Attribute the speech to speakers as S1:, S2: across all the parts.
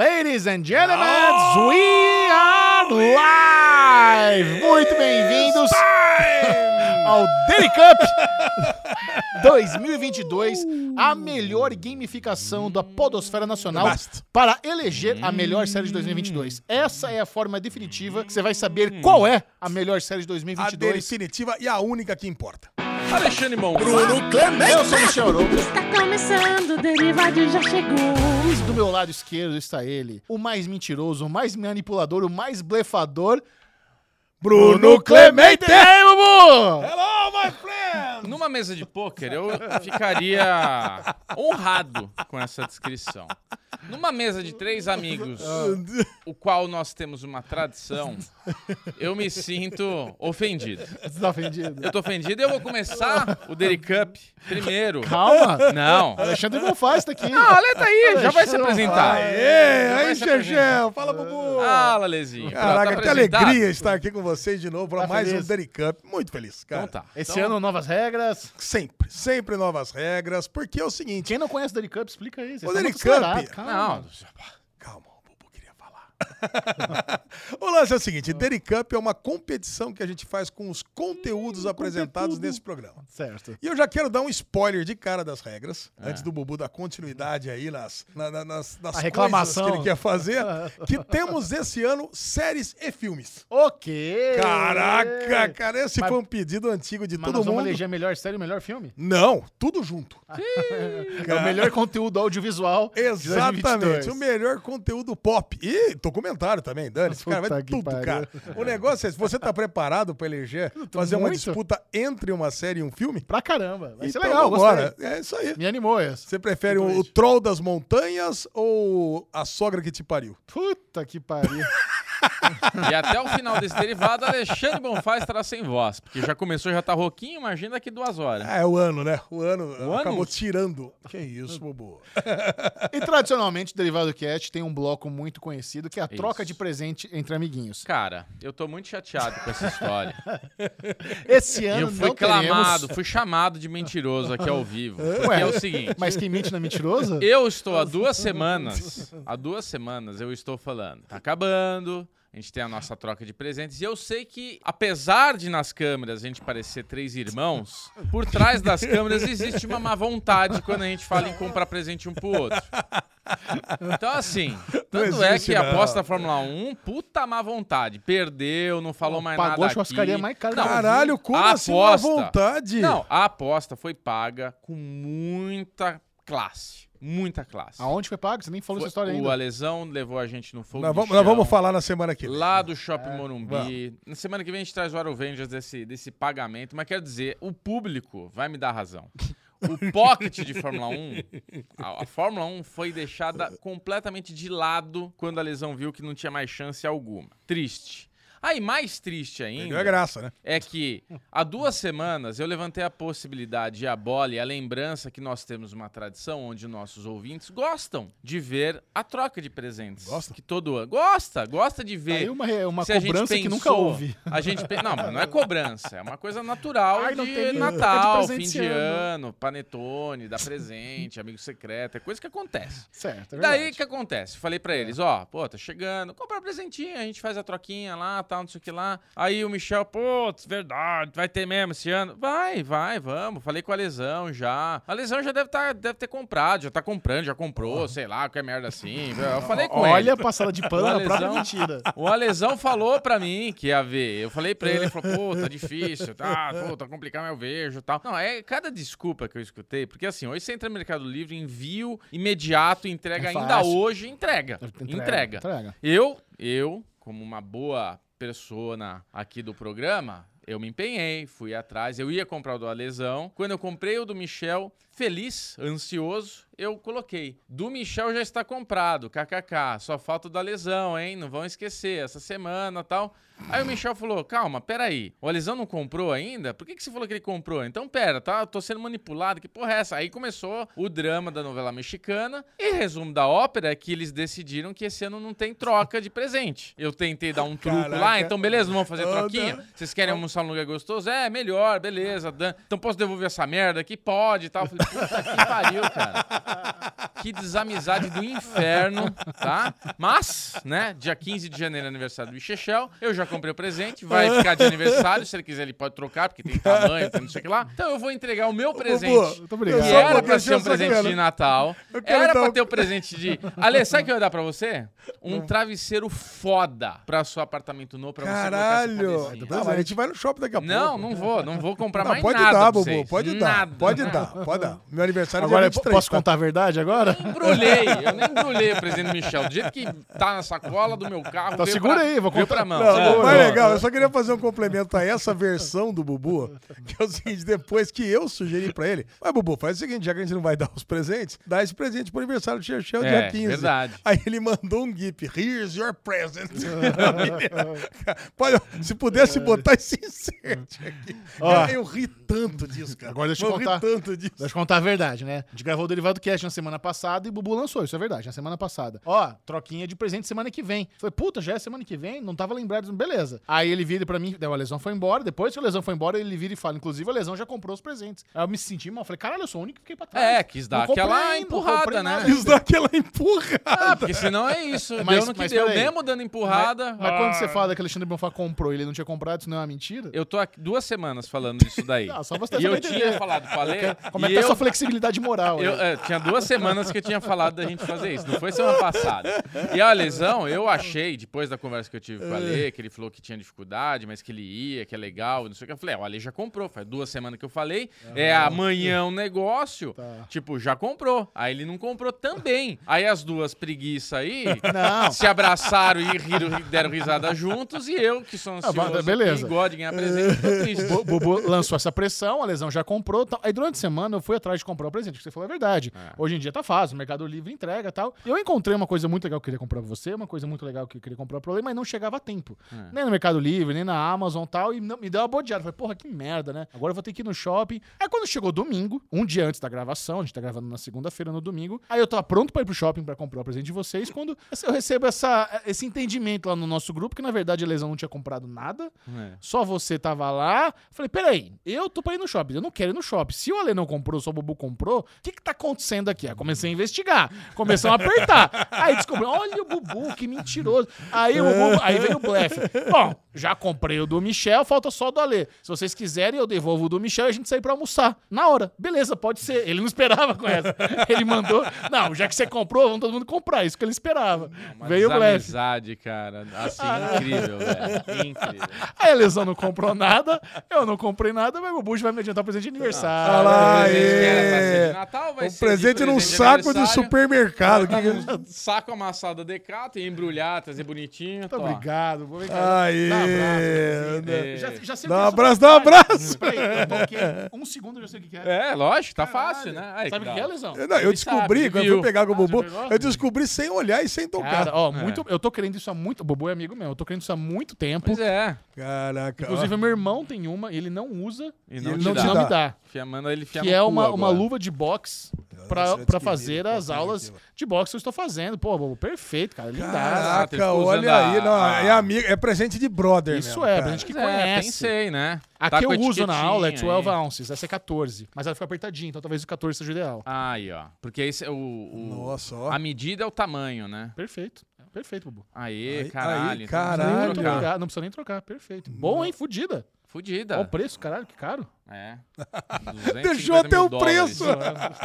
S1: Ladies and gentlemen, we are live! Muito bem-vindos ao Daily Cup 2022, a melhor gamificação da podosfera nacional
S2: Basta.
S1: para eleger a melhor série de 2022. Essa é a forma definitiva que você vai saber qual é a melhor série de
S2: A
S1: 2022.
S2: definitiva e a única que importa.
S3: Alexandre Monfort.
S2: Bruno Clemente.
S1: Eu sou o Michel Arouca.
S4: Está Tá começando, o Derivado já chegou.
S1: Do meu lado esquerdo está ele, o mais mentiroso, o mais manipulador, o mais blefador,
S2: Bruno Clemente.
S1: E aí, Bubu?
S2: Hello, my friend.
S3: Numa mesa de pôquer, eu ficaria honrado com essa descrição. Numa mesa de três amigos, o qual nós temos uma tradição, eu me sinto ofendido.
S1: Você tá ofendido?
S3: Eu tô ofendido e eu vou começar o Daily Cup primeiro.
S1: Calma.
S3: Não.
S1: Alexandre Bonfaz tá aqui.
S3: Ah, olha, tá aí, já vai se apresentar.
S2: Aê, aí,
S3: Começa
S2: Xergel. Fala, Bubu.
S3: Ah, Lalezinho.
S2: Caraca,
S3: tá
S2: que
S3: apresentado?
S2: alegria estar aqui com vocês de novo para
S1: Tá
S2: mais
S1: feliz?
S2: um Daily Cup. Muito feliz, cara.
S3: Então tá.
S1: Esse
S3: Então,
S1: ano, novas regras.
S2: Sempre, sempre novas regras, porque é o seguinte.
S1: Quem não conhece o Daily Cup, explica aí. Vocês
S2: O
S1: estão
S2: Daily
S1: muito acelerados,
S2: Cup-
S1: Ah, calma.
S3: Não,
S2: Calma, o Bubu queria falar. o lance é o
S3: Ah.
S2: seguinte, Daily Cup é uma competição que a gente faz com os conteúdos apresentados nesse programa.
S1: Certo.
S2: E eu já quero dar um spoiler de cara das regras, antes do Bubu dar continuidade aí nas, na- na- nas, nas
S1: É. A reclamação.
S2: coisas que ele quer fazer, que temos esse ano séries e filmes.
S1: Ok.
S2: Caraca, cara, esse
S1: Mas-
S2: foi um pedido antigo de
S1: Mas
S2: todo
S1: nós vamos
S2: mundo.
S1: eleger a melhor série, o melhor filme?
S2: Não, tudo junto.
S1: É o melhor conteúdo audiovisual de 2022.
S2: Exatamente, o melhor conteúdo pop. E documentário também, Dani. Esse cara vai
S1: Puta que
S2: tudo,
S1: pariu.
S2: cara. O negócio é, se você tá preparado pra eleger, fazer uma
S1: muito.
S2: disputa entre uma série e um filme,
S1: Pra caramba. Vai ser
S2: então
S1: legal,
S2: vambora.
S1: gostei.
S2: É isso aí.
S1: Me animou essa.
S2: Você prefere o, o
S1: Simplesmente.
S2: troll das montanhas ou a sogra que te pariu?
S1: Puta que pariu.
S3: E até o final desse derivado, Alexandre Bonfá estará sem voz. Porque já começou, já tá rouquinho, imagina daqui duas horas.
S2: Ah, é o ano, né? O ano acabou
S3: ano?
S2: tirando. Que isso, bobo.
S1: e tradicionalmente, o Derivado Cast tem um bloco muito conhecido que é a troca de presente entre amiguinhos.
S3: Cara, eu tô muito chateado com essa história.
S1: Esse
S3: E
S1: ano
S3: eu fui
S1: não
S3: clamado,
S1: teremos...
S3: fui chamado de mentiroso aqui ao vivo. Porque
S1: Ué.
S3: é o seguinte,
S1: Mas quem mente não é mentiroso?
S3: eu estou há duas semanas, há duas semanas eu estou falando, tá acabando, a gente tem a nossa troca de presentes, e eu sei que, apesar de nas câmeras a gente parecer três irmãos, por trás das câmeras existe uma má vontade quando a gente fala em comprar presente um pro outro. Então, assim, tanto é
S2: existe,
S3: que
S2: não.
S3: a aposta da Fórmula 1, puta má vontade. Perdeu, não falou mais nada.
S1: Pagou a churrascaria
S3: aqui.
S1: mais cara
S3: Não,
S1: da
S2: Caralho, como
S3: a
S2: assim uma
S3: aposta.
S2: vontade?
S3: Não, a aposta foi paga com muita classe. Muita classe.
S1: Aonde foi pago? Você nem falou
S3: Foi-
S1: essa história
S3: O
S1: ainda.
S3: Alesão levou a gente no fogo.
S2: Nós
S3: de
S2: vamos, nós
S3: chão,
S2: vamos falar É, na semana que vem.
S3: Lá do Shopping Morumbi. Na semana que vem a gente traz o Arovengers desse, desse pagamento. Mas quero dizer, o público vai me dar razão. O pocket de Fórmula 1, a, a Fórmula 1 foi deixada completamente de lado quando a lesão viu que não tinha mais chance alguma. Triste. Aí, mais triste
S2: Perdeu a
S3: ainda
S2: graça, né?
S3: é que há duas semanas eu levantei a possibilidade e a bola e a lembrança que nós temos uma tradição onde nossos ouvintes gostam de ver a troca de presentes.
S2: Gostam?
S3: Que todo ano. Gosta, gosta de ver.
S1: Tá Aí uma, uma
S3: Se a gente
S1: cobrança que nunca
S3: pensou-
S1: houve.
S3: A gente pe- Não, mas não é cobrança. É uma coisa natural
S1: Ai, não
S3: de
S1: teve- tá
S3: Natal,
S1: de
S3: fim de
S1: presenteando.
S3: ano, panetone, dar presente, amigo secreto. É coisa que acontece.
S1: Certo, é
S3: Daí o
S1: verdade.
S3: que acontece? Falei pra eles, ó, pô, tá chegando, compra um presentinho, a gente faz a troquinha lá, tal, não sei o que lá. Aí o Michel, putz, verdade, vai ter mesmo esse ano. Vai, vai, vamos. Falei com a Lesão já. A Lesão já deve, tá, deve ter comprado, já tá comprando, já comprou, sei lá, qualquer merda assim. Eu falei com ele.
S1: Olha a passada de pano
S3: O
S1: na própria
S3: Alesão-
S1: mentira.
S3: O Alesão falou pra mim que ia ver. Eu falei pra ele, ele falou, pô, tá difícil, tá, pô, tá complicado, mas eu vejo e tal. Não, é cada desculpa que eu escutei, porque assim, hoje você entra no Mercado Livre, envio imediato, entrega
S1: É
S3: ainda
S1: fácil.
S3: hoje, entrega. Entrega.
S1: Entrega.
S3: Eu, eu, como uma boa persona aqui do programa, eu me empenhei, fui atrás, eu ia comprar o do Alesão. Quando eu comprei o do Michel, feliz, ansioso, eu coloquei. Do Michel já está comprado, kkk, só falta o da Lesão, hein? Não vão esquecer, essa semana tal. Aí o Michel falou, calma, peraí, o Alesão não comprou ainda? Por que, que você falou que ele comprou? Então pera, tá, eu tô sendo manipulado, que porra é essa? Aí começou o drama da novela mexicana e resumo da ópera é que eles decidiram que esse ano não tem troca de presente. Eu tentei dar um truco lá,
S2: Caraca.
S3: então beleza, não vamos fazer
S2: Anda.
S3: troquinha? Vocês querem almoçar num lugar gostoso? É, melhor, beleza. Dan. Então posso devolver essa merda aqui? Pode e tal. Eu falei, Puta que pariu, cara. Que desamizade do inferno, tá? Mas, né, dia 15 de janeiro é aniversário do Bichechel. Eu já comprei o presente, vai ficar de aniversário. Se ele quiser, ele pode trocar, porque tem tamanho, tem não sei o que lá. Então eu vou entregar o meu presente.
S1: Muito
S2: Eu
S1: obrigado.
S3: Que
S2: só
S3: era
S2: vou
S3: pra
S2: deixar
S3: ser um
S2: essa
S3: presente
S2: grana.
S3: de Natal.
S2: Eu quero
S3: Era
S2: dar
S3: pra
S2: um-
S3: ter um presente de. Ale, sabe o que eu ia dar pra você? Um travesseiro foda pra seu apartamento novo, pra você colocar
S2: Caralho!
S3: essa
S2: Ah, mas a gente vai no shopping daqui a pouco.
S3: Não, não vou, não vou comprar
S2: Não,
S3: mais
S2: pode
S3: nada.
S2: dar,
S3: pra
S2: Bobo,
S3: vocês.
S2: pode
S3: Nada,
S2: dar. Pode
S3: nada.
S2: dar, pode dar. Meu aniversário é
S1: Agora,
S2: dia 23,
S1: posso
S2: tá?
S1: contar a verdade agora?
S3: Embrulhei, eu nem embrulhei o presidente Michel. Do jeito que tá na sacola do meu carro.
S1: Tá,
S3: veio
S1: segura
S3: pra-
S1: aí, vou
S3: veio
S1: contar.
S3: pra mão.
S1: Não,
S3: É.
S1: vou-
S2: Não, mas
S1: Boa.
S2: legal, eu só queria fazer um complemento a essa versão do Bubu, que é o seguinte, depois que eu sugeri pra ele, mas Bubu, faz o seguinte, já que a gente não vai dar os presentes, dá esse presente pro aniversário do Xerxel
S3: É,
S2: dia 15.
S3: verdade.
S2: Aí ele mandou um gif, here's your present. Olha, se pudesse botar esse insert aqui.
S1: Ó.
S2: Cara, eu ri tanto disso, cara.
S1: Agora deixa eu
S2: eu
S1: contar.
S2: ri tanto disso.
S1: Deixa eu contar a verdade, né? A gente gravou o Derivado Cast na semana passada e o Bubu lançou, isso é verdade, na semana passada. Ó, troquinha de presente semana que vem. Falei, puta, já é semana que vem? Não tava lembrado. Beleza. Aí ele vira pra mim, daí o Lesão foi embora, depois que o Lesão foi embora, ele vira e fala, inclusive o Lesão já comprou os presentes. Aí eu me senti mal, falei, caralho, eu sou o único que fiquei pra trás.
S3: É, quis dar
S1: Não comprei
S3: aquela
S1: ainda, não
S3: empurrada,
S1: comprei
S3: né?
S1: nada.
S2: Isso dá aquela empurrada.
S3: Porque senão é isso.
S1: Mas-
S3: deu no que
S1: mas
S3: deu.
S1: peraí.
S3: Mesmo dando empurrada.
S1: Mas quando você
S3: ah,
S1: fala que Alexandre Bonfá comprou e ele não tinha comprado, isso não é uma mentira?
S3: Eu tô há duas semanas falando disso daí.
S1: Ah, só você
S3: e eu
S1: também
S3: tinha
S1: entender.
S3: falado, falei.
S1: Como é
S3: e
S1: que tá a
S3: eu
S1: sua flexibilidade moral?
S3: Eu,
S1: né?
S3: é, tinha duas semanas que eu tinha falado da gente fazer isso, não foi semana passada. E a lesão, eu achei, depois da conversa que eu tive com a Lê, que ele falou que tinha dificuldade, mas que ele ia, que é legal, não sei o que. Eu falei, ó, a Lê já comprou, faz duas semanas que eu falei, é amanhã um negócio,
S1: Tá.
S3: tipo, já comprou. Aí ele não comprou também. Aí as duas preguiças aí
S1: Não.
S3: se abraçaram e riram, deram risada juntos, e eu, que sou
S1: Ah, mas
S3: ansioso
S1: beleza.
S3: e gosto de ganhar presente, tô triste.
S1: O Bubu lançou essa pressão, a lesão já comprou. Tal. Aí durante a semana eu fui atrás de comprar o presente, que você falou a verdade. Hoje em dia tá fácil, o Mercado Livre entrega e tal. Eu encontrei uma coisa muito legal que eu queria comprar pra você, uma coisa muito legal que eu queria comprar pra ele, mas não chegava a tempo. Nem no Mercado Livre, nem na Amazon e tal. E não- me deu uma bodeada. Falei, porra, que merda, né? Agora eu vou ter que ir no shopping. Aí quando chegou domingo, um dia antes da gravação, a gente tá gravando na segunda-feira, no domingo, aí eu tava pronto pra ir pro shopping pra comprar o presente de vocês, quando eu recebo essa, esse entendimento lá no nosso grupo, que na verdade a lesão não tinha comprado nada.
S3: É.
S1: Só você tava lá. Falei, peraí, eu tô pra ir no shopping, eu não quero ir no shopping. Se o Ale não comprou, só o Bubu comprou, o que que tá acontecendo aqui? Aí comecei a investigar, começou a apertar. Aí descobri, olha o Bubu, que mentiroso. Aí, o Bubu, aí veio o blefe. Bom, já comprei o do Michel, falta só o do Ale. Se vocês quiserem, eu devolvo o do Michel e a gente sai pra almoçar. Na hora. Beleza, pode ser. Ele não esperava com essa. Ele mandou, não, já que você comprou, vamos todo mundo comprar. Isso que ele esperava.
S3: Uma
S1: veio o Ah, blefe.
S3: desamizade, cara. Assim, incrível, velho. Incrível.
S1: Aí a lesão não comprou nada, eu não comprei nada, mas o Bush vai me adiantar presente de aniversário.
S2: Ah lá,
S3: presente que era pra ser
S2: Aê!
S3: de Natal, vai
S2: Um
S3: ser de
S2: presente num
S3: de
S2: saco de
S3: aniversário.
S2: supermercado. Que que-
S3: Um Saco amassado decato e embrulhar, trazer bonitinho.
S1: Muito
S3: tá tô, ó.
S1: Tá obrigado. Vou
S2: Aê!
S1: Dá um abraço,
S3: É.
S1: Já, já sei o que
S2: Ah, Dá um
S1: é
S2: abraço, dá um
S1: saudade.
S2: abraço.
S1: Peraí, eu toquei um segundo, eu já sei o que que é.
S3: É, lógico, tá fácil, né? Aí,
S1: Sabe o que que
S3: dá.
S1: é, lesão?
S2: Eu- não, eu
S3: Ele
S2: descobri,
S3: sabe,
S2: quando eu
S3: viu.
S2: fui pegar com o
S1: Ah, você
S2: Bubu,
S1: pegou?
S2: eu descobri sem olhar e sem tocar.
S1: Cara, ó, muito, eu tô querendo isso há muito. O Bobo é amigo meu, eu tô querendo isso há muito tempo.
S3: Pois é.
S2: Caraca. ó.
S1: Inclusive, meu irmão tem uma, ele não usa,
S3: E não
S2: ele
S3: te
S1: não,
S2: te
S3: dá.
S1: não me dá.
S3: Fia- manda ele fiar
S1: que
S3: no
S1: é
S3: cu
S1: uma, uma
S3: agora.
S1: luva de boxe
S2: Nossa,
S1: pra,
S2: é
S1: pra
S2: desquisito,
S1: fazer as
S2: coisa
S1: aulas
S2: horrível.
S1: de boxe que eu estou fazendo. Pô, Bobo, perfeito, cara, lindaço.
S3: Exato, ele
S2: Caraca,
S3: ficou usando
S2: olha
S3: a-
S2: aí. não,
S3: a-
S2: é, amigo, é presente de brother.
S1: Isso
S2: mesmo,
S1: é, pra
S2: cara.
S1: gente que
S3: Pois é,
S1: conhece.
S3: pensei, né?
S1: A
S3: Tá
S1: que
S3: com
S1: eu uso na aula é
S3: etiquetinha
S1: 12
S3: aí.
S1: ounces, essa é 14. Mas ela fica apertadinha, então talvez o 14 seja o ideal.
S3: Aí, ó. Porque esse é o. o-
S2: Nossa, ó.
S3: A medida é o tamanho, né?
S1: Perfeito. Perfeito, Bubu.
S3: Aê,
S2: Aí-
S3: caralho.
S2: aí,
S3: então não
S2: caralho.
S3: precisa
S1: Muito
S3: trocar.
S1: obrigado. Não precisa nem trocar. Perfeito. Bom, hein? Fudida.
S3: Fudida.
S1: Olha o preço, caralho, que caro.
S3: É.
S2: Deixou até o
S3: 250 mil dólares.
S2: preço.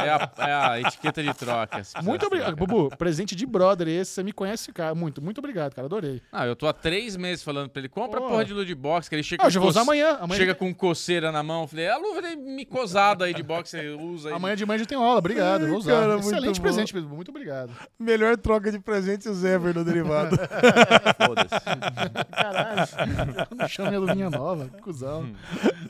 S3: É a, é a etiqueta de troca. se
S1: Muito
S3: precisar
S1: obrigado.
S3: trocar.
S1: Bubu, presente de brother esse. Você me conhece, cara. Muito, muito obrigado, cara. Adorei.
S3: Não, Ah, eu tô há três meses falando pra ele, compra
S1: Porra.
S3: porra de luva de boxe, que ele
S1: Ah,
S3: chega
S1: eu
S3: com
S1: já vou usar
S3: coce-
S1: amanhã. Amanhã,
S3: Chega com coceira na mão, eu falei, "É, a luva de micosada aí de boxe, você usa aí.
S1: amanhã de manhã já tem aula. Obrigado, vou
S2: Ai,
S1: usar.
S2: cara, muito
S1: Excelente
S2: bom.
S1: presente, Bubu. Muito obrigado.
S2: Melhor troca de presentes ever no derivado.
S3: Foda-se.
S1: Caralho. Não chama minha luvinha nova. Que
S3: Hum.
S1: cuzão.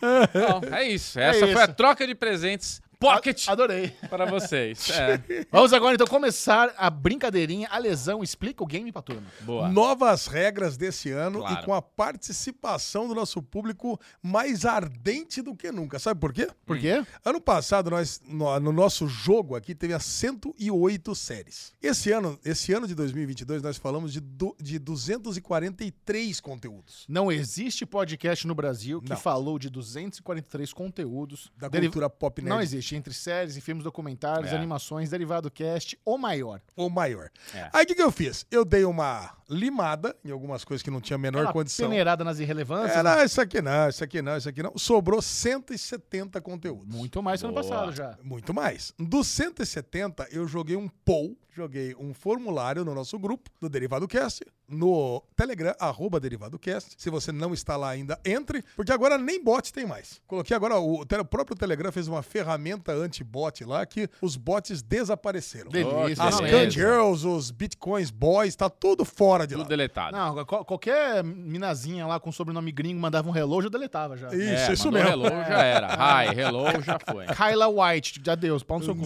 S3: Bom, é isso. Essa
S1: isso.
S3: foi a troca de presentes pocket
S1: Adorei.
S3: para vocês. É,
S1: Vamos agora, então, começar a brincadeirinha. A lesão explica o game pra turma.
S3: boa.
S2: Novas regras desse ano
S3: Claro.
S2: e com a participação do nosso público mais ardente do que nunca. Sabe por quê?
S3: Hum.
S1: Por quê?
S2: Ano passado, nós, no, no nosso jogo aqui, teve as 108 séries. Esse ano, esse ano de 2022, nós falamos de, du- de 243 conteúdos.
S1: Não existe podcast no Brasil que
S2: Não.
S1: falou de 243 conteúdos
S2: Da
S1: deriv-
S2: cultura pop nerd.
S1: Não existe. cast entre séries e filmes documentários,
S3: É.
S1: animações, derivado cast, o maior.
S2: ou maior.
S3: É.
S2: Aí o que, que eu fiz? Eu dei uma limada em algumas coisas que não tinha a menor
S1: Aquela
S2: condição.
S1: peneirada nas irrelevâncias.
S2: É, não, isso aqui não, isso aqui não, isso aqui não. Sobrou 170 conteúdos.
S1: Muito mais que ano
S3: Boa.
S1: passado já.
S2: Muito mais. Dos 170, eu joguei um poll, joguei um formulário no nosso grupo do Derivado Cast, no Telegram, arroba Derivado Cast. Se você não está lá ainda, entre, porque agora nem bot tem mais. Coloquei agora, o, tele- o próprio Telegram fez uma ferramenta anti-bot lá que os bots desapareceram.
S1: Delícia. né? é
S2: As
S1: beleza.
S2: Can Girls, os Bitcoins Boys, tá tudo fora de lá.
S3: Tudo deletado.
S1: Não, qual- qualquer minazinha lá com sobrenome gringo mandava um hello, já deletava já.
S2: Ih.
S3: É,
S2: Isso, isso
S3: mandou
S2: mesmo.
S3: Hello já
S1: É.
S3: era. Hi, hello já foi.
S1: Kyla White, de adeus, pau no seu cu.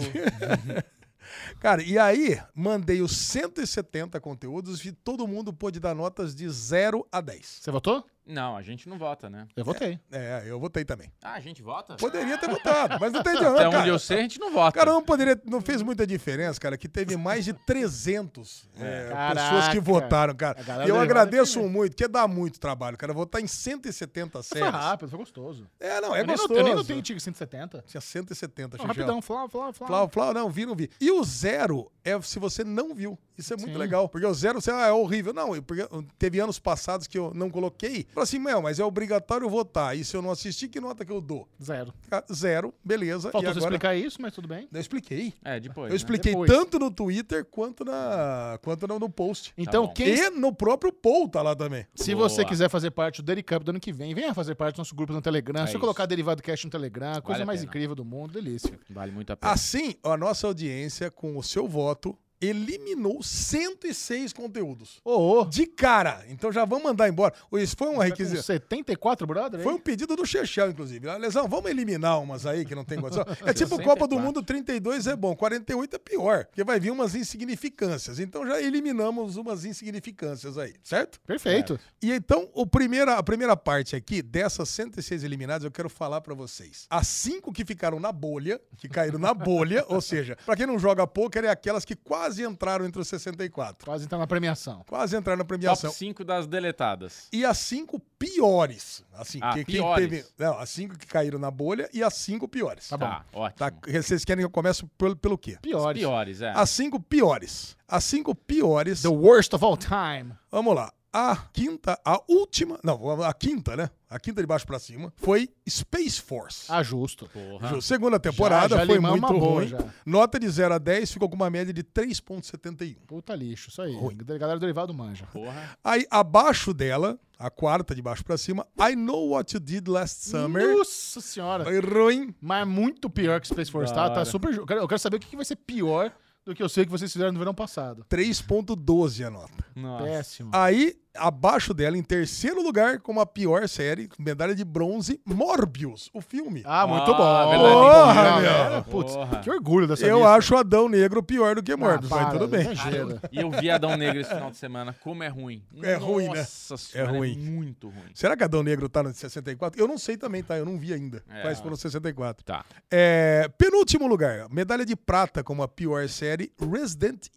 S2: Cara, e aí mandei os 170 conteúdos e todo mundo pôde dar notas de 0 a 10.
S1: Você votou?
S3: Não, a gente não vota, né?
S1: Eu votei.
S2: É, eu votei também.
S3: Ah, a gente vota?
S2: Poderia ter votado, mas não tem adianta,
S3: Até
S2: cara.
S3: onde eu sei, a gente não vota.
S2: Cara, não poderia, não fez muita diferença, cara, que teve mais de 300 é, pessoas que
S1: Caraca.
S2: votaram, cara.
S1: A galera
S2: E eu
S1: do
S2: agradeço muito, que dá muito trabalho, cara. Votar em 170
S1: Foi
S2: séries.
S1: rápido, foi gostoso.
S2: É, não, é
S1: eu nem
S2: gostoso.
S1: notei- eu nem notei Tigre 170.
S2: Tinha 170,
S1: Não,
S2: Xixel.
S1: rapidão, flau, flau, flau.
S2: Flau, Flau, não, vi, não vi. E o zero é se você não viu. Isso é muito
S1: Sim.
S2: legal. Porque o zero, você, ah, é horrível. Não, eu- porque eu- teve anos passados que eu não coloquei. Falei assim, meu, mas é obrigatório votar. E se eu não assistir, que nota que eu dou?
S1: Zero.
S2: Cara, Zero, beleza.
S1: Faltou
S2: e
S1: você
S2: agora...
S1: explicar isso, mas tudo bem.
S2: Eu expliquei.
S3: É, depois.
S2: eu
S3: né?
S2: expliquei
S1: Depois.
S2: tanto no Twitter quanto, na... quanto no, no post.
S1: Então,
S3: Tá bom.
S1: quem
S2: E no próprio poll tá lá também.
S1: Se
S3: Boa.
S1: você quiser fazer parte do Dericamp do ano que vem, venha fazer parte do nosso grupo no Telegram.
S3: É
S1: É só
S3: isso.
S1: colocar Derivado Cash no Telegram, a coisa
S3: Vale a
S1: mais
S3: pena.
S1: incrível do mundo, delícia.
S3: Vale muito a pena.
S2: Assim, a nossa audiência, com o seu voto, eliminou 106 conteúdos.
S1: Ô, ô,
S2: De cara. Então já vamos mandar embora. Isso foi uma
S1: tá com
S2: requisição.
S1: 74, brother?
S2: Foi
S1: hein?
S2: um pedido do Chechel, inclusive. Ah, Lesão, vamos eliminar umas aí que não tem condição. É tipo
S3: 64.
S2: Copa do Mundo 32 é bom, 48 é pior, porque vai vir umas insignificâncias. Então já eliminamos umas insignificâncias aí, certo?
S1: Perfeito.
S2: E então, o primeira, a primeira parte aqui, dessas 106 eliminadas, eu quero falar pra vocês. As cinco que ficaram na bolha, que caíram na bolha, ou seja, pra quem não joga pôquer, é aquelas que quase entraram entre os 64.
S1: Quase entrar na premiação.
S2: Quase entraram na premiação.
S3: Top 5 das deletadas.
S2: e as cinco piores. Assim,
S3: Ah,
S2: que, quem
S3: piores.
S2: teve- não, as cinco que caíram na bolha e as cinco piores.
S1: Tá bom.
S3: Tá,
S2: Tá,
S3: ótimo.
S2: vocês querem que eu comece pelo, pelo quê?
S1: Piores.
S3: Piores, é.
S2: As cinco piores. As cinco piores.
S1: The worst of all time.
S2: Vamos lá. A quinta, a última. Não, a quinta, né? A quinta de baixo pra cima foi Space Force.
S1: Ah, justo.
S3: Porra.
S2: Ju- Segunda temporada
S1: Já- já
S2: foi
S1: limamos
S2: muito
S1: uma boa,
S2: ruim.
S1: já.
S2: Nota de 0 a 10 ficou com uma média de 3,71.
S1: Puta lixo, isso aí.
S2: Ruim.
S1: Galera do Derivado manja.
S3: Porra.
S2: um. Aí, abaixo dela, a quarta de baixo pra cima, I Know What You Did Last Summer.
S1: Nossa senhora.
S2: Foi ruim.
S1: Mas é muito pior que Space Force,
S3: Da
S1: tá? Tá
S3: hora.
S1: super... ju- Eu quero- eu quero saber o que que vai ser pior do que eu sei que vocês fizeram no verão passado.
S2: 3.12 a nota.
S3: Nossa.
S1: Péssimo.
S2: Aí, abaixo dela, em terceiro lugar, como a pior série, medalha de bronze, Morbius, o filme.
S1: Ah, muito
S3: Ah,
S1: bom.
S3: verdade,
S1: Porra,
S2: bom,
S1: meu.
S2: galera.
S1: Putz,
S3: Porra.
S1: que orgulho dessa
S2: Eu
S1: lista.
S2: acho Adão Negro pior do que Morbius,
S1: Ah,
S2: mas
S1: para,
S2: tudo bem.
S1: exagera.
S3: E eu vi Adão Negro esse final de semana. Como é ruim.
S2: É ruim, né?
S3: Nossa senhora, é
S2: ruim.
S3: muito ruim.
S2: Será que Adão Negro tá no 64? Eu não sei também, tá? Eu não vi ainda.
S3: É.
S2: Mas foram 64.
S3: Tá.
S2: É, penúltimo lugar, medalha de prata como a pior série, Resident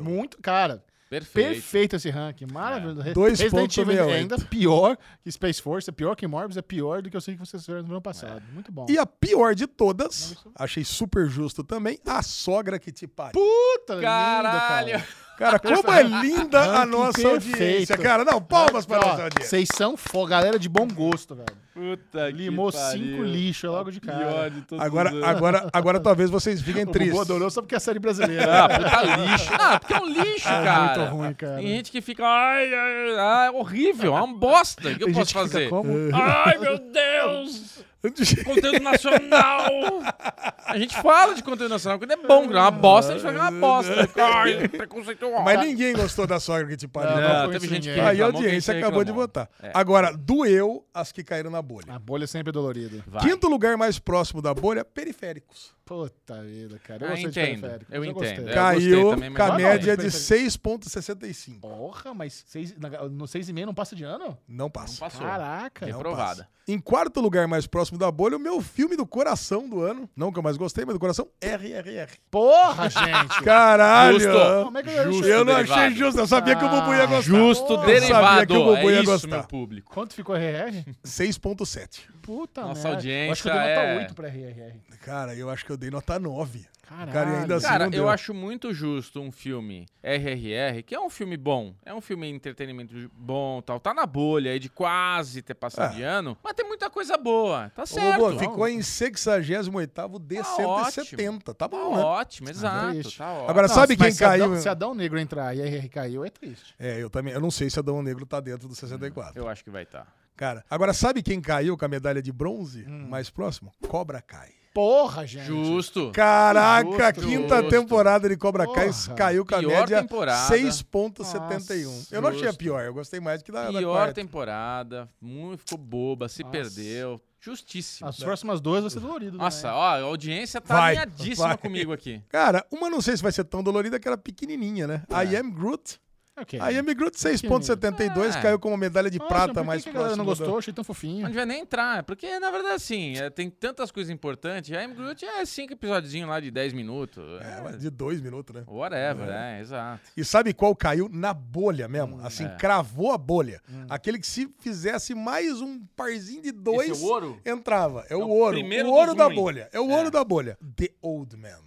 S1: Muito, cara.
S3: Perfeito.
S1: Perfeito esse ranking. Maravilhoso. Re-
S2: Dois
S1: Resident
S2: ponto
S1: Evil
S2: meia
S1: é ainda pior que Space Force, é pior que Morbius, é pior do que eu sei que vocês fizeram no ano passado. Muito bom.
S2: E a pior de todas, achei super justo também, a sogra que te pariu.
S1: puta linda,
S3: Caralho.
S1: cara.
S2: Cara, como é linda a
S1: Ranking
S2: nossa
S1: perfeito.
S2: audiência, cara. Não, palmas pra
S1: Ó,
S2: nossa audiência.
S1: Vocês são fo... galera de bom gosto, velho.
S3: Puta
S1: Limou
S3: que pariu.
S1: cinco lixo logo de cara.
S3: Pior de todos os anos.
S2: Agora, agora, agora talvez vocês fiquem
S1: O
S2: tristes.
S1: Bubu adorou só porque é série brasileira.
S3: Ah, puta lixo. Ah, porque é um lixo, cara.
S1: muito ruim, cara.
S3: Tem gente que fica. Ai, ai, ai, é horrível. É uma bosta. O que eu
S1: Tem
S3: posso
S1: gente que fica
S3: fazer?
S1: como?
S3: Ai, meu Deus! Conteúdo nacional! A gente fala de conteúdo nacional, quando é bom, quando é uma bosta, a gente fala que é uma bosta. Ai, preconceituoso.
S2: Mas ninguém gostou da sogra que te pariu.
S1: Não,
S2: Não, é.
S3: Não, teve gente que
S1: ninguém.
S2: Aí a
S3: reclamou,
S2: audiência
S3: quem
S2: acabou de
S3: reclamou.
S2: votar.
S3: É.
S2: Agora, doeu as que caíram na bolha.
S1: A bolha sempre é dolorida.
S3: Vai.
S2: Quinto lugar mais próximo da bolha, periféricos.
S1: Puta vida, cara. Eu
S3: Eu
S1: gostei de
S3: Ah, entendo.
S1: periféricos,
S3: Eu
S1: gostei.
S3: entendo. É, eu
S2: Caiu
S3: gostei também, mas
S2: com a
S3: não
S2: média de
S1: gostei.
S2: 6,65.
S1: Porra, mas seis, na- no 6,5 não passa de ano?
S2: Não passa.
S3: Passou.
S1: Caraca.
S2: Não
S3: Reprovada.
S2: passa. Em quarto lugar mais próximo próximo da bolha, o meu filme do coração do ano. Não que eu mais gostei, mas do coração, RRR.
S1: Porra, gente.
S2: Caralho!
S3: Justo.
S1: Como é que eu deixo?
S2: eu não
S3: derivado.
S2: achei justo, eu sabia que o Bubu ia
S1: Ah,
S2: gostar.
S3: Justo
S1: Eu
S2: sabia que o
S3: derivado.
S2: Bubu ia
S3: É isso,
S2: gostar.
S3: meu público.
S1: Quanto ficou RR?
S2: 6.7.
S1: Puta
S3: Nossa
S1: merda.
S3: audiência
S1: Acho que eu dei nota
S3: é-
S1: 8 pra RRR.
S2: Cara, eu acho que eu dei nota 9.
S1: Caralho.
S2: Cara, e ainda assim
S3: Cara,
S2: não deu.
S3: eu acho muito justo um filme RRR, que é um filme bom, é um filme de entretenimento bom tal, tá na bolha aí de quase ter passado
S2: É.
S3: de ano, mas tem muita coisa boa, tá
S2: Ô, Bubu,
S3: certo.
S2: ficou em 68º D170. Tá
S3: Tá
S2: bom, né?
S3: ótimo, exato,
S1: triste.
S3: tá ótimo.
S2: Agora, sabe
S1: mas
S2: quem
S1: se Adão-
S2: caiu?
S1: se Adão Negro entrar e RR caiu, é triste.
S2: É, eu também. Eu não sei se Adão Negro tá dentro do 64.
S3: Eu acho que vai estar. Tá.
S2: Cara, agora sabe quem caiu com a medalha de bronze?
S1: Hum.
S2: Mais próximo? Cobra Kai.
S1: Porra, gente.
S3: Justo.
S2: Caraca,
S3: Justo,
S2: quinta
S3: justo.
S2: temporada de Cobra Kai
S1: Porra.
S2: caiu com a
S3: Pior
S2: média
S3: temporada.
S2: 6.71. Eu não achei a
S3: Justo.
S2: pior, eu gostei mais que da, da
S3: Pior
S2: quarta.
S3: temporada, muito ficou boba, se perdeu, justíssimo.
S1: As próximas duas vai ser né? dolorido.
S3: Nossa, ó, a audiência tá
S2: Vai,
S3: alinhadíssima
S2: vai.
S3: comigo aqui.
S2: Cara, uma não sei se vai ser tão dolorida que era pequenininha, né?
S1: É.
S2: I Am Groot.
S1: Né? Okay.
S2: I Am Groot 6.72
S3: É.
S2: caiu como medalha é de
S1: Nossa, por
S2: prata
S1: que
S2: mais
S1: que a galera
S2: próxima.
S1: não
S2: da-
S1: gostou, achei tão
S3: Mas
S1: fofinho.
S3: Não vai nem entrar, porque na verdade assim, é, tem tantas coisas importantes. A M. Groot é cinco episódiozinho lá de 10 minutos.
S2: É,
S3: é,
S2: mas de dois minutos, né?
S3: Whatever, é. exato.
S2: E sabe qual caiu na bolha mesmo?
S1: Hum,
S2: assim,
S3: é.
S2: cravou a bolha. Aquele que se fizesse mais um parzinho de dois,
S3: Esse é o ouro?
S2: entrava. É o
S3: o
S2: ouro.
S3: primeiro
S2: O ouro
S3: dos
S2: da
S3: ruins.
S2: bolha. É o ouro da bolha. The Old Man.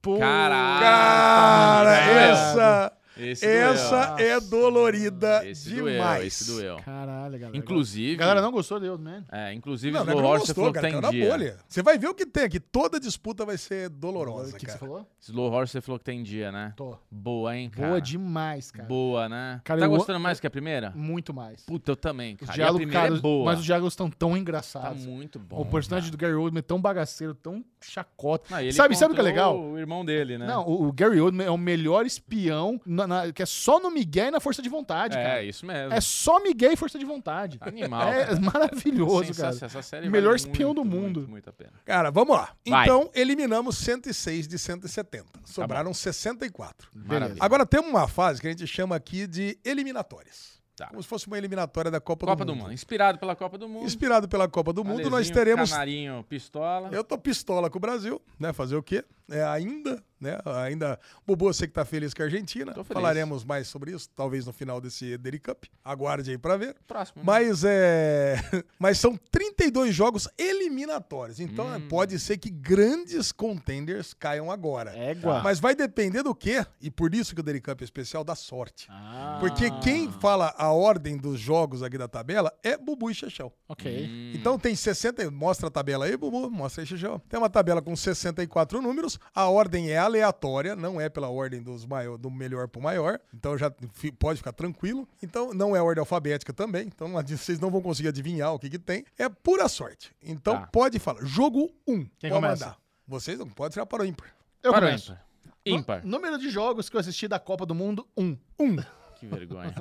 S1: Pô,
S3: Caralho.
S2: Cara,
S3: tá doendo.
S2: essa,
S3: Esse doeu.
S2: essa é dolorida
S3: esse doeu,
S2: demais.
S3: esse doeu.
S1: Caralho, galera.
S3: Inclusive.
S1: A galera não gostou né? de Old Man.
S3: É, inclusive,
S2: Não,
S3: o
S2: não é que
S3: Slow
S2: não
S3: Horse
S2: gostou,
S3: falou que
S2: cara.
S3: tá em
S2: Caiu na
S3: dia.
S2: bolha. Você vai ver o que tem aqui. Toda disputa vai ser dolorosa,
S1: O que, que
S2: cara.
S1: você falou?
S3: Slow Horse falou que tá em dia, né?
S1: Tô.
S3: Boa, hein, cara?
S1: Boa demais, cara.
S3: Boa, né?
S1: Cara,
S3: tá
S1: eu-
S3: gostando mais que a primeira?
S1: Muito mais.
S3: Puta, eu também, cara. E a
S1: diálogos,
S3: primeira
S1: cara,
S3: é boa.
S1: Mas os diálogos estão tão
S3: Tá
S1: engraçados.
S3: muito bom.
S1: o personagem do Gary Oldman é tão bagaceiro, tão chacota.
S3: Ah, e ele
S1: sabe, sabe o que é
S3: encontrou
S1: legal?
S3: O irmão dele, né?
S1: Não, o, o Gary Oldman é o melhor espião na- na- que é só no Miguel e na força de vontade,
S3: é,
S1: cara.
S3: isso mesmo.
S1: É só Miguel e força de vontade.
S3: Animal.
S1: É
S3: cara.
S1: maravilhoso,
S3: Sensacional.
S1: cara.
S3: Essa série
S1: Melhor
S3: vale
S1: espião do
S3: muito,
S1: mundo.
S3: Muito, muito a pena.
S2: Cara, vamos lá.
S3: Vai. Tá
S2: Então, eliminamos 106 de 170. Sobraram 64.
S3: Maravilha.
S2: Agora temos uma fase que a gente chama aqui de eliminatórias.
S3: Tá.
S2: Como se fosse uma eliminatória da Copa,
S3: Copa do Mundo. Inspirado pela Copa do Mundo.
S2: Inspirado pela Copa do Mundo, nós
S3: Alezinho,
S2: teremos
S3: Canarinho, pistola.
S2: Eu tô pistola com o Brasil, né? Fazer o quê? É, ainda, né? Ainda. Bubu, eu sei que tá feliz com a Argentina.
S3: Tô feliz.
S2: Falaremos mais sobre isso, talvez no final desse Deri Cup. Aguarde aí pra ver.
S3: Próximo. né?
S2: Mas é. Mas são 32 jogos eliminatórios. Então é, pode ser que grandes contenders caiam agora.
S1: Égua.
S2: Mas vai depender do quê? E por isso que o Deri Cup é especial da sorte.
S1: Ah,
S2: Porque quem fala a ordem dos jogos aqui da tabela é Bubu e Chechel.
S1: Ok.
S3: Hum.
S2: Então tem 60. e- Mostra a tabela aí, Bubu. Mostra aí, Xixão. Tem uma tabela com 64 números. A ordem é aleatória, não é pela ordem dos maior, do melhor pro maior. Então já fi- pode ficar tranquilo. Então não é ordem alfabética também. Então não adi- vocês não vão conseguir adivinhar o que, que tem. É pura sorte. Então
S3: Tá.
S2: pode falar. Jogo 1. Um,
S1: Quem
S2: pode
S1: começa?
S2: Vocês não podem tirar para o ímpar.
S1: Eu
S3: Para o
S1: começo.
S3: ímpar. Ímpar.
S1: Nú- Número de jogos que eu assisti da Copa do Mundo, um.
S2: Um.
S3: Que vergonha.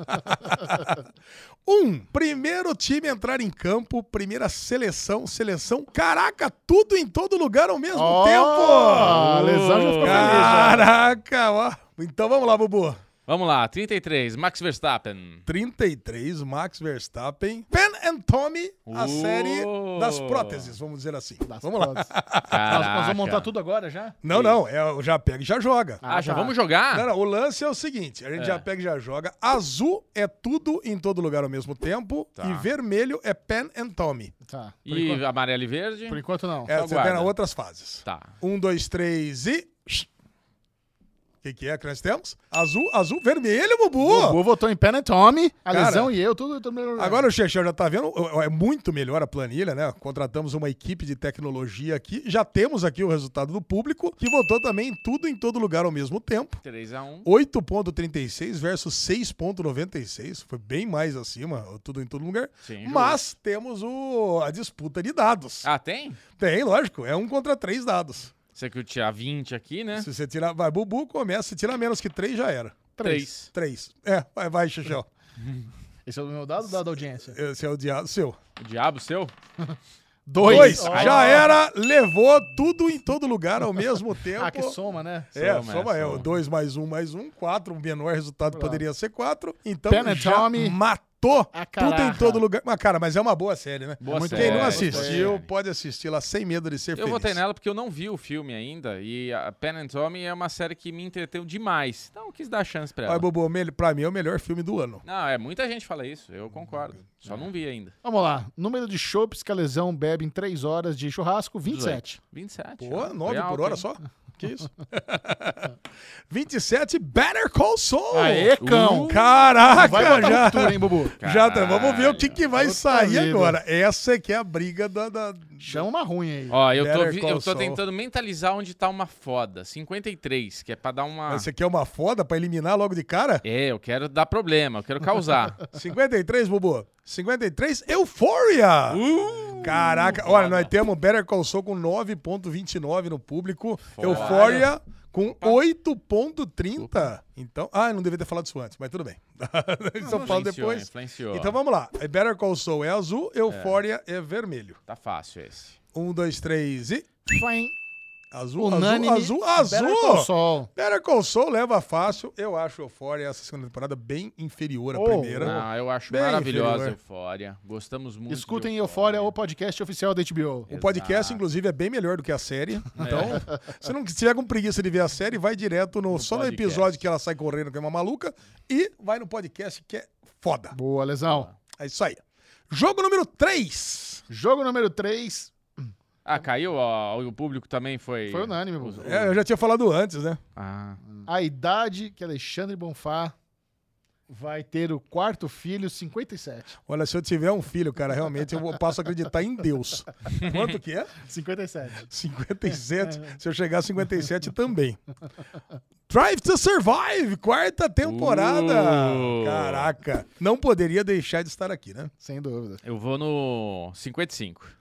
S2: Um. Primeiro time a entrar em campo, primeira seleção, seleção. Caraca, tudo em todo lugar ao mesmo
S1: Oh!
S2: tempo!
S1: A lesão Ah, já ficou feliz. já.
S2: Caraca, ó. Então vamos lá, Bubu.
S3: Vamos lá, 33, Max Verstappen.
S2: 33, Max Verstappen. Pen and Tommy, a
S3: Oh.
S2: série das próteses, vamos dizer assim.
S1: Das
S2: vamos lá.
S1: fotos. Nós,
S3: Caraca.
S1: nós vamos montar tudo agora já?
S2: Não, não, é, já pega e já joga.
S3: Ah, já
S1: tá.
S3: vamos jogar?
S2: Não, não, o lance é o seguinte, a gente
S3: É.
S2: já pega e já joga. Azul é tudo em todo lugar ao mesmo tempo
S3: Tá.
S2: e vermelho é Pen and Tommy.
S1: Tá. Por,
S3: E
S1: enquanto,
S3: amarelo e verde?
S1: por enquanto não.
S2: É,
S3: Só
S2: você
S3: guarda.
S2: tem outras fases.
S3: Tá.
S2: Um, dois, três e... O que, que é que nós temos? Azul, azul, vermelho, Bubu!
S1: O Bubu votou em Pen and Tommy, a
S2: Cara,
S1: lesão e eu, tudo, tudo
S3: É.
S1: melhor.
S2: Agora o Chechel já tá vendo, é muito melhor a planilha, né? Contratamos uma equipe de tecnologia aqui. Já temos aqui o resultado do público, que votou também em tudo em todo lugar ao mesmo tempo.
S3: 3x1.
S2: 8.36 versus 6.96, foi bem mais acima, tudo em todo lugar.
S3: Sim, justo.
S2: Mas temos o, a disputa de dados.
S3: Ah, tem?
S2: Tem, lógico, é um contra três dados.
S3: Você que tirar 20 aqui, né?
S2: Se você tirar, vai, Bubu começa, se tirar menos que três já era.
S3: Três.
S2: Três. É, vai, vai, Chechel.
S1: Esse é o meu dado ou dado da audiência?
S2: Esse é o diabo seu.
S3: O diabo seu?
S2: Dois.
S1: Ai,
S2: Já era, levou tudo em todo lugar ao mesmo tempo.
S1: Ah, que soma, né?
S2: É,
S3: Soma,
S2: soma
S3: é,
S2: é. o
S3: soma.
S2: Dois mais um mais um, quatro. O menor resultado poderia ser quatro. Então
S1: Pena
S2: já
S1: Tommy.
S2: matou Tô.
S1: Ah,
S2: Tudo em
S1: caraca.
S2: todo lugar. Mas, cara, mas é uma boa série, né?
S3: Boa
S1: muito
S3: série,
S2: Quem não
S1: boa
S2: assistiu,
S3: série.
S2: pode assistir lá sem medo de ser
S3: Eu
S2: feliz.
S3: votei nela porque eu não vi o filme ainda. E a Pen and Tommy é uma série que me entreteu demais. Então eu quis dar chance pra ela.
S2: Olha, Bobo, mel- pra mim é o melhor filme do ano.
S3: Não, é muita gente fala isso. Eu concordo. Só não vi ainda.
S1: Vamos lá. Número de chopps que a lesão bebe em 3 horas de churrasco, 27.
S3: 27. ó.
S2: Pô,
S3: Foi
S2: 9 por
S3: alto,
S2: hora
S3: hein?
S2: só? Que isso? 27, Better Call Saul! Uh,
S1: Aê, cão! Vai
S2: Caraca,
S1: botar
S3: um
S2: já,
S1: altura, hein, Bubu?
S2: já tá, vamos ver o que, que vai
S1: Puta
S2: sair
S1: vida.
S2: agora. Essa é que é a briga da... da-
S1: Chama uma ruim aí.
S3: Ó, eu tô,
S2: Better
S3: vi-
S2: Call
S3: eu tô
S2: Saul.
S3: tentando mentalizar onde tá uma foda. 53, que é pra dar
S1: Ah.
S3: uma.
S2: Essa aqui é uma foda pra eliminar logo de cara?
S3: É, eu quero dar problema, eu quero causar.
S2: 53, Bubu. 53, Euphoria!
S1: Uh!
S2: Caraca, olha, nós temos Better Call Saul com 9.29 no público, Euphoria com 8.30. Então, ah, eu não devia ter falado isso antes, mas tudo bem. Isso eu falo
S3: Influenciou,
S2: depois.
S3: Influenciou.
S2: Então vamos lá. Better Call Saul é azul, Euphoria é, vermelho.
S3: Tá fácil esse.
S2: Um, dois, três e...
S1: Fain.
S2: Azul,
S1: Unânime.
S2: azul, azul,
S1: Better Call
S2: azul!
S1: Saul.
S2: Better Call Saul leva fácil. Eu acho Euphoria essa segunda temporada bem inferior à
S1: Oh,
S2: primeira.
S3: Não, eu acho
S2: Bem
S3: maravilhosa a
S2: inferior.
S3: Eufória. Gostamos muito. de
S1: Escutem Eufória, o podcast oficial da HBO.
S2: O podcast,
S3: Exato.
S2: inclusive, é bem melhor do que a série. Então, se não tiver com preguiça de ver a série, vai direto no, só
S3: podcast.
S2: no episódio que ela sai correndo, que é uma maluca, e vai no podcast, que é foda.
S1: Boa, lesão.
S2: É isso aí. Jogo número 3.
S1: Jogo número 3.
S3: Ah, caiu, ó, o público também foi.
S1: Foi unânime,
S3: Os-
S1: Bubu.
S2: É, eu já tinha falado antes, né?
S3: Ah,
S1: A idade que Alexandre Bonfá vai ter o quarto filho, 57.
S2: Olha, se eu tiver um filho, cara, realmente eu vou- passo a acreditar em Deus. Quanto que é?
S1: 57.
S2: 57. Se eu chegar a 57 também. Drive to Survive, quarta temporada.
S3: Uh.
S2: Caraca. Não poderia deixar de estar aqui, né?
S1: Sem dúvida.
S3: eu vou no 55.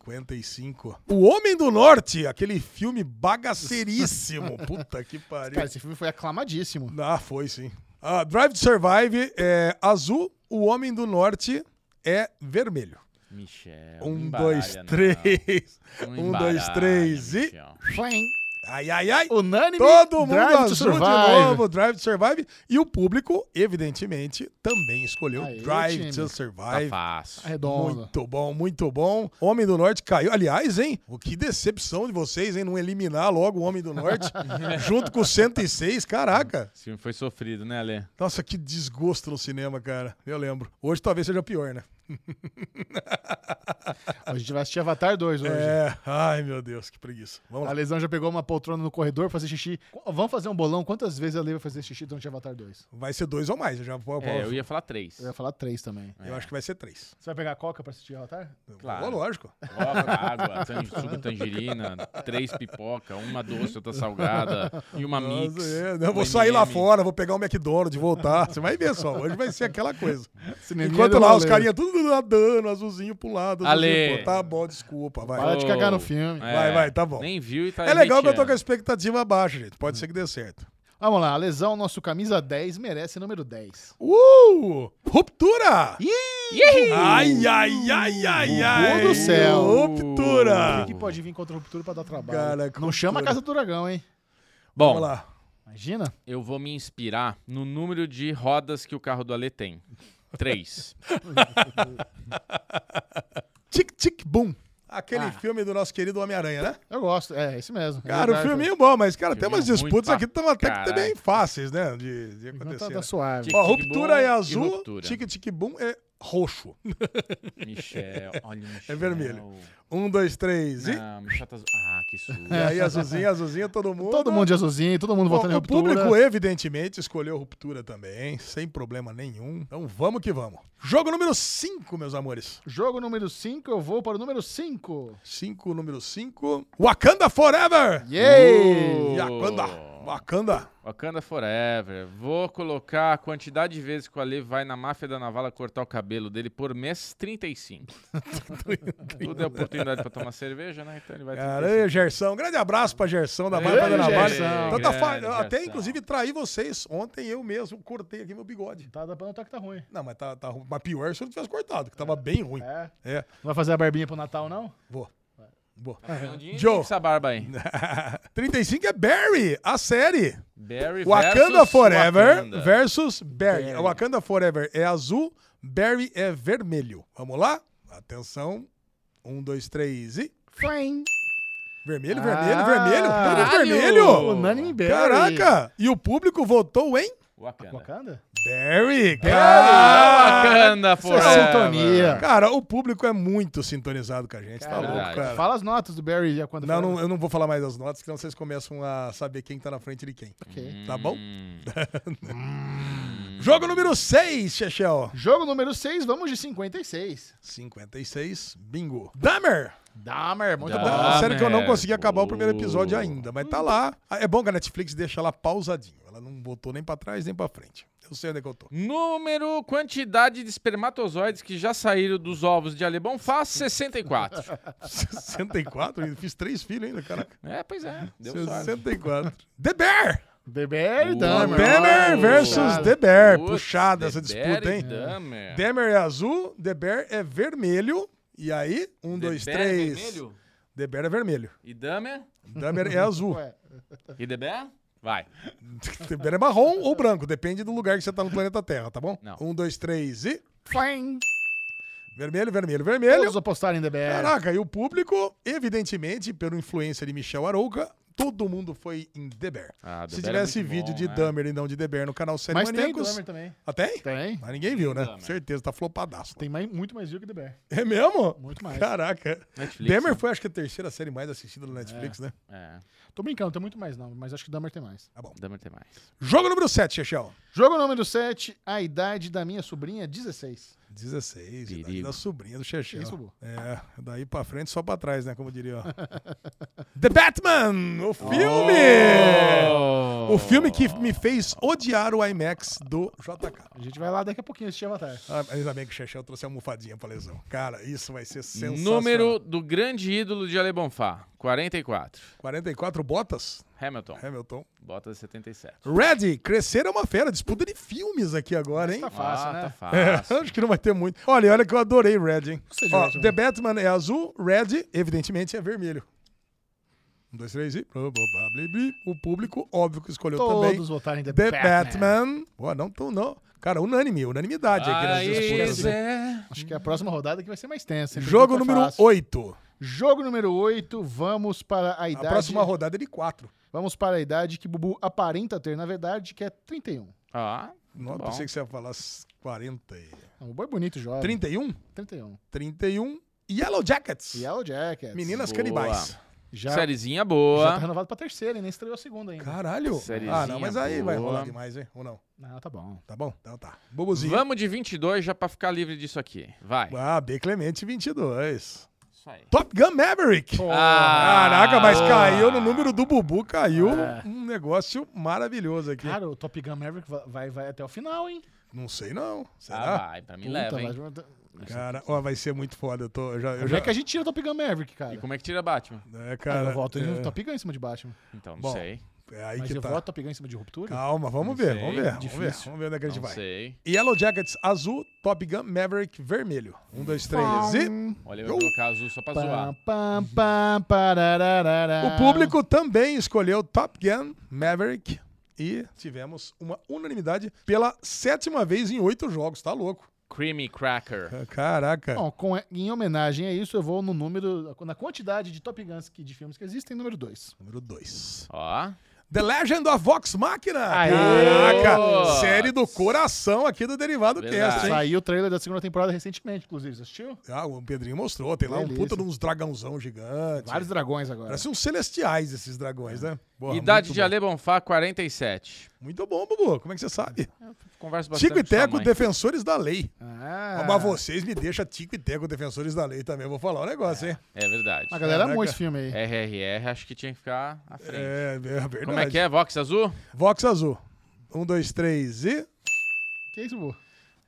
S2: 55. O Homem do Norte, aquele filme bagaceiríssimo. Puta que pariu.
S1: Cara, esse filme foi aclamadíssimo.
S2: Ah, foi sim. Ah, Drive to Survive é azul, o Homem do Norte é vermelho.
S3: Michel. não
S2: Um,
S3: embaralha,
S2: dois,
S3: não.
S2: três.
S3: Não
S2: Um, dois,
S3: embaralha,
S2: três e.
S3: Michel.
S1: Fain.
S2: Ai, ai, ai.
S1: Unânime.
S2: Todo mundo
S1: Drive to
S2: azul de
S1: Survive.
S2: novo, Drive to Survive. E o público, evidentemente, também escolheu
S1: Aí,
S2: Drive
S1: time.
S2: to
S3: Tá
S2: Survive.
S3: fácil.
S1: Redondo.
S2: Muito bom, muito bom. Homem do Norte caiu. Aliás, hein? O que decepção de vocês, hein? Não eliminar logo o Homem do Norte junto com o 106. Caraca.
S3: Esse filme foi sofrido, né, Alê?
S2: Nossa, que desgosto no cinema, cara. Eu lembro. Hoje talvez seja pior, né?
S1: A gente vai assistir Avatar 2 hoje.
S2: É. Ai, meu Deus, que preguiça. Vamos
S1: A
S2: lá.
S1: lesão já pegou uma poltrona no corredor pra fazer xixi. Qu- Vamos fazer um bolão. Quantas vezes a Lei vai fazer xixi durante Avatar 2?
S2: Vai ser dois ou mais. Eu, já, eu,
S3: É, eu ia falar três.
S1: Eu ia falar três também.
S2: eu acho que vai ser três.
S1: Você vai pegar a coca pra assistir Avatar?
S3: Claro.
S2: Ó, lógico.
S3: Coca, água, tan- suco tangerina, três pipoca, uma doce, outra salgada e uma mix.
S2: Nossa, é. Não, eu
S3: um
S2: vou sair lá
S3: M&M.
S2: fora, vou pegar um McDonald's, voltar. Você vai ver só. Hoje vai ser aquela coisa.
S1: Cineminha
S2: Enquanto
S1: do
S2: lá, os
S1: rolê.
S2: carinha tudo nadando, azulzinho pro lado. Azulzinho
S3: Ale.
S2: pro outro. Tá bom, desculpa. Vai.
S1: Para de cagar no filme.
S3: É,
S2: Vai, vai, tá bom.
S3: Nem viu e tá
S2: É legal que eu tô com a
S3: esse.
S2: expectativa baixa, gente. Pode ser que dê certo.
S1: Vamos lá. A lesão, nosso camisa 10, merece número 10.
S2: Uh! Ruptura! Ai, ai, ai, ai, ai!
S1: do céu.
S2: Ruptura!
S1: O que pode vir contra o Ruptura pra dar trabalho?
S2: Ah. Cara,
S1: Não
S2: cultura.
S1: chama a Casa do Dragão, hein?
S3: Bom,
S2: Vamos lá.
S1: Imagina.
S3: eu vou me inspirar no número de rodas que o carro do Alê tem. Três.
S2: Tic, tic, boom. Aquele
S3: Ah.
S2: filme do nosso querido Homem-Aranha, né?
S1: Eu gosto. É, esse mesmo. É
S2: Cara, o
S1: verdade.
S2: filminho é bom, mas, cara, tem
S3: Filminho
S2: umas disputas
S3: ruim
S2: aqui que estão até que
S3: caralho.
S2: bem fáceis, né? De, de
S1: Então
S2: acontecer.
S1: tá, tá
S2: né?
S1: suave.
S3: Que-
S2: Ó,
S3: Tic-tic boom
S2: ruptura é
S3: e
S2: azul,
S3: ruptura.
S2: tic, tic, boom é roxo.
S3: Michel, olha o Michel.
S2: É vermelho. Um, dois, três e.
S3: Não, Michel tá... azu- Ah, que susto.
S2: E aí, azulzinho, azulzinho, todo mundo.
S1: Todo mundo de azulzinho, todo mundo
S2: Tipo, Bom,
S1: voltando em
S2: o
S1: Ruptura.
S2: público, evidentemente, escolheu ruptura também, sem problema nenhum. Então vamos que vamos. Jogo número 5, meus amores.
S1: Jogo número 5, eu vou para o número 5.
S2: 5, número 5. Wakanda Forever! Uh,
S1: Yay!
S2: Wakanda! Wakanda!
S3: Wakanda Forever. Vou colocar a quantidade de vezes que o Ale vai na máfia da Navala cortar o cabelo dele por mês, 35. Tudo é oportunidade pra tomar cerveja, né? Então ele vai 35.
S2: Caralho, Gerson. um Grande abraço pra Gerson da
S3: Grande
S2: Barba da Navalha.
S1: Gerson.
S2: Tanta Então tá fa-
S3: Grande
S2: Até,
S3: Gerson.
S2: inclusive, traí vocês. Ontem eu mesmo cortei aqui meu bigode.
S1: Tá dá pra notar que tá ruim.
S2: Não, mas tá, tá
S3: É.
S2: ru- mas pior se eu não tivesse cortado, que tava bem ruim.
S1: É.
S2: É,
S3: É.
S1: Não vai fazer a barbinha pro Natal, não?
S2: vou. Boa.
S3: Fernandinho,
S2: é. Joe.
S3: tem essa barba aí.
S2: 35 é Barry, a série.
S3: Barry
S2: Wakanda
S3: versus
S2: Forever
S3: Wakanda.
S2: versus Barry. Wakanda Forever é azul, Barry é vermelho. Vamos lá? Atenção. Um, dois, três e.
S1: Fine.
S2: Vermelho,
S1: Ah,
S2: vermelho, vermelho. Todo mundo
S3: caralho!
S2: vermelho.
S1: Unânime Barry.
S2: Caraca! E o público votou em
S3: Wakanda.
S1: Wakanda?
S2: Barry.
S3: Ah,
S2: Cara,
S3: Wakanda
S1: Isso é
S3: Forever.
S1: sintonia.
S2: cara o público é muito sintonizado com a gente. Tá louco,
S3: Caraca.
S2: cara.
S1: Fala as notas do Barry e quando
S2: Não,
S1: for.
S2: não, é. eu não vou falar mais as notas, senão vocês começam a saber quem tá na frente de quem.
S1: Ok.
S2: Tá bom?
S3: Hum.
S2: Jogo número 6, Chechel.
S1: Jogo número 6, vamos de 56.
S2: 56, bingo. Dahmer!
S1: Dahmer, muito
S3: Dahmer.
S2: Ah,
S1: bom.
S2: sério que eu não
S3: Dahmer,
S2: consegui acabar o primeiro
S3: pô.
S2: episódio ainda, mas tá lá. Ah, É bom que a Netflix deixa lá pausadinho. Ela não botou nem pra trás nem pra frente. Eu sei onde é que eu tô.
S3: Número, quantidade de espermatozoides que já saíram dos ovos de alemão faz 64.
S2: 64? Eu fiz três filhos ainda, caraca.
S3: é, pois é. Deu sorte.
S2: 64. The Bear!
S1: The Barry e
S3: Boa,
S1: Dahmer.
S2: Dahmer
S3: Oh,
S2: versus
S1: puxado.
S2: The Bear.
S3: Putz,
S2: É, Puxada essa
S3: The
S2: disputa,
S3: Bear então. e
S2: hein?
S3: Dahmer.
S2: Dahmer é azul, The Bear é vermelho. E aí, um,
S3: The
S2: dois,
S3: Bear
S2: três.
S3: é vermelho?
S2: The Bear é vermelho.
S3: E Dahmer?
S2: Dahmer é azul.
S1: Ué,
S3: E The Bear? Vai.
S2: The Bear é marrom ou branco, depende do lugar que você tá no planeta Terra, tá bom?
S3: Não.
S2: Um, dois, três e.
S1: Fine.
S2: Vermelho, vermelho,
S1: Todos
S2: vermelho.
S1: apostaram em The
S3: é.
S1: Barry.
S2: Caraca, e o público, evidentemente, pela influência de Michel Arouca, todo mundo foi em The Bear.
S3: Ah, The
S2: Se
S3: Bear é
S2: tivesse
S3: muito
S2: vídeo
S3: bom,
S2: de
S3: né?
S2: Dummer e não de The Bear no canal Série
S1: Mas tem
S2: Maníacos.
S1: Dahmer também.
S2: Ah, tem?
S1: Tem.
S2: Mas ninguém viu, né?
S3: Dahmer.
S2: Certeza, tá flopadaço.
S1: Tem mais- muito mais view que The Bear.
S2: É mesmo?
S1: Muito mais.
S2: Caraca.
S3: Netflix,
S2: Dahmer
S3: né?
S2: foi, acho que, a terceira série mais assistida do Netflix, né?
S3: É,
S1: Tô brincando, tem muito mais não, mas acho que Dahmer tem mais.
S3: Dahmer tem mais.
S2: Jogo número 7, Chechel.
S1: Jogo número 7, a idade da minha sobrinha, 16.
S2: 16, idade
S3: Perigo.
S2: da sobrinha do Chechel.
S1: Isso, Bu.
S2: É, daí pra frente, só pra trás, né? Como diria, ó. The Batman, o filme!
S3: Oh!
S2: O filme que me fez odiar o IMAX do JK.
S1: A gente vai lá daqui a pouquinho assistir Avatar.
S2: Ah, Ainda bem que o Chechel trouxe a almofadinha pra lesão. Cara, isso vai ser sensacional.
S3: Número do grande ídolo de Ale Bonfá, 44.
S2: 44 botas, É,
S3: Hamilton,
S2: Hamilton.
S3: bota 77.
S2: Ready, crescer é uma fera. Disputa de filmes aqui agora, hein?
S1: Tá fácil,
S3: ah,
S1: né?
S3: tá
S2: É,
S3: fácil.
S2: acho que não vai ter muito. Olha, olha que eu adorei Red, hein?
S1: Você
S2: Ó,
S1: já-
S2: The Batman é azul, Red, evidentemente, é vermelho. Um, dois, três e. Probably. O público, óbvio que escolheu também.
S1: Todos votaram em The,
S2: The
S1: Batman.
S2: Batman. Pô, não tão, não. Cara, unânime, unanimidade aqui nas
S3: Aí,
S2: disputas. né?
S3: Zé.
S1: Acho que é a próxima rodada que vai ser mais tensa. hein? Porque
S2: Jogo
S1: tá
S2: número
S1: fácil.
S2: 8.
S1: Jogo número 8, vamos para a
S2: A
S1: idade.
S2: próxima rodada é de 4.
S1: Vamos para a idade que Bubu aparenta ter, na verdade, que é 31.
S3: Ah,
S2: Não,
S3: bom.
S2: pensei que você ia falar as 40. e-
S1: Não, o Bubu é bonito, jovem.
S2: 31?
S1: 31.
S2: 31. Yellow Jackets.
S1: Yellow Jackets.
S2: Meninas
S3: Boa.
S2: canibais.
S1: já,
S3: sériezinha
S1: já tá
S3: boa.
S1: renovado pra terceira, e nem estreou a segunda ainda.
S2: Caralho.
S3: Sériezinha
S2: Ah, não, mas aí vai
S3: boa.
S2: rolar demais, hein? Ou não?
S1: Não, tá bom.
S2: Tá bom? Então tá. Bobozinho.
S3: Vamos de 22 já pra ficar livre disso aqui. Vai.
S2: Ah, B Clemente 22.
S3: Isso aí.
S2: Top Gun Maverick.
S3: Ah,
S2: Caraca, mas
S3: boa.
S2: caiu no número do Bubu, caiu um negócio maravilhoso aqui.
S1: É. Cara, o Top Gun Maverick va- vai, vai até o final, hein?
S2: Não sei não.
S3: Ah,
S2: Será?
S3: vai, pra mim
S1: Puta,
S3: leva,
S1: vai-
S3: hein?
S2: cara, ó, vai ser muito foda. Eu, tô, eu já... Eu
S1: Como
S2: já...
S1: é que a gente tira o Top Gun Maverick, cara?
S3: E como é que tira Batman?
S2: É,
S1: Ah,
S2: cara,
S1: eu voto
S2: é,
S1: em Top Gun em cima de Batman.
S3: Então, não
S2: Bom,
S3: sei.
S2: é aí
S1: mas
S2: que
S1: eu
S2: tá.
S1: voto Top Gun em cima de Ruptura?
S2: Calma, vamos
S3: Não
S2: ver,
S3: sei,
S2: vamos ver, vamos ver.
S1: difícil.
S2: Vamos ver onde é que a gente
S3: Não
S2: vai.
S3: sei.
S2: Yellow Jackets azul, Top Gun Maverick vermelho. Um, dois, três e...
S3: Olha, eu vou colocar azul só pra zoar.
S1: Pam, pam, parararara.
S2: O público também escolheu Top Gun, Maverick e tivemos uma unanimidade pela sétima vez em oito jogos. Tá louco.
S3: Creamy Cracker.
S2: Caraca.
S1: Bom, com- em homenagem a isso, eu vou no número, na quantidade de Top Guns que, de filmes que existem, número 2.
S2: Número 2.
S3: Ó.
S2: The Legend of Vox Machina.
S1: Aê!
S2: Caraca.
S3: Putz.
S2: Série do coração aqui do Derivado
S3: Verdade.
S2: Cast, hein?
S1: Saiu o trailer da segunda temporada recentemente, inclusive. Você assistiu?
S2: Ah, o Pedrinho mostrou. Tem lá um
S1: Delícia.
S2: puta de uns dragãozão gigante.
S1: Vários dragões agora.
S2: Parece uns celestiais esses dragões, né? Boa,
S3: Idade
S2: muito
S3: de
S2: bom.
S3: Ale Bonfá, 47.
S2: Muito bom, Bubu. Como é que você sabe?
S3: Converso bastante
S2: Tico e
S3: com sua
S2: Teco,
S3: mãe.
S2: defensores da lei.
S1: Ah,
S2: Mas vocês me deixam Tico e Teco, defensores da lei também. Eu vou falar um negócio, hein?
S3: É verdade.
S1: a galera amou
S2: Caraca.
S1: esse filme
S3: É.
S1: aí.
S3: RRR, acho que tinha que ficar à frente.
S2: É, é verdade.
S3: Como é que é? Vox azul?
S2: Vox Azul. Um, dois, três e.
S1: Que isso, Bu?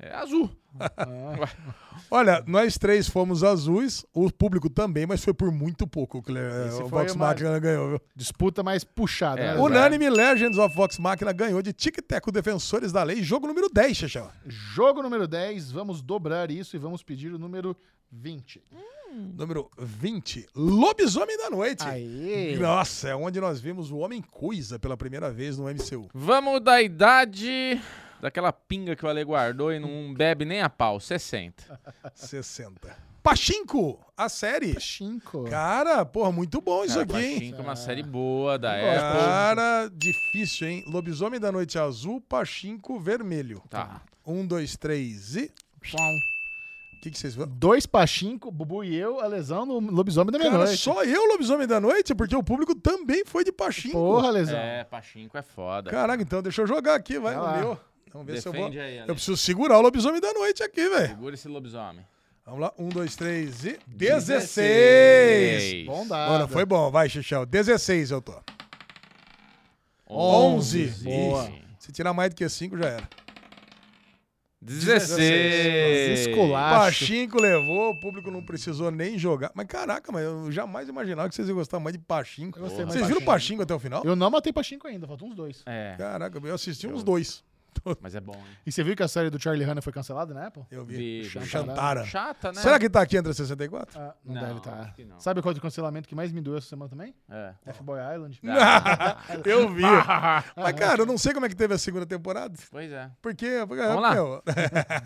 S3: É azul.
S2: Olha, nós três fomos azuis, o público também, mas foi por muito pouco. que, eh,
S1: Esse
S2: O
S1: foi
S2: Vox
S1: uma-
S2: Machina ganhou. viu?
S1: Disputa mais puxada.
S3: É,
S1: né?
S3: o
S1: Exato.
S2: Unânime Legends of Vox Machina ganhou de Tic Teco Defensores da Lei, jogo número 10, Xaxão.
S1: Jogo número 10, vamos dobrar isso e vamos pedir o número 20.
S2: Número 20, Lobisomem da Noite.
S1: Aê!
S2: Nossa, é onde nós vimos o Homem Coisa pela primeira vez no MCU.
S3: Vamos da idade daquela pinga que o Ale guardou e não bebe nem a pau, 60.
S2: 60. Pachinko, a série.
S1: Pachinko.
S2: Cara, porra, muito bom isso
S3: Cara,
S2: aqui, hein?
S3: Pachinko é uma série boa da
S1: gosto.
S3: época.
S2: Cara, difícil, hein? Lobisomem da Noite Azul, Pachinko Vermelho.
S3: Tá.
S2: Um, dois, três e... O que, que vocês...
S1: Dois Pachinko, Bubu e eu, a lesão no lobisomem da
S2: Cara,
S1: meia-noite.
S2: só eu, Lobisomem da Noite, porque o público também foi de Pachinko.
S1: Porra, lesão.
S3: É, Pachinko é foda.
S2: Caraca, então deixa eu jogar aqui,
S1: Vai
S2: vai, no
S1: lá.
S2: meu. Vamos ver se eu vou...
S3: Defende né? aí, Ale.
S2: Eu preciso segurar o Lobisomem da Noite aqui, velho.
S3: Segura esse lobisomem.
S2: Vamos lá, um, dois, três e... 16!
S1: Bom dado.
S2: Bora, foi bom, vai, Xixão. 16 eu tô.
S3: 11.
S2: Onze. Se tirar mais do que 5, já era.
S3: 16.
S1: Escolar. Acho.
S2: Pachinko levou, o público não precisou nem jogar. Mas caraca, mas eu jamais imaginava que vocês iam gostar mais de Pachinko.
S1: Eu gostei mais
S2: Vocês
S1: de
S2: viram
S1: Pachinko.
S2: Pachinko até o final?
S1: Eu não matei Pachinko ainda, faltam uns dois.
S3: É,
S2: Caraca, eu assisti uns dois.
S3: mas é bom, hein?
S1: E você viu que a série do Charlie Hanna foi cancelada na Apple?
S2: Eu vi.
S3: Vi, vi.
S2: Chantara.
S3: Chata, né?
S2: É. Será que tá aqui entre 64?
S1: Ah, não,
S3: Não,
S1: deve
S3: acho
S1: estar.
S3: que não.
S1: Sabe qual é o cancelamento que mais me doeu essa semana também?
S3: É.
S1: F-Boy Island.
S2: eu vi. mas, cara, eu não sei como é que teve a segunda temporada.
S3: Pois é.
S2: Porque. porque
S3: Vamos lá.
S2: meu,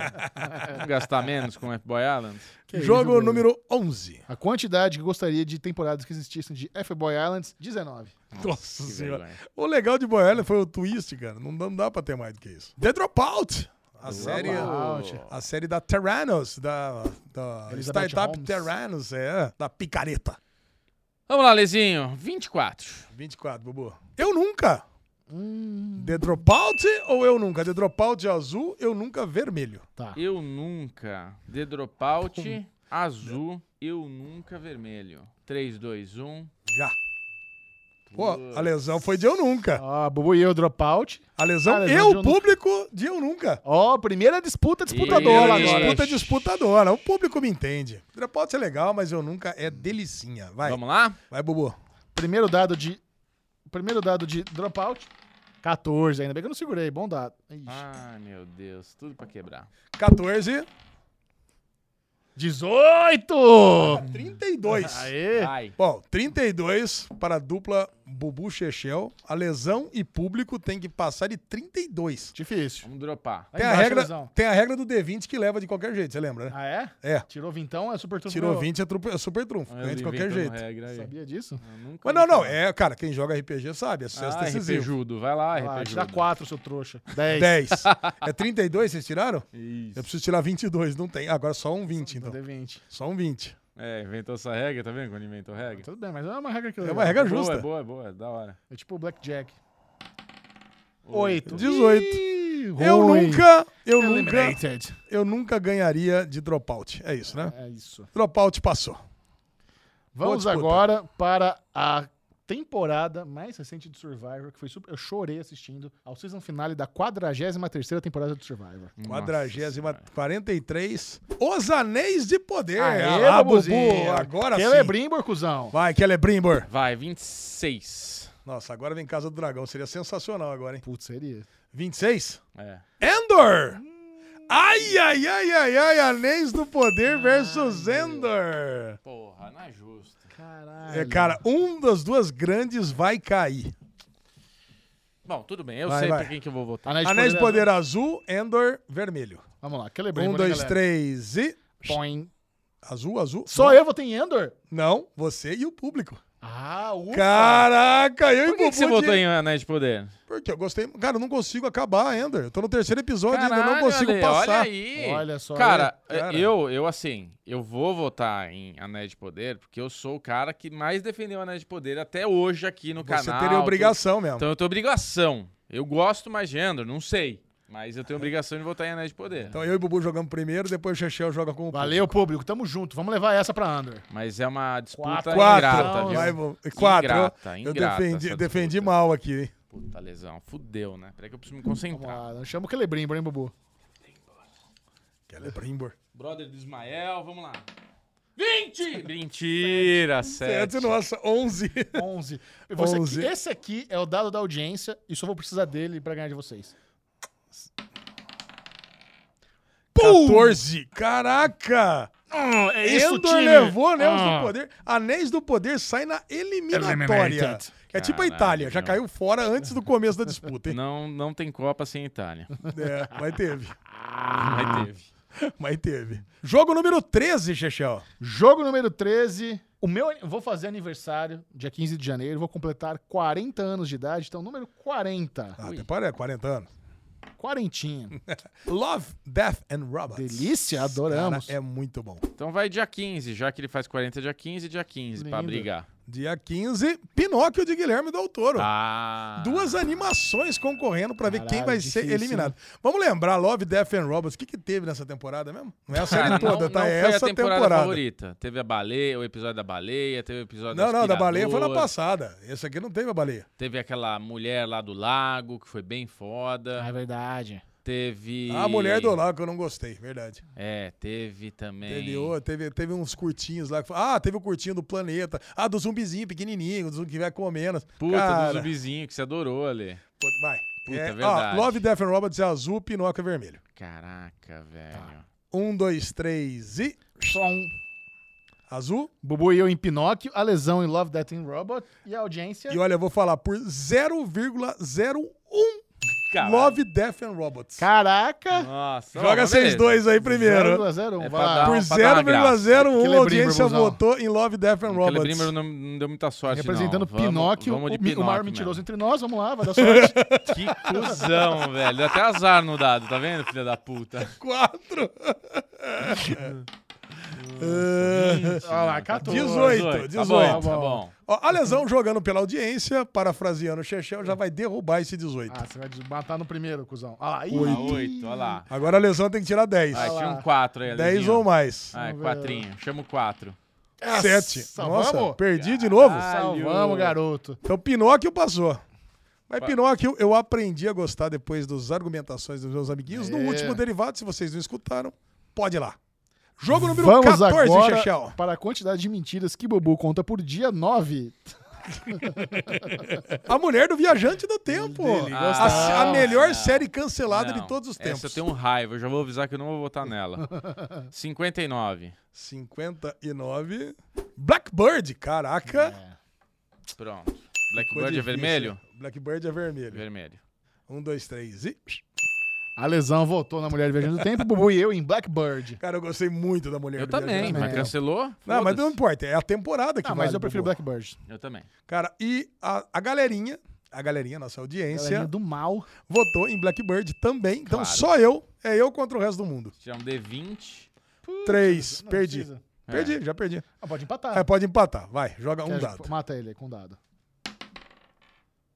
S3: Vamos gastar menos com F-Boy Island?
S2: jogo
S1: isso,
S2: número 11.
S1: A quantidade que gostaria de temporadas que existissem de F-Boy Islands, 19.
S2: Nossa
S3: Que
S2: senhora.
S3: vergonha.
S2: O legal de Boiler foi o twist, cara. Não dá, não dá pra ter mais do que isso. The Dropout. A série.
S1: Dropout.
S2: A série da Terranos, da, da
S1: Elizabeth
S2: startup
S1: Holmes.
S2: Terranos, é, da picareta.
S3: Vamos lá, Lezinho. 24.
S2: 24, Bubu. Eu nunca.
S3: Hum.
S2: The Dropout ou eu nunca? The Dropout azul, eu nunca vermelho.
S1: Tá.
S3: Eu nunca. The Dropout,
S2: Tá
S3: azul, eu nunca vermelho. um. 3, 2, 1.
S2: Já. Pô, a lesão foi de eu nunca.
S1: Ó, Ah, Bubu e eu, Dropout.
S2: A lesão,
S1: A lesão de
S2: eu,
S1: eu nunca.
S2: público, de eu nunca.
S1: Ó, primeira disputa disputadora
S2: Primeira
S3: Ixi.
S1: agora.
S2: disputa disputadora. O público me entende. Dropout é legal, mas eu nunca é delicinha. Vai,
S3: Vamos lá?
S2: vai, Bubu.
S1: Primeiro dado de. Primeiro dado de Dropout. 14, ainda bem que eu não segurei. Bom dado. Ixi.
S3: Ai, meu Deus. Tudo pra quebrar.
S2: 14,
S1: 18!
S2: 32.
S1: Aê!
S3: Ai.
S2: Bom, 32 para a dupla Bubu Chechel. A lesão e público tem que passar de 32.
S1: Difícil.
S3: Vamos dropar.
S1: Lá
S2: Tem a,
S1: embaixo,
S2: regra,
S1: Lesão.
S2: tem a regra do D20 que leva de qualquer jeito, você lembra, né?
S1: Ah, é?
S2: É.
S1: Tirou vintão, é super trunfo.
S2: Tirou
S1: meu.
S2: 20 é, trupe- é super trunfo. Ganha de qualquer jeito.
S3: é.
S1: Sabia disso?
S2: Mas não, não. É, cara, quem joga RPG sabe. É sucesso
S3: ah,
S2: decisivo.
S3: RPJudo. Vai lá,
S1: Vai lá,
S3: RPJudo.
S1: tira 4, seu trouxa. 10.
S2: 10. É 32, vocês tiraram?
S3: Isso.
S2: Eu preciso tirar 22, não tem. Agora só um 20, então.
S1: Dê 20.
S2: Só um 20.
S3: É, inventou essa regra, tá vendo quando inventou regra?
S1: Tudo bem, mas é uma regra que eu.
S2: É uma regra
S3: boa,
S2: justa.
S3: É boa, é boa, é da hora.
S1: É tipo o Blackjack. 8.
S2: 18. Eu nunca, eu nunca,
S1: Eliminated.
S2: eu nunca ganharia de dropout. É isso, né?
S1: É isso.
S2: Dropout passou.
S1: Vamos
S2: disputa.
S1: agora para a temporada mais recente de Survivor, que foi super. Eu chorei assistindo ao season finale da 43 temporada do Survivor.
S2: Quadragésima, 43. Os Anéis de Poder.
S1: Aê,
S2: Ah,
S1: babuzinho.
S2: agora sim.
S1: Celebrimbor, cuzão.
S2: Vai, Celebrimbor.
S3: Vai, 26.
S2: Nossa, agora vem Casa do Dragão. Seria sensacional agora, hein?
S1: Putz, seria.
S2: 26.
S3: É.
S2: Endor. Ai, ai, ai, ai, ai. Anéis do Poder versus Endor.
S3: Porra, não é justo.
S1: Caralho.
S2: É, cara, um das duas grandes vai cair.
S3: Bom, tudo bem, eu
S2: Vai,
S3: sei
S2: vai.
S3: pra quem que eu vou votar.
S1: Tá
S2: Anéis de Poder azul, Endor vermelho.
S1: Vamos lá, Celebrimbor.
S2: Um, dois, três e...
S1: Põe.
S2: Azul, azul.
S1: Só eu votei em Endor?
S2: Não, você e o público.
S1: Ah, ufa.
S2: Caraca, eu e
S3: Por que,
S2: Bubu
S3: que você votou
S2: de-
S3: em Anéis de Poder?
S2: Porque eu gostei. Cara, eu não consigo acabar, Ender. Eu tô no terceiro episódio e ainda não
S3: Caralho,
S2: consigo
S3: Ale, Olha
S2: passar.
S3: aí.
S1: Olha só,
S3: Cara,
S2: é, cara.
S3: Eu, eu, assim, eu vou votar em Anéis de Poder porque eu sou o cara que mais defendeu Anéis de Poder até hoje aqui no
S2: Você
S3: canal.
S2: teria obrigação mesmo.
S3: Então eu tenho obrigação. Eu gosto mais de Andor, não sei. Mas eu tenho obrigação de votar em Anéis de Poder.
S2: Então eu e o Bubu jogamos primeiro, depois o Chechel joga com o
S1: Valeu, público. Tamo junto. Vamos levar essa pra Andor.
S3: Mas é uma
S1: Quatro.
S3: disputa
S2: Quatro.
S3: ingrata, viu?
S2: Vai, Bubu. Quatro.
S3: Ingrata,
S2: Eu-
S3: ingrata
S2: eu defendi,
S3: essa
S2: defendi
S3: disputa.
S2: mal aqui, hein?
S3: Puta Tá lesão, fudeu, né? Peraí que eu preciso me
S1: Vamos
S3: concentrar.
S1: lá, chama o Celebrimbor, hein, Bubu?
S2: Celebrimbor.
S3: Brother do Ismael, vamos lá. 20! Mentira,
S2: Sete,
S3: sete.
S2: é nossa, onze.
S1: 11. E você-
S2: Onze.
S1: Esse aqui é o dado da audiência e só vou precisar dele pra ganhar de vocês.
S2: 14. Caraca!
S1: Hum, é isso,
S2: Endor
S1: time.
S2: levou Anéis
S1: Ah.
S2: do Poder. Anéis do Poder sai na eliminatória.
S1: Eliminated.
S2: É tipo a
S3: Caralho,
S2: Itália, já
S3: não.
S2: caiu fora antes do começo da disputa, hein?
S3: Não, não tem Copa sem Itália.
S2: É, mas teve. Ah.
S3: Mas teve.
S2: Mas teve. Jogo número 13, Chechel.
S1: Jogo número 13. O meu, ani- vou fazer aniversário, dia 15 de janeiro, vou completar 40 anos de idade, então número 40.
S2: Ah, temporada é 40 anos.
S1: Quarentinha.
S2: Love, Death and Robots.
S1: Delícia,
S2: Cara,
S1: adoramos.
S2: é muito bom.
S3: Então vai dia 15, já que ele faz 40, dia 15, dia 15, pra
S1: Lindo.
S3: brigar.
S2: Dia 15, Pinóquio de Guilherme Del Toro.
S3: Ah,
S2: Duas animações concorrendo pra ver quem
S1: Caralho,
S2: vai
S1: difícil,
S2: ser eliminado. Vamos lembrar, Love, Death and Robots. O que, que teve nessa temporada mesmo? Não é a série
S3: Cara, não,
S2: toda, tá?
S3: não
S2: é
S3: foi
S2: essa
S3: a temporada, favorita. Teve a baleia, o episódio da baleia, teve o episódio
S2: Não, não, da
S3: aspirador,
S2: baleia foi na passada. Esse aqui não teve a baleia.
S3: Teve aquela mulher lá do lago, que foi bem
S1: Ah,
S3: foda.
S1: É verdade.
S3: Teve...
S2: A mulher do lago que eu não gostei, verdade.
S3: É, teve também...
S2: Teve, o- teve, teve uns curtinhos lá. que foi- Ah, teve o curtinho do planeta. Ah, do zumbizinho pequenininho, do zumbi que vai comendo.
S3: Puta,
S2: Cara,
S3: do zumbizinho que você adorou ali.
S2: pô, Vai.
S3: Puta,
S2: É, ó,
S3: verdade.
S2: Love, Death and Robots é azul, Pinóquio é vermelho.
S3: Caraca, velho.
S2: Um, dois, três e...
S1: Só um.
S2: Azul.
S1: Bubu e eu em Pinóquio, a lesão em Love, Death and Robot e a audiência.
S2: E olha, eu vou falar por 0,01
S3: Caralho.
S2: Love, Death and Robots.
S1: Caraca!
S3: Nossa, ó,
S2: Joga
S3: mas
S2: vocês
S3: beleza.
S2: dois aí primeiro.
S1: 0,01, vai
S3: É pra
S1: lá.
S3: dar
S2: Por
S3: uma- pra dar uma graça.
S2: 0,01 a
S1: Equilibrinho,
S2: audiência
S1: Burbuzão.
S2: votou em Love, Death and
S3: O Celebrimbro
S2: Robots.
S3: não, não deu muita sorte,
S1: Representando
S3: não. Vamos-
S1: Pinóquio,
S3: vamos de
S1: o, mi- o maior
S3: Pinóquio
S1: mentiroso
S3: mesmo.
S1: entre nós. Vamos lá, vai dar sorte.
S3: Que cuzão, velho. Deu até azar no dado, tá vendo, filha da puta?
S2: Quatro. É,
S1: Olha lá, 14.
S2: 18,
S3: Tá bom,
S2: 18.
S3: tá bom.
S2: Ó, a lesão jogando pela audiência, parafraseando o Chechel, já vai derrubar esse 18.
S1: Ah, você vai matar no primeiro, cuzão. Olha lá. ih.
S3: Olha lá, 8, olha lá.
S2: Agora a lesão tem que tirar 10.
S3: Vai,
S1: lá.
S3: tira um 4 aí,
S2: 10
S3: Alizinho.
S2: ou mais.
S3: Ah, é
S1: Vamos ver.
S3: quatrinho. Chama o 4.
S1: Nossa,
S2: 7. Nossa,
S1: vamos?
S2: perdi de novo.
S1: Salvamos, garoto.
S2: Então Pinóquio passou. Mas
S3: Qua-
S2: Pinóquio eu aprendi a gostar depois das argumentações dos meus amiguinhos. No
S1: É.
S2: último derivado, se vocês não escutaram, pode ir lá. Jogo número
S1: Vamos
S2: 14,
S1: agora
S2: Chechel.
S1: para a quantidade de mentiras que Bubu conta por dia 9.
S2: A mulher do viajante do tempo.
S1: Dele,
S2: A-
S3: gostava.
S2: a, melhor
S3: Não.
S2: série cancelada
S3: Não,
S2: de todos os tempos.
S3: Essa eu tenho um raiva, eu já vou avisar que eu não vou votar nela. 59.
S2: 59. Blackbird, caraca.
S3: Pronto.
S2: Ficou
S3: Blackbird é
S2: difícil.
S3: vermelho?
S2: Blackbird é vermelho.
S3: Vermelho.
S2: Um, dois, três e.
S1: A lesão voltou na Mulher Viajando do Tempo, Bubu e eu em Blackbird.
S2: Cara, eu gostei muito da mulher
S3: Eu
S2: do
S3: também,
S2: Viajante do
S3: mas
S2: Tempo.
S3: cancelou?
S2: Não, mas
S3: Foda-se.
S2: não importa, é a temporada que
S1: Ah,
S2: vale,
S1: mas eu prefiro
S2: Bubu.
S1: Blackbird.
S3: Eu também.
S2: Cara, e a, a galerinha, a galerinha, nossa audiência,
S1: Galerinha é do mal.
S2: votou em Blackbird também. Então
S3: Claro.
S2: só eu, é eu contra o resto do mundo.
S3: Tirar um D20.
S2: Três, perdi.
S1: precisa.
S3: É.
S2: Perdi, já perdi.
S1: Ah, pode empatar.
S2: Aí pode empatar, vai, joga um
S1: Quer-
S2: dado.
S1: Mata ele aí com dado.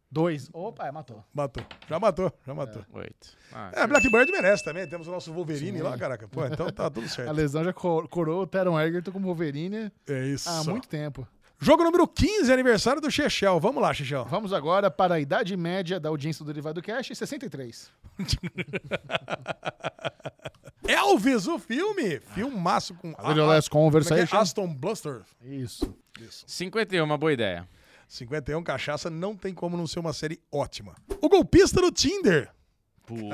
S1: Dois. Opa, é, matou.
S2: Matou, já matou, já matou.
S3: 8. Ah,
S2: É, Blackbird merece também, temos o nosso Wolverine lá, caraca. Pô, então tá tudo
S1: A
S2: certo.
S1: lesão já co- coroou o Teron Egerton como Wolverine
S2: É isso.
S1: há Ah, muito tempo.
S2: Jogo número 15, aniversário do Chechel. Vamos lá, Chechel.
S1: Vamos agora para a idade média da audiência do Derivado Cash, 63.
S2: Elvis, É o filme. Filmaço com... A, a,
S1: Less Converse
S2: Ah, como é que é? Aston Buster.
S1: Isso.
S3: 51, uma boa ideia.
S2: 51 Cachaça não tem como não ser uma série ótima. O golpista do Tinder.
S3: Putz.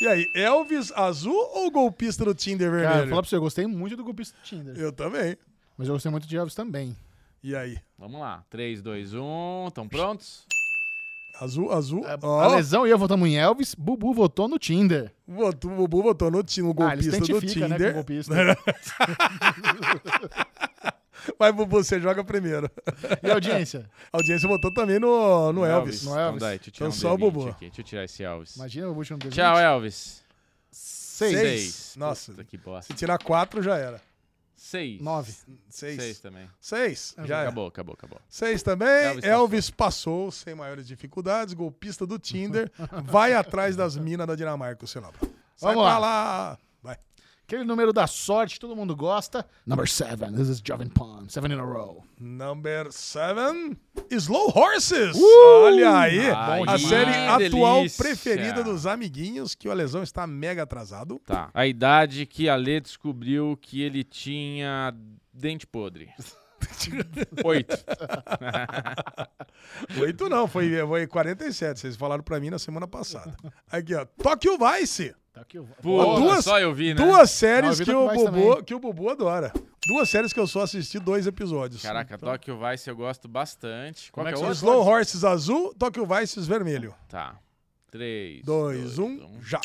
S2: E aí, Elvis azul ou golpista do Tinder
S1: Cara,
S2: vermelho?
S1: falar pra você, eu gostei muito do golpista do Tinder.
S2: Eu também.
S1: Mas eu gostei muito de Elvis também.
S2: E aí?
S3: Vamos lá. 3, 2, 1. Estão prontos?
S2: Azul, azul.
S1: A
S2: É, Ó,
S1: lesão e eu votamos em Elvis, Bubu votou no Tinder.
S2: votou- o Bubu votou no, ti- no
S1: ah, eles
S2: golpista do
S1: identificam, né, com o
S2: Tinder.
S1: golpista.
S2: Mas, Bubu, você joga primeiro.
S1: e a audiência?
S2: A audiência votou também no, no Elvis.
S1: Não é
S3: Então
S1: Elvis.
S3: daí, deixa eu tirar
S2: Então
S3: um
S2: só o
S3: D20
S2: Bubu.
S3: aqui. Deixa eu tirar esse Elvis.
S1: Imagina o último desenho.
S3: Tchau, Elvis.
S1: Seis.
S2: Seis.
S3: Seis.
S2: Nossa.
S3: Puta que bosta.
S2: Se tirar quatro, já era.
S3: Seis.
S1: Nove.
S2: Seis.
S3: Seis
S2: Seis,
S3: também.
S1: É,
S2: já é. era.
S3: Acabou, acabou, acabou.
S2: Seis também.
S3: Elvis
S2: Elvis,
S3: passou.
S2: passou sem maiores dificuldades. Golpista do Tinder. vai atrás das minas da Dinamarca, o Sinop. Sai
S1: Vamos lá.
S2: pra lá. Vai.
S1: Aquele número da sorte, todo mundo gosta. Number seven, this is Jovem Pan, seven in a row.
S2: Number 7, Slow Horses. Olha aí,
S3: Aí,
S2: a série
S3: Uh! Ah, que
S2: atual
S3: delícia.
S2: preferida dos amiguinhos, que o Alesão está mega atrasado.
S3: Tá. A idade que a Lê descobriu que ele tinha dente podre. Oito.
S2: Oito não, foi, foi 47, vocês falaram pra mim na semana passada. Tá Aqui, ó, Tokyo Vice.
S1: Puta que eu vou.
S3: Pô,
S2: Ó, duas-
S3: só eu vi, né?
S2: Duas
S1: Não, o
S2: séries
S1: Vitor
S2: que,
S1: que
S2: o
S1: vai
S2: Bubu,
S1: também.
S2: que o Bubu adora. Duas séries que eu só assisti dois episódios.
S3: Caraca, Tokyo Vice eu gosto bastante. Qual
S1: Como é que
S3: que é o
S1: são
S3: outro?
S1: os
S2: Slow Horses azul, Tokyo Vices vermelho.
S3: Tá. Três,
S2: Dois, um,
S3: um.
S2: já.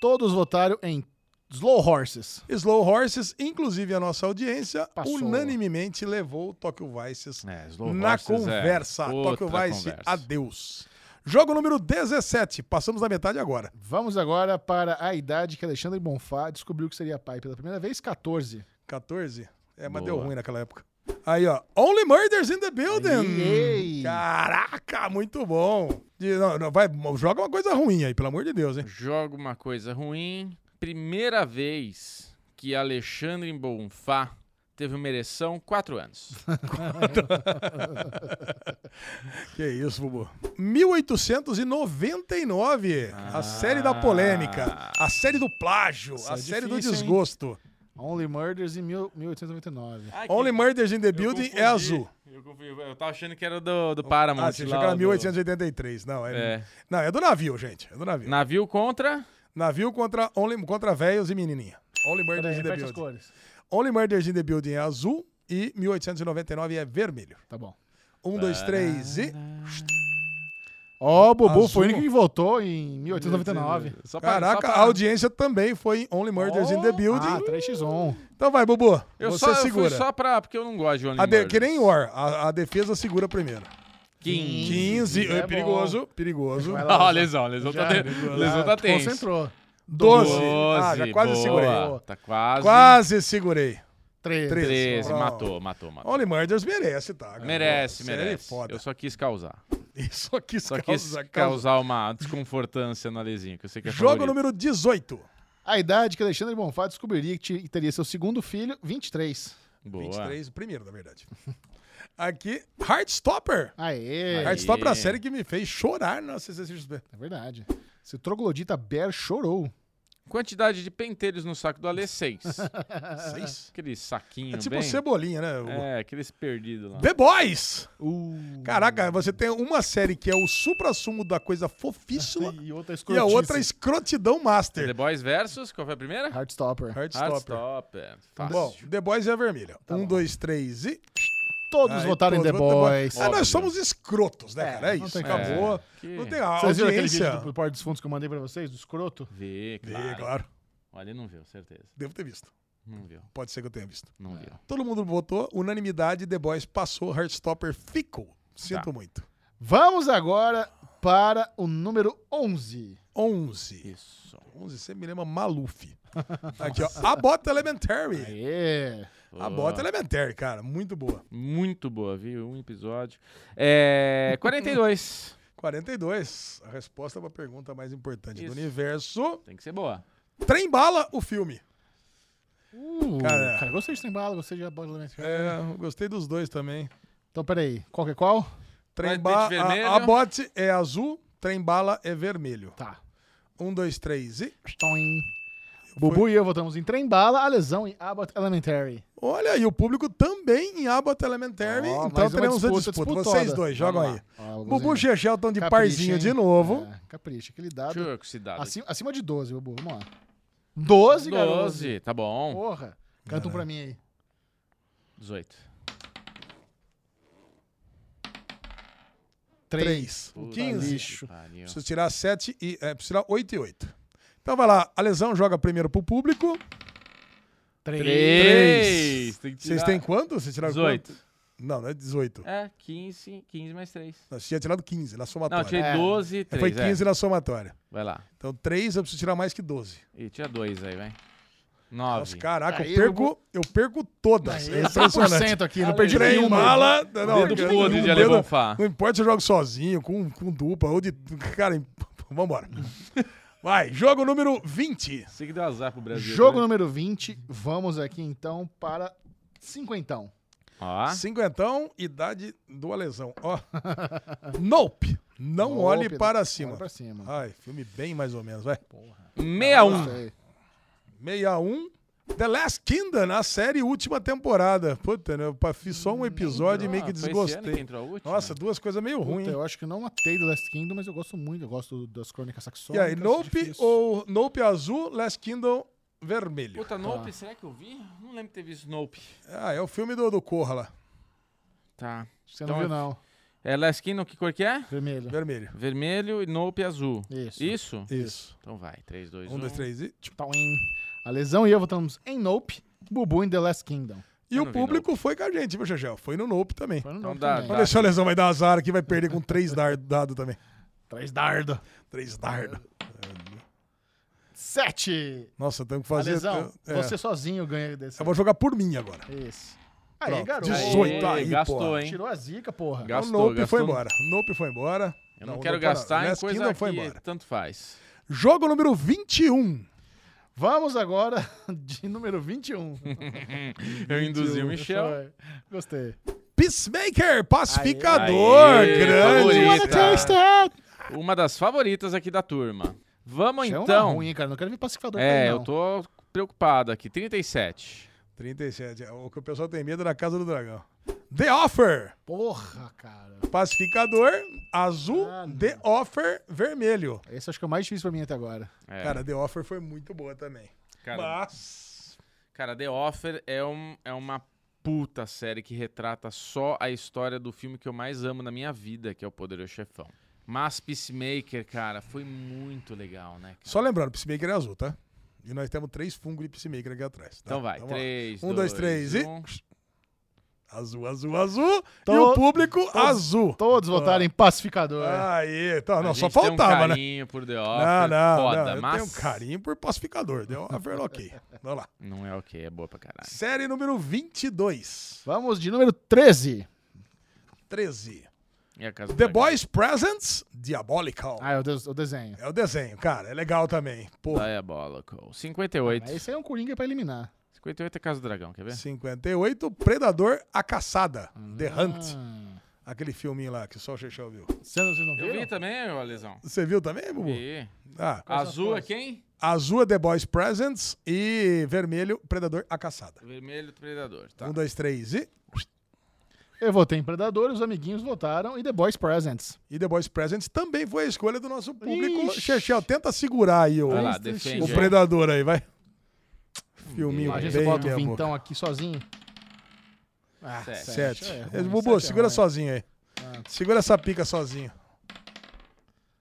S1: Todos votaram em Slow Horses.
S2: Slow Horses, inclusive a nossa audiência,
S1: Passou.
S2: unanimemente levou o Tokyo Vices
S3: É, Slow
S2: na
S3: Horses é
S2: conversa. Tokyo
S3: outra
S2: Vice,
S3: conversa.
S2: adeus. Jogo número 17. Passamos da metade agora.
S1: Vamos agora para a idade que Alexandre Bonfá descobriu que seria pai pela primeira vez, 14.
S2: 14? É, mas
S3: Boa.
S2: deu ruim naquela época. Aí, ó. Only Murders in the Building.
S1: Ei!
S2: Caraca, muito bom. De- não, não, vai, joga uma coisa ruim aí, pelo amor de Deus, hein?
S3: Joga uma coisa ruim. Primeira vez que Alexandre Bonfá teve uma ereção, quatro anos.
S2: Que isso, Bubu. 1899. a série da polêmica. A série do plágio. a
S1: é
S2: série do
S1: difícil, hein?
S2: desgosto.
S1: Only Murders em mil- 1899.
S3: É
S2: Only Murders in the Building é azul.
S3: Eu, confundi. eu tava achando que era do, do Paramount.
S2: Ah, você
S3: lá,
S2: achou que era
S3: do-
S2: 1883. Não, é,
S3: É.
S2: não, é do navio, gente. É do navio.
S3: Navio contra.
S2: Navio contra, only, contra véios e menininha. Only
S1: Peraí,
S2: Murders in the
S1: repete as
S2: Building.
S1: cores.
S2: Only Murders in the Building é azul e 1899 é vermelho.
S1: Tá bom.
S2: Um, dois, três e...
S1: Ó, o Bubu
S2: Azul.
S1: foi o único que votou em 1899.
S3: É. Só pra-
S2: Caraca,
S3: só
S2: a
S3: pra-
S2: audiência também foi em Only Murders in the
S1: Ah,
S2: Building.
S1: 3x1.
S2: Então vai, Bubu.
S3: Eu
S2: você
S3: só, Eu
S2: segura.
S3: fui só pra. Porque eu não gosto de Only
S2: a de,
S3: Murders.
S2: que nem War, a, a defesa segura primeiro.
S3: 15.
S2: 15,
S3: é
S2: é perigoso, perigoso.
S3: Ó, lesão,
S2: Então
S3: lesão tá, de...
S2: Ah,
S3: lesão tá tenso.
S1: Concentrou.
S2: 12.
S3: 12,
S2: Ah, já quase
S3: boa.
S2: segurei.
S3: Tá quase.
S2: Quase segurei.
S1: 13.
S3: 13,
S2: Pronto.
S3: matou, matou, matou.
S2: Only Murders merece, tá? galera?
S3: merece,
S2: Série
S3: merece.
S2: Foda.
S3: Eu só quis causar.
S2: Isso aqui
S3: Só
S2: causa,
S3: quis
S2: causa.
S3: causar uma desconfortância na lesinha, que eu sei que é
S2: Jogo
S3: favorito.
S2: número 18.
S1: A idade que Alexandre Bonfá descobriria que te- teria seu segundo filho, 23.
S3: Boa.
S2: 23, o primeiro, na verdade. Aqui, Heartstopper.
S1: Aê!
S3: Aí.
S2: Heartstopper é a série que me fez chorar na CCXP.
S1: É verdade. Se o troglodita Bear chorou.
S3: Quantidade de pentelhos no saco do Ale, 6.
S2: Seis.
S3: Aquele saquinho
S2: É tipo
S3: bem...
S2: cebolinha, né? O-
S3: É, aqueles perdidos lá.
S2: The Boys!
S1: Uh.
S2: Caraca, você tem uma série que é o supra-sumo da coisa fofíssima
S1: E outra
S2: e a outra escrotidão
S3: The
S2: master.
S3: Boys versus, qual foi a primeira? é
S1: Heartstopper.
S2: Heartstopper.
S3: Heartstopper. Fácil.
S2: Bom, The Boys é a vermelha.
S3: Tá
S2: um, dois, três e.
S1: Todos
S2: Aí,
S1: votaram em
S2: todos
S1: The
S2: votaram
S1: Boys.
S2: Ah,
S3: Óbvio.
S2: nós somos escrotos, né,
S1: É,
S2: cara? É
S1: não
S2: isso.
S1: tem
S3: como.
S2: Acabou.
S3: Que-
S2: Não tem a
S1: Vocês viram aquele
S2: audiência.
S1: vídeo do Porto dos Fundos que eu mandei pra vocês, do escroto?
S3: Vê,
S2: Vê,
S3: claro.
S2: claro.
S3: Olha, não viu, certeza.
S2: Devo ter visto.
S3: Não viu,
S2: Pode ser que eu tenha visto.
S3: não viu.
S2: Todo mundo votou, unanimidade, The Boys passou, Heartstopper ficou. Sinto
S3: Tá.
S2: muito.
S1: Vamos agora para o número 11.
S2: 11.
S3: Isso.
S2: 11, você me lembra Maluf. Aqui, ó. A Bota Elementary.
S1: Aê!
S2: A
S3: Boa.
S2: Bota Elementary, cara. Muito boa.
S3: Muito boa, viu? Um episódio. É. 42.
S2: 42. A resposta para a pergunta mais importante
S3: Isso.
S2: do universo.
S3: Tem que ser boa.
S2: Trem Bala, o filme.
S1: Uh,
S2: Cara.
S1: cara, gostei de Trembala, gostei de Abóbora Elementar.
S2: É, eu gostei dos dois também.
S1: Então, peraí, qual que é qual?
S2: Trem
S3: Mas
S2: Bala.
S3: pente vermelho?
S2: A, a bote é azul, Trem Bala é vermelho.
S1: Tá.
S2: Um, dois, três e.
S1: Toim. Bubu e eu votamos em Trembala, a lesão em Abbott Elementary.
S2: Olha, e o público também em Abbott Elementary.
S1: Ó,
S2: então
S1: mais uma
S2: teremos a
S1: disputa
S2: disputa.
S1: disputosa.
S2: Vocês dois, jogam
S3: Vamos
S2: aí.
S3: lá.
S1: Ó,
S2: Bubu e
S1: Bubuzinho.
S2: Chechel estão de
S1: Capricha,
S2: parzinho
S1: hein?
S2: de novo.
S1: É, capricha, aquele
S3: Deixa eu
S1: dado.
S3: ver com esse dado.
S1: Acima, acima de 12, Bubu, vamos lá. 12, garoto.
S3: 12, tá bom.
S1: Porra. Canta um pra mim aí.
S3: 18.
S1: 3.
S2: Três.
S3: Puta
S1: Quinze.
S3: que
S1: Lixo.
S3: pariu.
S2: Preciso tirar sete e. É, preciso tirar oito e oito. Então vai lá, a lesão joga primeiro pro público.
S3: 3. Tem que
S2: Vocês
S3: tirar
S2: têm quanto? Vocês tiraram
S3: 18.
S2: quanto? Não, não é 18.
S3: É, 15. 15 mais 3.
S2: Nós tinha tirado 15 na
S3: Não, eu
S2: somatória.
S3: tirei
S1: É.
S3: 12 e 3.
S2: Foi 15 na somatória.
S3: Vai lá.
S2: Então 3 eu preciso tirar mais que 12.
S3: E tira 2 aí, vai.
S2: Nossa,
S3: 9.
S2: caraca,
S1: Aí
S2: eu
S1: eu
S2: perco, eu,
S1: vou-
S2: perco todas. É impressionante.
S1: 100% aqui, não perdi
S2: Trem,
S1: nenhuma.
S2: mala, não,
S3: Dedo
S2: eu-
S3: podre
S2: eu-
S3: de
S2: eu-
S3: Ale
S2: dedo-
S3: Bonfá.
S2: Não importa se eu jogo sozinho, com, com dupla ou de. Cara, em- vambora. Vai, jogo número 20.
S3: Sei que deu azar pro Brasil.
S1: Jogo
S3: né?
S1: número 20, vamos aqui então para cinquentão.
S3: Ó.
S2: Cinquentão, idade do Alesão. Ó. nope. Não
S1: Nope,
S2: olhe
S1: não-
S2: para cima.
S1: Olha pra cima.
S2: um. Ai, filme bem mais ou menos, vai.
S3: 61.
S1: Gostei.
S2: 61. The Last Kingdom, a série última temporada. Puta, né? eu pa- fiz só um episódio e meio que
S3: Ah, foi esse ano que
S2: desgostei.
S3: entrou a última?
S2: Nossa, duas coisas meio
S1: Puta,
S2: ruins.
S1: eu acho que não matei do Last Kingdom, mas eu gosto muito. Eu gosto das crônicas
S2: E
S1: saxônicas.
S2: aí, Nope
S1: difícil.
S2: ou Nope azul, Last Kingdom vermelho?
S3: Puta, Nope, será que eu vi? Não lembro de ter visto Nope.
S2: Ah, é o filme do, do Corra lá,
S3: Tá.
S1: Você não
S3: Então
S1: viu,
S3: é-
S1: não.
S3: É Last Kingdom, que cor que é?
S1: Vermelho.
S2: vermelho.
S3: Vermelho e Nope azul.
S1: Isso.
S3: Isso?
S2: Isso.
S3: Então vai, 3, 2, 1.
S2: Um, dois, três e... tchum.
S1: Então, em A Lesão e eu votamos em Nope, Bubu em The Last Kingdom.
S2: E
S3: Eu
S2: o
S3: não vi
S2: público foi com a gente, viu, Xaxel? Foi no Nope também.
S1: Foi no
S3: Então
S1: Nope
S3: dá-
S1: também.
S3: dá-
S2: Olha se o Lesão vai dar azar aqui, vai perder com três dar- dado também.
S1: Três dardo.
S2: Três dardo.
S1: Sete.
S2: Nossa, eu tenho que
S1: A
S2: fazer...
S1: Lesão,
S2: eu- é.
S1: você sozinho ganha desse.
S2: Eu vou jogar por mim agora.
S1: Isso. Aí,
S2: Pronto,
S1: garoto.
S2: 18
S3: Aê,
S2: aí,
S3: gastou,
S2: porra.
S3: hein?
S1: Tirou a zica, porra.
S3: Ga- Gastou,
S2: o Nope
S3: gastou.
S2: foi embora. O Nope foi embora.
S3: Eu não,
S2: o
S3: quero
S2: Nope não.
S3: gastar em
S2: Last
S3: coisa
S2: Kingdom
S3: que
S2: foi embora.
S3: tanto faz.
S2: Jogo número 21.
S1: Vamos agora de número 21.
S3: Eu induzi o Michel.
S1: Foi. é. Gostei.
S2: Peacemaker, pacificador,
S3: Aê,
S2: grande.
S3: favorito. Eita.
S1: it?
S3: Uma das favoritas aqui da turma. Vamos
S1: Michel é uma
S3: então.
S1: ruim, hein, cara. Não quero ver pacificador pra
S3: é,
S1: ele,
S3: eu
S1: não.
S3: tô preocupado aqui. 37.
S2: 37. é O que o pessoal tem medo é da Casa do Dragão. The Offer,
S1: Porra, cara.
S2: pacificador, azul,
S1: Ah, não.
S2: The Offer, vermelho.
S1: Esse acho que é o mais difícil pra mim até agora.
S3: É,
S2: Cara, The Offer foi muito boa também.
S3: cara,
S2: Mas...
S3: cara, The Offer é, um, é uma puta série que retrata só a história do filme que eu mais amo na minha vida, que é o Poderoso Chefão. Mas Peacemaker, cara, foi muito legal, né? cara?
S2: Só lembrando, Peacemaker é azul, tá? E nós temos três fungos de Peacemaker aqui atrás. tá?
S3: Então vai,
S2: Vamos lá.
S3: 3,
S2: Um, dois, três e...
S3: um.
S2: Azul, azul, azul. E
S1: Tô- é.
S2: o público azul.
S1: Todos votaram em pacificador.
S3: Ah.
S2: Aí, tá,
S3: A
S2: não, só
S3: gente tem
S2: faltava,
S3: um
S2: né?
S3: carinho por The Offer,
S2: Não, não,
S3: foda,
S2: não.
S3: mas
S2: Eu tenho um carinho por pacificador. Deu uma verla ok. Vamos lá.
S3: não é ok, é boa pra caralho.
S2: Série número 22.
S1: Vamos de número 13.
S2: 13.
S3: E a Casa do
S2: The
S3: Dragão?
S2: Boys Presents Diabolical.
S1: Ah, é o, des- o desenho.
S2: É o desenho, cara. É legal também. Pô,
S3: Tá, é Diabolical. 58.
S1: Mas Esse aí é um coringa pra eliminar.
S3: 58 é Casa do Dragão, quer ver?
S2: 58. Predador A Caçada. The Hunt.
S1: Ah.
S2: Aquele filminho lá que só o Xexão viu.
S1: Você não, vocês não
S3: Eu
S1: viram?
S3: vi também, ó, Lesão.
S2: Você viu também, Bubu?
S3: Vi.
S2: Ah,
S3: Azul é
S1: cores?
S3: quem?
S2: azul é The Boys Presents e vermelho, Predador A Caçada.
S3: Vermelho do Predador, tá?
S2: Um, dois, três e.
S1: Eu votei em Predador, os amiguinhos votaram e The Boys Presents.
S2: E The Boys Presents também foi a escolha do nosso público.
S1: Ixi.
S2: Xexel, tenta segurar aí o,
S3: Vai lá,
S1: Três, três,
S3: defende.
S2: o
S1: Gente. Hum,
S3: aí.
S2: predador aí, vai. Filminho
S1: A
S3: Aí
S2: bem
S1: gente bota o
S2: minha boca.
S1: Vintão aqui sozinho. Ah,
S3: Sete.
S2: Sete.
S1: É ruim, sete
S2: Bubu,
S1: é
S2: segura
S1: ruim. Ah.
S2: sozinho aí. Segura essa pica sozinho.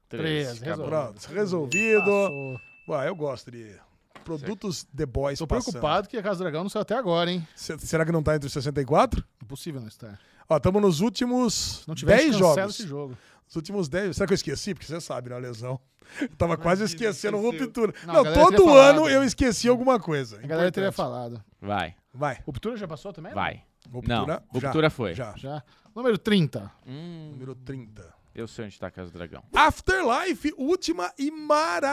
S1: Três,
S3: acabou.
S1: resolvido.
S2: Pronto, resolvido.
S1: Passou.
S2: Ué, eu gosto de produtos The Boys
S1: Tô
S2: passando.
S1: preocupado que a Casa do Dragão não saiu até agora, hein?
S2: Se- Será que não tá entre os 64?
S1: Impossível não estar.
S2: Ó, estamos nos últimos
S1: Se não tiver,
S2: 10
S1: 10 cancela
S2: jogos.
S1: esse jogo.
S2: Os últimos 10. Será que eu esqueci? Porque você sabe, né? A lesão. Eu tava quase esquecendo ruptura.
S1: né, Não,
S2: Não,
S1: a galera
S2: todo
S1: teria
S2: ano
S1: falado.
S2: eu esqueci alguma coisa.
S1: A galera teria
S2: Importante.
S1: falado.
S3: Vai,
S2: Vai.
S1: Ruptura já passou também?
S3: vai.
S2: Ruptura.
S3: Não,
S2: já,
S3: ruptura foi.
S2: Já.
S1: Já. Número 30.
S3: Hum,
S2: Número 30.
S3: eu sei onde tá a Casa do Dragão.
S2: Afterlife, última e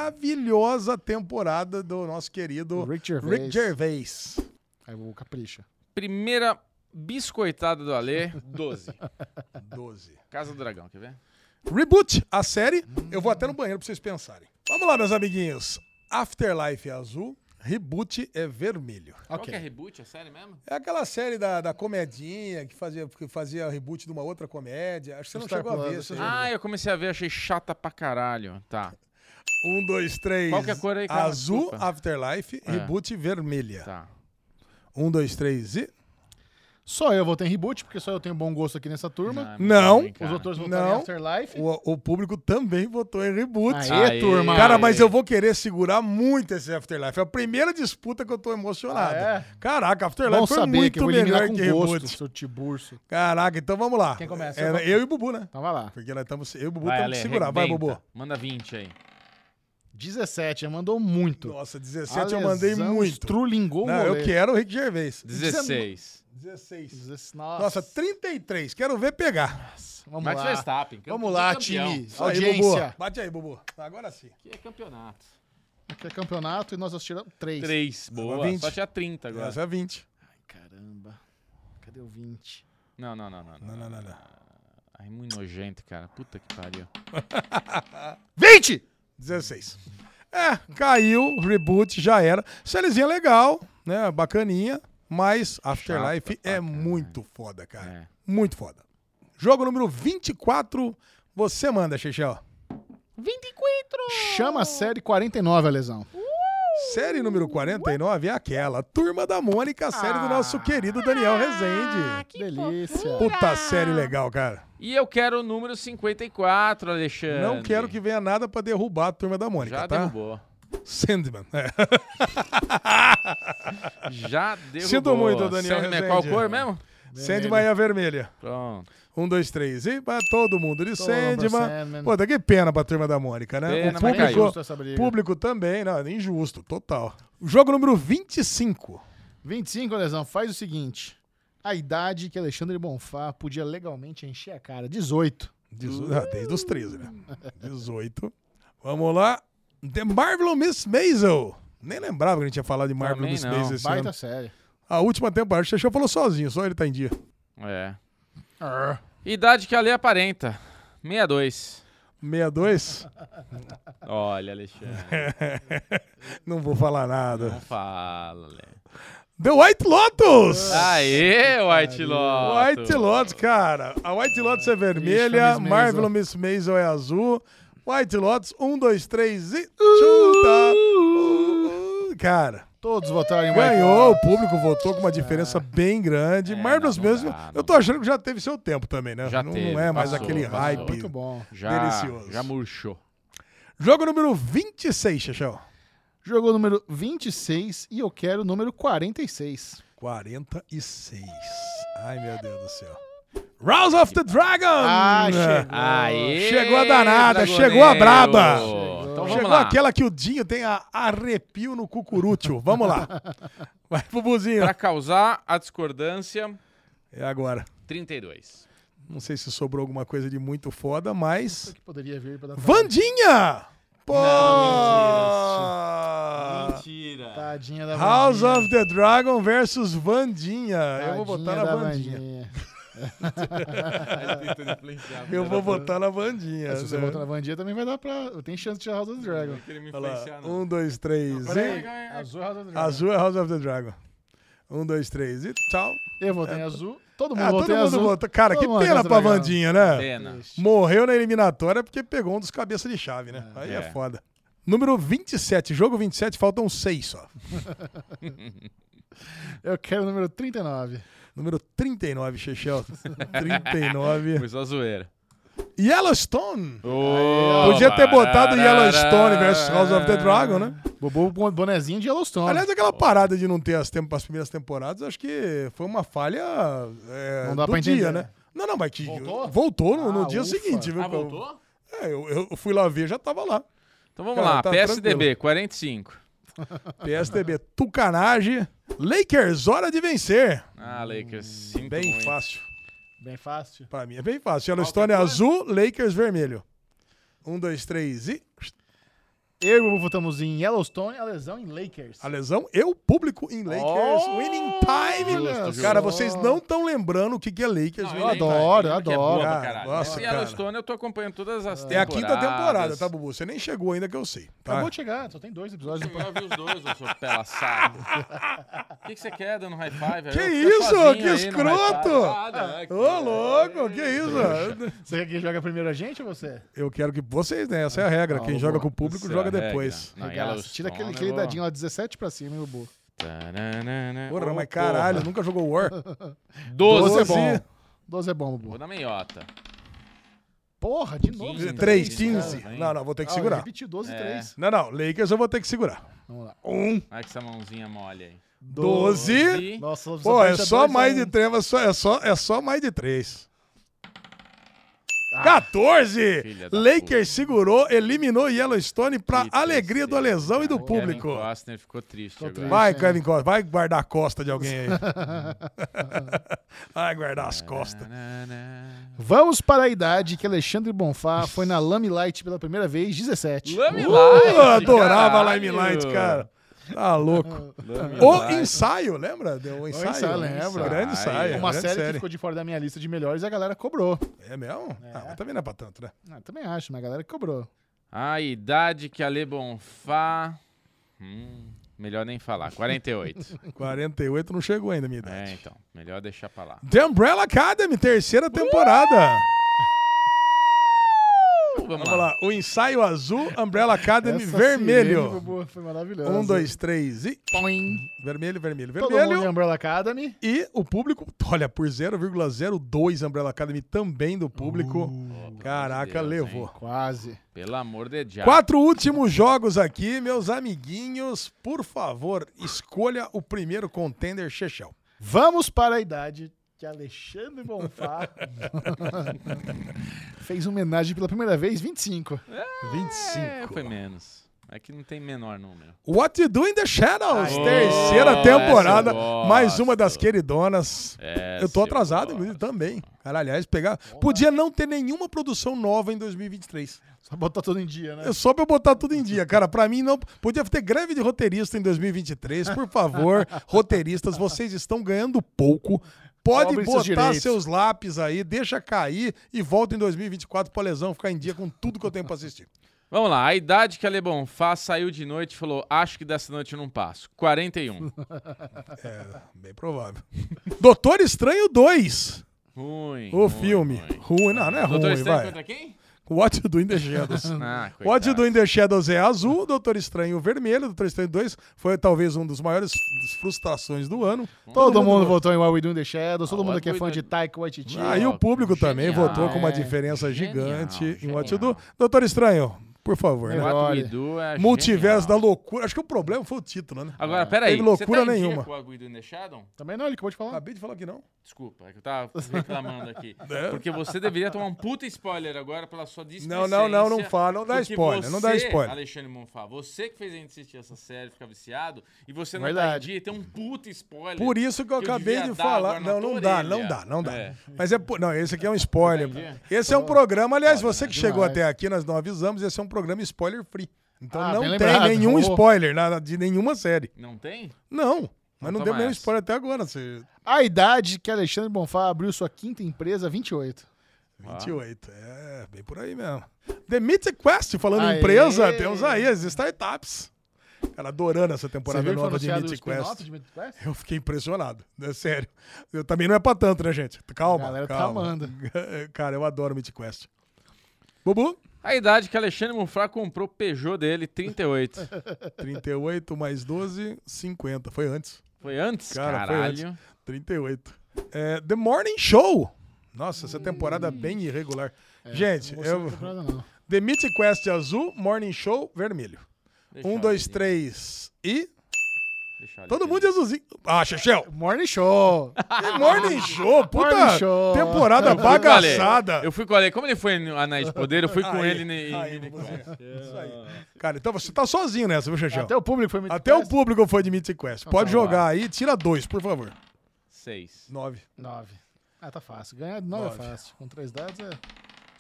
S2: maravilhosa temporada do nosso querido
S1: Rick Gervais.
S2: Rick Gervais.
S1: Aí eu vou É capricha.
S3: Primeira biscoitada do Alê, 12.
S2: 12.
S3: Casa do Dragão, quer ver?
S2: Reboot, a série. Eu vou até no banheiro pra vocês pensarem. Vamos lá, meus amiguinhos. Afterlife é azul, reboot é vermelho.
S3: Qual que é
S1: Ok.
S3: reboot? É série mesmo?
S2: É aquela série da, da comedinha que fazia, que fazia reboot de uma outra comédia. Acho que você não
S1: Star
S2: chegou
S1: Plus,
S2: a
S1: assim.
S2: ver.
S1: eu
S2: Você
S1: sei.
S2: já
S3: Ah, eu comecei a ver, achei chata pra caralho. Tá,
S2: viu. um, dois, três.
S3: Qual que é a cor aí, cara?
S2: Azul,
S3: Desculpa.
S2: Afterlife,
S3: É.
S2: reboot vermelha.
S3: tá.
S2: Um, dois, três e.
S1: Só eu votei em reboot, porque só eu tenho bom gosto aqui nessa turma.
S3: é
S2: Não,
S3: muito ruim,
S1: Os
S3: cara.
S1: outros votaram
S2: Não.
S1: em Afterlife.
S2: O, o público também votou em reboot.
S1: Aê,
S3: Aê.
S1: turma.
S2: Cara,
S3: Aê.
S2: mas eu vou querer segurar muito esse Afterlife. É a primeira disputa que eu tô emocionado.
S1: Ah,
S2: Caraca, Afterlife
S1: Bom
S2: foi
S1: saber
S2: muito
S1: que eu vou
S2: melhor
S1: eliminar
S2: que
S1: com
S2: Reboot.
S1: gosto, seu Tiburcio.
S2: Caraca, então vamos lá.
S1: Quem começa?
S2: Era eu, e o Bubu, né?
S1: Então vai lá.
S2: Porque nós estamos. Eu e o Bubu
S3: Vai,
S2: temos
S3: Ale,
S2: que segurar. Vai,
S3: arrebenta.
S2: Bubu.
S3: Manda 20 aí.
S1: 17, mandou muito.
S2: Nossa,
S1: A
S2: 17 eu
S1: lesão
S2: mandei muito.
S1: Estrulingou
S2: Não,
S1: o
S2: eu
S1: rolê.
S2: quero o Rick Gervais.
S3: 16.
S2: 16.
S1: Nossa,
S2: Nossa, 33. Quero ver pegar.
S1: vamos
S3: Max
S1: lá.
S3: Verstappen. campeão-
S1: Vamos lá,
S3: campeão.
S1: time.
S2: Aí,
S1: Audiência.
S2: Bubu. Bate aí, Bubu. Agora sim.
S3: Que é campeonato.
S1: Aqui é campeonato e nós tiramos 3.
S3: 3. Boa.
S2: 20.
S3: Só tinha 30 agora.
S2: Essa é 20.
S1: Ai, caramba. Cadê o 20?
S3: Não, não, não, não.
S2: Não,
S3: não.
S2: não, não, não.
S3: Ai, muito nojento, cara. Puta que pariu.
S1: 20!
S2: 16. É, caiu, reboot, já era. Sériezinha legal, né? Bacaninha. Mas Afterlife é muito foda, cara.
S3: É.
S2: Muito foda. Jogo número 24. Você manda, Xixel.
S1: Chama a série 49, a lesão.
S2: Série número 49 é aquela. Turma da Mônica, a série do nosso querido Daniel Rezende.
S1: Que delícia.
S2: Puta série legal, cara.
S3: E eu quero o número 54, Alexandre.
S2: Não quero que venha nada pra derrubar a Turma da Mônica,
S3: Já
S2: tá?
S3: derrubou.
S2: Sandman. É.
S3: Já derrubou.
S2: Sinto muito, então, Daniel
S3: Sandman, Qual
S2: Rezende.
S3: cor mesmo?
S2: Sandman é a vermelha.
S3: Pronto.
S2: Um, dois, três e pra todo mundo de
S1: pra
S2: Sandman.
S1: Sandman.
S2: Pô, tá que pena pra turma da Mônica, né?
S3: Pena,
S2: o
S3: mas
S1: É
S3: caiu.
S2: público,
S1: justo essa briga.
S2: público também, não, é injusto, total. Jogo número 25.
S1: 25, lesão. Faz o seguinte. A idade que Alexandre Bonfá podia legalmente encher a cara. 18.
S2: Dezo... Ah, desde os 13, né? 18. Vamos lá. The Marvel Miss Maisel. Nem lembrava que a gente ia falar de Marvel
S3: Também
S2: Miss
S3: não.
S2: Maisel esse ano.
S1: Baita série.
S2: A última temporada, o Xexão falou sozinho, só ele tá em dia.
S3: É. Idade que a lei aparenta. 62.
S2: 62?
S3: Olha, Alexandre.
S2: Não vou falar nada.
S3: Não fala, Alexandre.
S2: The White Lotus!
S3: Ah, Aê, White Lotus.
S2: White Lotus, cara. A White Lotus é vermelha,
S1: Miss Maisel.
S2: Marvel Miss Maisel é azul. White Lotus, um, dois, três e. Chuta! Uh, Cara,
S1: Todos votaram em
S2: ganhou, o público votou com uma diferença bem grande.
S3: É,
S2: Marvel's
S3: não, não
S2: Maisel,
S3: dá,
S2: eu
S3: não
S2: tô achando que já teve seu tempo também, né?
S3: Já
S2: não,
S3: teve,
S2: não é mais
S3: passou,
S2: aquele
S3: passou.
S1: Michael.
S2: hype.
S1: Muito bom.
S3: Já,
S2: Delicioso.
S3: já murchou.
S2: Jogo número 26, Xaxão.
S1: Jogou número 26 e eu quero o número 46.
S2: 46. Ai, meu Deus do céu. Rouse of the Dragon!
S1: Ah, chegou.
S3: Aê,
S2: Chegou a danada,
S3: Dragoneiro.
S2: chegou a braba.
S3: Então vamos
S2: Chegou
S3: lá.
S2: aquela que o Dinho tem a- arrepio no cucurútil. Vamos lá. Vai, Bubuzinho.
S3: Pra causar a discordância,
S2: É agora.
S3: 32.
S2: Não sei se sobrou alguma coisa de muito foda, mas...
S1: Que poderia vir pra dar
S2: Vandinha! Pô! Ah.
S3: Mentira.
S1: tadinha da
S2: House
S1: Vandinha.
S2: of the Dragon versus Vandinha. Eu vou
S1: Tadinha
S2: votar na
S1: da
S2: Vandinha. Tá. Eu vou votar na Vandinha.
S1: É, Se você
S2: né?
S1: votar na Vandinha, também vai dar pra... Tem chance de tirar House of the Dragon.
S2: Olha
S3: né?
S2: lá. Um, dois, três e...
S1: Azul é House of the Dragon.
S2: Azul é House of the Dragon. Um, dois, três e tchau.
S1: Eu votei em azul. Todo mundo
S2: Ah, todo
S1: votou em
S2: mundo
S1: azul.
S2: votou. Cara,
S1: Todo
S2: que
S1: mundo
S2: pena
S1: votou
S2: pra
S1: na Dragon.
S2: Vandinha, né?
S3: Pena.
S2: Morreu na eliminatória porque pegou um dos cabeça de chave, né? Aí é.
S3: É.
S2: foda. Número 27, jogo 27, faltam seis só.
S1: Eu quero o número 39.
S2: Número 39, Chechel. 39.
S3: Começou a zoeira.
S2: Yellowstone!
S3: Ô,
S2: Podia ter botado
S3: barará.
S2: Yellowstone versus House of the Dragon, né?
S1: Bobo com bonezinho de Yellowstone.
S2: Aliás, aquela parada de não ter as, temp as primeiras temporadas, acho que foi uma falha é,
S1: Não dá
S2: do
S1: pra
S2: dia,
S1: entender.
S2: né? Não, não, mas que voltou,
S1: Voltou?
S2: no, no
S1: Ah,
S2: dia
S1: ufa.
S2: seguinte, viu?
S3: Ah, voltou?
S2: É, eu, eu fui lá ver, já tava lá.
S3: Então vamos
S2: Cara,
S3: lá,
S2: tá
S3: PSDB, 45.
S2: PSDB, Tucanage, Lakers, hora de vencer.
S3: Ah, Lakers, sinto
S2: Hum, Bem
S3: muito.
S2: fácil.
S1: Bem fácil.
S2: Pra mim é bem fácil. Yellowstone é azul, Lakers vermelho. Um, dois, três e.
S1: Eu e o Bobo votamos em Yellowstone, a lesão em Lakers.
S2: A lesão, eu público em Lakers.
S3: Oh!
S2: winning time!
S3: Justo, justo.
S2: Cara, vocês não estão lembrando o que que é Lakers
S3: Não,
S2: winning
S1: eu
S2: time.
S1: adoro, eu
S3: lembro que é
S1: adoro.
S3: boa pra
S2: Ah,
S3: caralho.
S2: nossa,
S3: Esse
S2: cara.
S3: Yellowstone eu tô acompanhando todas as
S2: É a
S3: temporadas.
S2: quinta temporada, tá, Bubu? Você nem chegou ainda que eu sei. tá?
S1: Acabou de chegar, só tem dois episódios.
S3: Eu já vi os dois, eu sou pela saco. O que que você quer dando high five?
S2: Que
S3: Eu tô
S2: isso?
S3: sozinho
S2: Que
S3: aí no
S2: escroto!
S3: high five. Ah,
S2: Ô,
S3: não,
S2: louco, que isso?
S1: Você quer que joga primeiro a gente ou você?
S2: Eu quero que vocês, né? Essa é a regra. Quem
S1: Ah,
S2: joga
S1: boa.
S2: com o público,
S3: Essa
S2: joga
S3: é a
S2: depois.
S3: regra. Não,
S1: Regaça.
S3: Yellowstone,
S1: Tira aquele,
S3: né,
S1: aquele
S3: bom?
S1: dadinho lá, 17 pra cima, meu Bobo.
S3: Tananana.
S2: Porra,
S3: Ô,
S2: mas caralho, nunca jogou War.
S3: 12.
S1: é bom. 12 é bom,
S3: Vou
S1: Bobo.
S3: na meiota.
S1: Porra, de novo. tá- Ah,
S3: Quinze,
S2: 3,
S3: Cara,
S2: 15.
S3: hein?
S2: Não, não, vou ter
S1: Tem
S2: que segurar.
S1: Repetir 12 e
S3: É.
S1: 3.
S2: Não, não, Lakers eu vou ter que segurar.
S1: Vamos lá.
S2: Um,
S3: Olha que essa mãozinha mole aí.
S2: 12.
S3: Doze.
S1: Nossa, só
S2: Pô, é
S1: fecha
S2: só
S1: dois a
S2: mais
S1: um.
S2: de três, mas só- é só, é só mais de três. 14!
S3: Ah, filha da
S2: Lakers segurou, eliminou Yellowstone pra
S3: Que
S2: alegria do
S3: tristeza,
S2: lesão e do
S3: cara. O Kevin
S2: público.
S3: Costner ficou triste
S1: Ficou
S3: agora.
S1: triste.
S2: Vai,
S1: Isso,
S2: Kevin Costa, vai guardar a costa de alguém aí. vai guardar as costas.
S3: Tananana.
S1: Vamos para a idade que Alexandre Bonfá foi na Lame Light pela primeira vez, 17.
S3: Lamelight,
S2: Eu adorava
S3: caralho.
S2: Limelight, cara. Tá louco. O
S3: Lamelight.
S2: ensaio, lembra? O ensaio.
S1: ensaio, lembro.
S2: Grande ensaio.
S1: Uma
S2: grande
S1: série, que ficou de fora da minha lista de melhores e a galera cobrou.
S2: É mesmo? Ah, mas também não é pra tanto, né?
S1: Ah, também acho, mas a galera cobrou.
S3: A idade que a Le Bonfá. Hum, Melhor nem falar. 48.
S2: 48 não chegou ainda, minha idade.
S3: é, então. Melhor deixar pra
S1: É.
S3: lá.
S2: The Umbrella Academy, terceira temporada.
S1: Uh!
S3: Vamos
S2: Vamos
S3: lá.
S2: lá. O ensaio azul, Umbrella Academy
S1: Essa sirene foi
S2: vermelho.
S1: boa, Foi maravilhosa.
S2: Um, dois, três e.
S1: Poing.
S2: Vermelho, vermelho,
S1: Todo
S2: vermelho.
S1: mundo é um. em Umbrella Academy.
S2: E o público, olha, por 0,02 Umbrella Academy também do
S1: Uh,
S2: público. Caraca,
S3: Deus,
S2: levou.
S1: Quase.
S3: Pelo amor de Deus.
S2: Quatro últimos jogos aqui, meus amiguinhos. Por favor, escolha o primeiro contender, Chechel.
S1: Vamos para a idade que Alexandre Bonfá fez homenagem pela primeira vez, 25.
S3: É,
S2: 25.
S3: foi menos. É que não tem menor número.
S2: What You Do in the Shadows,
S3: Ai,
S2: terceira
S3: oh,
S2: temporada.
S3: essa eu gosto.
S2: Mais uma das queridonas.
S3: Essa
S2: eu tô atrasado,
S3: eu
S2: inclusive,
S3: gosto.
S2: também. Cara, aliás, pegar. Podia não ter nenhuma produção nova em 2023.
S1: Só botar tudo em dia, né?
S2: É só pra eu botar tudo em dia, cara. Pra mim, não. Podia ter greve de roteirista em 2023. Por favor, roteiristas, vocês estão ganhando pouco. Pode
S1: Cobrem seus
S2: botar
S1: direitos.
S2: seus, lápis aí, deixa cair e volta em 2024 pra lesão ficar em dia com tudo que eu tenho pra assistir.
S3: Vamos lá. A idade que a Lebonfá saiu de noite e falou: Acho que dessa noite eu não passo. 41.
S2: Ah, Bem provável. Doutor Estranho 2.
S3: ruim.
S2: O
S3: ruim,
S2: filme.
S3: ruim.
S2: Ruim, não, não é
S3: Doutor
S2: ruim,
S3: Estranho
S2: vai.
S3: contra quem?
S2: What You Do in the Shadows.
S3: Ah, coitado.
S2: What You Do in the Shadows é azul, Doutor Estranho vermelho, Doutor Estranho 2 foi talvez um dos maiores frustrações do ano.
S1: Todo mundo votou em What We Do in the Shadows, todo
S3: Ah,
S1: mundo
S3: What
S1: que é
S3: We
S1: fã
S3: Do-
S1: de Taika Waititi.
S2: Ah, e o público também
S3: Genial,
S2: votou com uma
S1: é.
S2: diferença
S3: Genial,
S2: gigante em What You
S3: genial.
S2: Do. Doutor Estranho, por favor, né?
S1: Melhor.
S3: What We
S1: Olha.
S3: Do é
S2: Multiverso da
S3: genial.
S2: loucura. Acho que o problema foi o título, né?
S3: Agora, peraí.
S2: Teve loucura
S3: você tá em dia
S2: nenhuma.
S3: com What We Do in the Shadow?
S1: Também não, ele acabou de falar.
S2: Acabei de falar que não.
S3: Desculpa, é que eu tava reclamando aqui.
S2: Né?
S3: Porque você deveria tomar um puta spoiler agora pela sua
S2: Não,
S3: displicência.
S2: não, não, não fala, não dá
S3: porque
S2: spoiler, não dá
S3: você,
S2: spoiler.
S3: Alexandre Monfá, você que fez a gente assistir essa série, ficar viciado, e você não tá em
S1: Verdade.
S3: dia, tem um puta spoiler.
S2: Por isso que eu
S3: Que
S2: acabei
S3: devia
S2: de
S3: dar
S2: falar.
S3: agora na
S2: Não, não
S3: tua
S2: dá,
S3: orelha.
S2: não dá, não dá.
S3: É.
S2: Mas é. por- Não, esse aqui é um spoiler. Esse é um programa, aliás,
S3: né?
S2: você que chegou
S1: demais.
S2: até aqui, nós não avisamos, esse é um programa spoiler free. Então
S1: Ah,
S2: não
S1: bem
S2: tem
S1: lembrado.
S2: nenhum
S1: Oh.
S2: spoiler nada de nenhuma série.
S3: Não tem?
S2: Não. Mas não
S3: toma
S2: deu nenhum
S3: Então essa.
S2: spoiler até agora. Você...
S1: A idade que Alexandre Bonfá abriu sua quinta empresa, 28.
S2: 28. É, bem por aí mesmo. The Mythic Quest, falando em
S1: Aê!
S2: empresa, temos aí as startups. Cara, adorando essa temporada
S1: viu que foi
S2: nova de
S1: anunciado o
S2: Mythic
S1: spin-off
S2: Quest.
S1: de Mythic Quest?
S2: Eu fiquei impressionado, né? sério. Eu também não é pra tanto, né, gente? Calma,
S1: A galera tá
S2: calma.
S1: amando.
S2: Cara, eu adoro Mythic Quest. Bubu,
S3: A idade que Alexandre Monfá comprou o Peugeot dele, 38.
S2: 38 mais 12, 50. Foi antes.
S3: Foi antes,
S2: Cara, foi
S3: caralho.
S2: antes. 38. É, The Morning Show. Nossa, essa temporada é bem irregular.
S1: É, tá
S2: gente,
S1: Não vou
S2: eu...
S1: ser comprado, não.
S2: The Mythic Quest azul, Morning Show vermelho.
S3: Deixa
S2: Um,
S3: eu
S2: dois,
S3: ali,
S2: três e.
S3: deixa eu ali.
S2: Todo mundo de azulzinho. Ah, Chechel!
S1: Morning Show.
S2: Que Morning Show! Puta
S1: Morning Show.
S2: temporada
S3: Eu fui com o Ale.
S2: bagaçada!
S3: Eu fui com o Ale. Como ele foi no Anéis de Poder, eu fui com
S2: Aí,
S3: ele Ah, em
S2: aí,
S3: Mini
S2: você-
S3: Quest.
S2: Isso aí. Cara, então você tá sozinho nessa, viu, Chechel?
S1: Até o público foi Mythic
S2: Até o
S1: Quest.
S2: público foi de Mythic Quest. Pode
S3: vamos
S2: jogar aí, tira dois, por favor.
S3: Seis.
S2: Nove.
S1: 9. Ah, tá fácil. Ganhar 9 é
S2: Nove.
S1: fácil. Com três dados é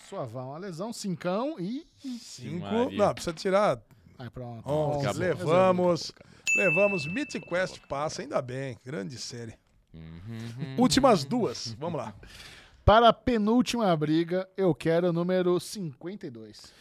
S1: suavão. Uma lesão, cincão e...
S2: Cinco.
S3: Maria.
S2: Não, precisa tirar
S1: Aí pronto.
S2: onze.
S3: Acabou.
S2: Levamos. Levamos. Mythic Quest passa, ainda bem. Grande série.
S3: Uhum.
S2: Últimas duas. Vamos lá.
S1: Para a penúltima briga, eu quero o número 52.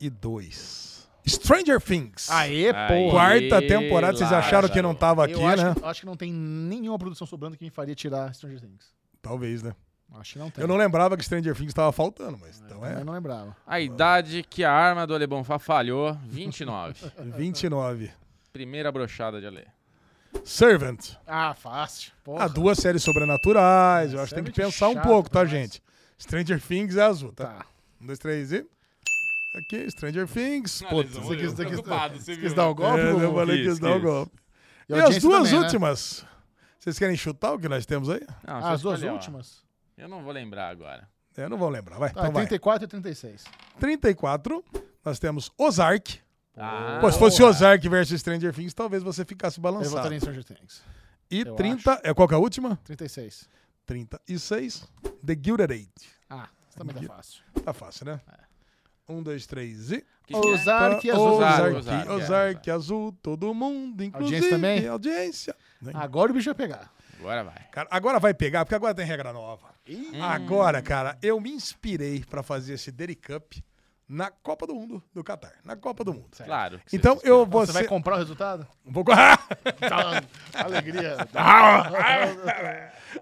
S2: 52. Stranger Things.
S1: Aê,
S3: Aí.
S1: porra!
S2: Quarta
S3: Aê,
S2: temporada, vocês acharam que não
S3: Lázaro.
S2: tava aqui,
S1: Eu acho,
S2: né?
S1: que, eu acho que não tem nenhuma produção sobrando que me faria tirar Stranger Things.
S2: Talvez, né?
S1: Acho que não tem.
S2: Eu não lembrava que Stranger Things tava faltando, mas então
S1: Eu
S2: é.
S1: não lembrava.
S3: A idade que a arma do Alebonfá falhou, 29.
S1: é,
S2: 29.
S3: Primeira brochada de Ale.
S2: Servant.
S1: Ah, fácil. Porra.
S2: Ah, duas séries sobrenaturais. Eu
S1: Essa
S2: acho que
S1: é
S2: tem que
S1: muito
S2: pensar um
S1: chata
S2: pouco, tá,
S1: demais.
S2: gente? Stranger Things é azul, tá?
S1: Tá.
S2: Um, dois, três e. Aqui, Stranger Things.
S3: Ah,
S2: Putz.
S3: lesão,
S1: você quis-
S3: eu
S1: você quis-
S3: preocupado, você
S1: Quis
S3: viu,
S1: dar
S3: né?
S1: o um golpe?
S2: É, eu
S1: Gugu?
S2: falei que
S3: Quis,
S2: isso dá o
S3: quis.
S2: golpe. E,
S1: E
S2: as
S1: audiência
S2: duas
S1: também, né?
S2: últimas. Vocês querem chutar o que nós temos aí?
S3: Não,
S1: Ah,
S3: você
S1: as duas
S3: escolheu, ó.
S1: últimas?
S3: Eu não vou lembrar agora.
S2: É, não vão lembrar, vai.
S1: Tá,
S2: então vai. Então
S1: 34 Então e 36.
S2: 34, nós temos Ozark.
S3: Ah,
S2: Pô, se fosse Ozark versus Stranger Things, talvez você ficasse
S1: Eu
S2: balançado.
S1: votaria em Stranger Things.
S2: E
S1: eu
S2: 30, é qual que é a última?
S1: 36.
S2: 36, The Gilded Age.
S1: Ah, isso também tá fácil.
S2: Tá fácil, né? Um, dois, três e... tá.
S3: que
S1: Ozark
S3: que é?
S1: e
S2: Ozark,
S1: Azul.
S2: Ozark,
S3: Ozark, Ozark, é, Ozark.
S2: azul, todo mundo, inclusive.
S1: também?
S2: Audiência.
S1: Agora o bicho vai pegar.
S3: Agora vai.
S2: Cara, agora vai pegar, porque agora tem regra nova. Agora, cara, eu me inspirei pra fazer esse Dairy Cup na Copa do Mundo do Catar. Na Copa do Mundo.
S3: Claro. que você-
S2: Então eu vou
S1: Você vai
S2: ser-
S1: comprar o resultado?
S2: Vou co- Ah!
S1: Tá, Alegria.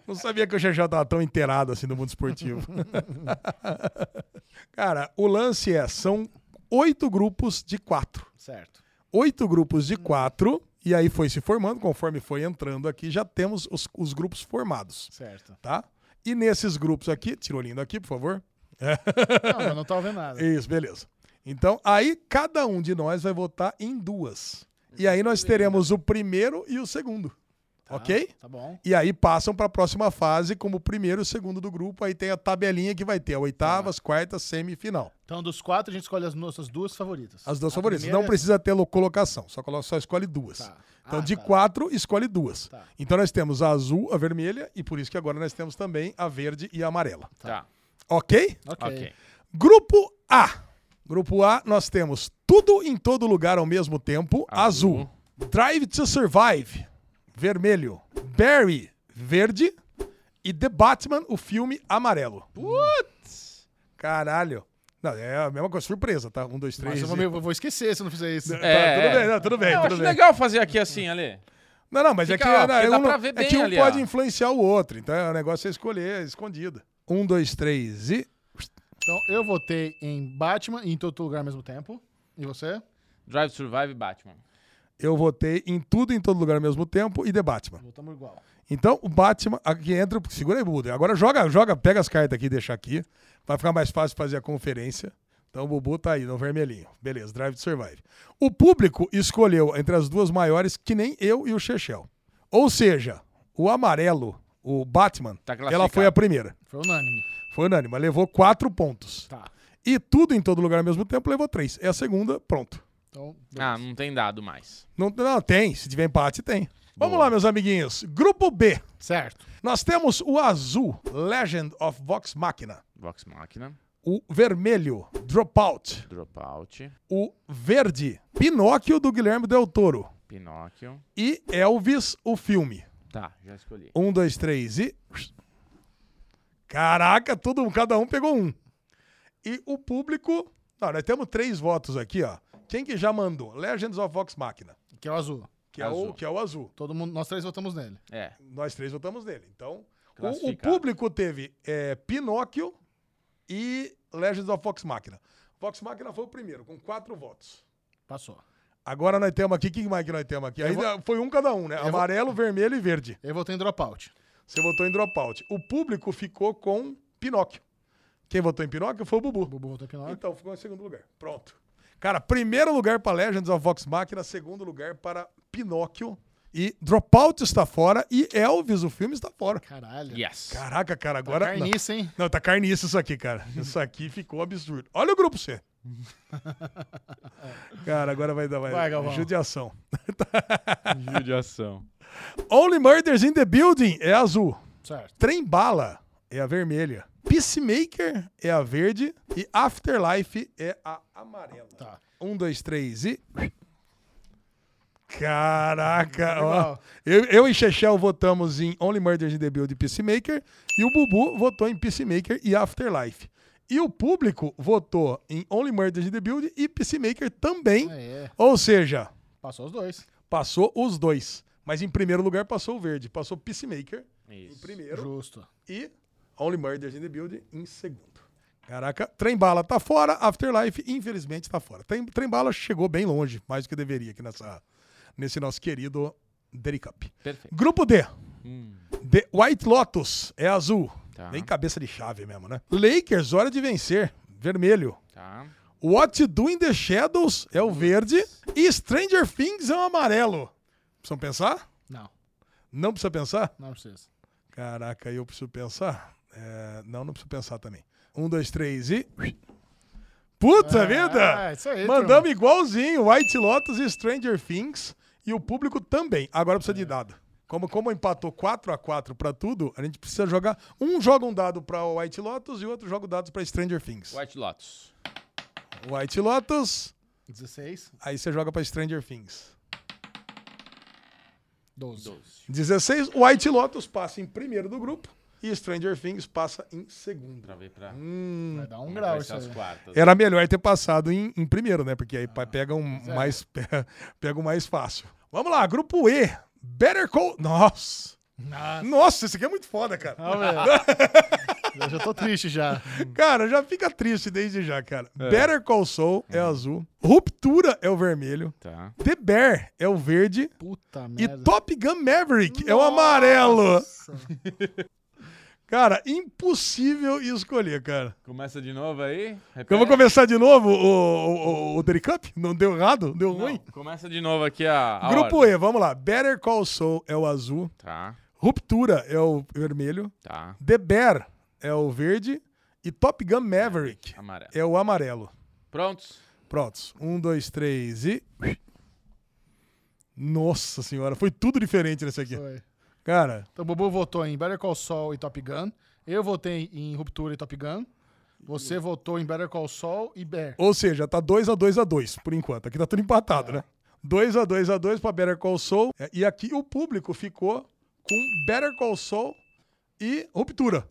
S2: Não sabia que o Xaxá tava tão inteirado assim do mundo esportivo. Cara, o lance é: são oito grupos de quatro.
S1: Certo.
S2: Oito grupos de quatro. E aí foi se formando, conforme foi entrando aqui, já temos os, os grupos formados,
S1: Certo.
S2: tá? E nesses grupos aqui, tira o lindo aqui, por favor.
S1: Não, mas não tava vendo nada.
S2: Isso, beleza. Então, aí cada um de nós vai votar em duas. E aí nós teremos o primeiro e o segundo. Ok?
S1: Tá bom.
S2: E aí passam para a próxima fase como primeiro e segundo do grupo. Aí tem a tabelinha que vai ter a
S1: Tá.
S2: oitavas, quartas, semifinal.
S1: Então, dos quatro, a gente escolhe as nossas duas favoritas.
S2: As duas
S1: A
S2: favoritas. Não
S1: primeira-
S2: precisa ter lo- colocação, só, colo- só escolhe duas.
S1: Tá.
S2: Então,
S1: Ah,
S2: de
S1: tá.
S2: quatro, escolhe duas.
S1: Tá.
S2: Então, nós temos a azul, a vermelha, e por isso que agora nós temos também a verde e a amarela.
S3: Tá.
S2: Ok?
S1: Ok.
S3: Ok.
S2: Grupo A. Grupo A, nós temos tudo em todo lugar ao mesmo tempo. Azul.
S3: Azul.
S2: Drive to Survive. Vermelho. Barry. Verde. E The Batman, o filme amarelo.
S3: Putz!
S2: Caralho. Não, é a mesma coisa, surpresa, tá? Um, dois, três.
S1: Mas eu vou,
S2: e-
S1: me- eu vou esquecer se eu não fizer isso.
S2: Tá, tudo bem, não, tudo bem,
S3: É. Eu
S2: tudo
S3: acho
S2: bem.
S3: legal fazer aqui assim, Ale.
S2: Não, não, mas
S3: Fica,
S2: é que,
S3: ó,
S2: não,
S3: porque
S2: é
S3: dá
S2: um,
S3: pra
S2: não-
S3: ver
S2: é
S3: bem
S2: que um
S3: ali,
S2: pode
S3: ó.
S2: influenciar o outro. Então é, o negócio é escolher escondida. Um, dois, três e.
S1: Então, eu votei em Batman e em todo lugar ao mesmo tempo. E você?
S3: Drive, Survive, Batman.
S2: Eu votei em tudo em todo lugar ao mesmo tempo e The Batman.
S1: Votamos igual.
S2: Então, o Batman, aqui entra, segura aí, Bubu. Agora joga, joga, pega as cartas aqui e deixa aqui. Vai ficar mais fácil fazer a conferência. Então, o Bubu tá aí, no vermelhinho. Beleza, Drive to Survive. O público escolheu entre as duas maiores, que nem eu e o Chechel. Ou seja, o amarelo, o Batman,
S3: Tá
S2: ela foi a
S3: classificado.
S2: primeira.
S1: Foi unânime.
S2: Foi unânima, levou quatro pontos.
S1: Tá.
S2: E tudo em todo lugar ao mesmo tempo levou três. É a segunda, pronto.
S1: Então,
S3: Ah, não tem dado mais.
S2: Não, não tem, se tiver empate, tem. Vamos lá, meus amiguinhos. Grupo B.
S3: Ah.
S1: certo.
S2: Nós temos o azul, Legend of Vox Machina.
S3: Vox Machina,
S2: O vermelho, Dropout.
S3: Dropout,
S2: O verde, Pinóquio do Guilherme Del Toro.
S3: Pinóquio.
S2: E Elvis, o filme.
S3: Tá, já escolhi.
S2: Um, dois, três e. Caraca, todo, cada um pegou um. E o público. Não, nós temos três votos aqui, ó. Quem que já mandou? Legends of Vox Machina,
S1: Que é o azul.
S2: que, é o,
S3: Azul.
S2: que é o azul.
S1: Todo mundo, nós três votamos nele.
S3: É.
S2: Nós três votamos nele. Então, o, o
S3: Classificado.
S2: público teve é, Pinóquio e Legends of Vox Machina. Vox Machina foi o primeiro, com quatro votos.
S1: Passou.
S2: Agora nós temos aqui, o que mais que nós temos aqui? Ainda foi um cada um, né?
S1: vou-
S2: Amarelo, vermelho e verde.
S1: Eu votei em dropout.
S2: Você votou em Dropout. O público ficou com Pinóquio. Quem votou em Pinóquio foi o
S1: O
S2: Bubu.
S1: Bubu votou em Pinóquio.
S2: Então ficou em segundo lugar. Pronto. Cara, primeiro lugar para Legends of Vox Machina, segundo lugar para Pinóquio. E Dropout está fora e Elvis, o filme, está fora.
S1: Caralho.
S3: Yes.
S2: Caraca, cara,
S1: Tá
S2: agora. não.
S1: Carniça, hein?
S2: Não, tá carniça isso aqui, cara. Isso aqui ficou absurdo. Olha o grupo C. cara, agora vai dar vai,
S1: Vai, Galvão.
S2: judiação.
S3: Judiação.
S2: Only Murders in the Building é azul.
S1: Certo.
S2: Trem Bala é a vermelha. Peacemaker é a verde. E Afterlife é a amarela.
S1: Tá.
S2: Um, dois, três e. Caraca, ó.
S1: Legal.
S2: Eu, eu e Chechel votamos em Only Murders in the Build e Peacemaker. E o Bubu votou em Peacemaker e Afterlife. E o público votou em Only Murders in the Build e Peacemaker também.
S1: É, é.
S2: Ou seja,
S1: Passou os dois.
S2: passou os dois. Mas em primeiro lugar passou o verde. Passou Peacemaker em
S3: Isso.
S2: primeiro
S1: Justo.
S2: e Only Murders in the Build em segundo. Caraca, Trembala tá fora, Afterlife infelizmente tá fora. Trem- Trembala chegou bem longe, mais do que deveria aqui nessa, nesse nosso querido Dairy Cup.
S3: Perfeito.
S2: Grupo D,
S3: Hum,
S2: The White Lotus é azul,
S3: Tá.
S2: nem cabeça de chave mesmo, né? Lakers, Hora de Vencer, vermelho.
S3: tá.
S2: What to Do in the Shadows é o verde e Stranger Things é o amarelo. Precisam pensar?
S1: Não,
S2: Não precisa pensar?
S1: não precisa.
S2: Caraca, eu preciso pensar? É, não, não preciso pensar também. Um, dois, três e. Puta vida!
S1: Ah, isso aí,
S2: Tá Mandamos igualzinho White Lotus e Stranger Things e o público também. Agora precisa de dado. Como, como empatou 4 a 4 pra tudo, a gente precisa jogar. Um joga um dado pra White Lotus e o outro joga o dado pra Stranger Things.
S3: White Lotus.
S2: White Lotus,
S1: 16,
S2: aí você joga pra Stranger Things.
S1: 12.
S3: 12.
S2: 16, o White Lotus passa em primeiro do grupo. E Stranger Things passa em segundo.
S3: Pra ver pra.
S2: Hum,
S1: Vai dar um
S3: como é que
S1: grau
S3: vai ser
S1: isso aí.
S3: as quartas.
S2: era melhor ter passado em, em primeiro, né? Porque aí pa- pega um mais pe- pega um mais fácil. Vamos lá, grupo E. Better Call. Nossa.
S1: Nossa,
S2: Nossa, esse aqui é muito foda, cara. Ah,
S1: ó, velho. Eu já tô triste já.
S2: Cara, já fica triste desde já, cara. Better Call Saul é azul. Ruptura é o vermelho.
S3: Tá.
S2: The Bear é o verde.
S1: Puta
S2: E
S1: merda.
S2: Top Gun Maverick é o amarelo. Cara, impossível escolher, cara.
S3: Começa de novo aí. Repete.
S2: Eu vou começar de novo o, o, o, o Daily Cup? Não deu errado? Deu
S3: Não,
S2: ruim?
S3: Começa de novo aqui a. a
S2: Grupo
S3: ordem.
S2: E, vamos lá. Better Call Saul é o azul.
S3: Tá,
S2: Ruptura é o vermelho.
S3: tá.
S2: The Bear é o verde. E Top Gun Maverick
S3: Amarelo.
S2: é o amarelo.
S3: Prontos?
S2: Prontos. Um, dois, três e. Nossa senhora, foi tudo diferente nesse aqui.
S1: Foi.
S2: Cara,
S1: Então o Bubu votou em Better Call Saul e Top Gun. Eu votei em Ruptura e Top Gun. Você votou em Better Call Saul e Bear.
S2: ou seja, tá 2 a 2 a 2 por enquanto. Aqui tá tudo empatado, né? 2 a 2 a 2 para Better Call Saul. É, E aqui o público ficou com Better Call Saul e Ruptura.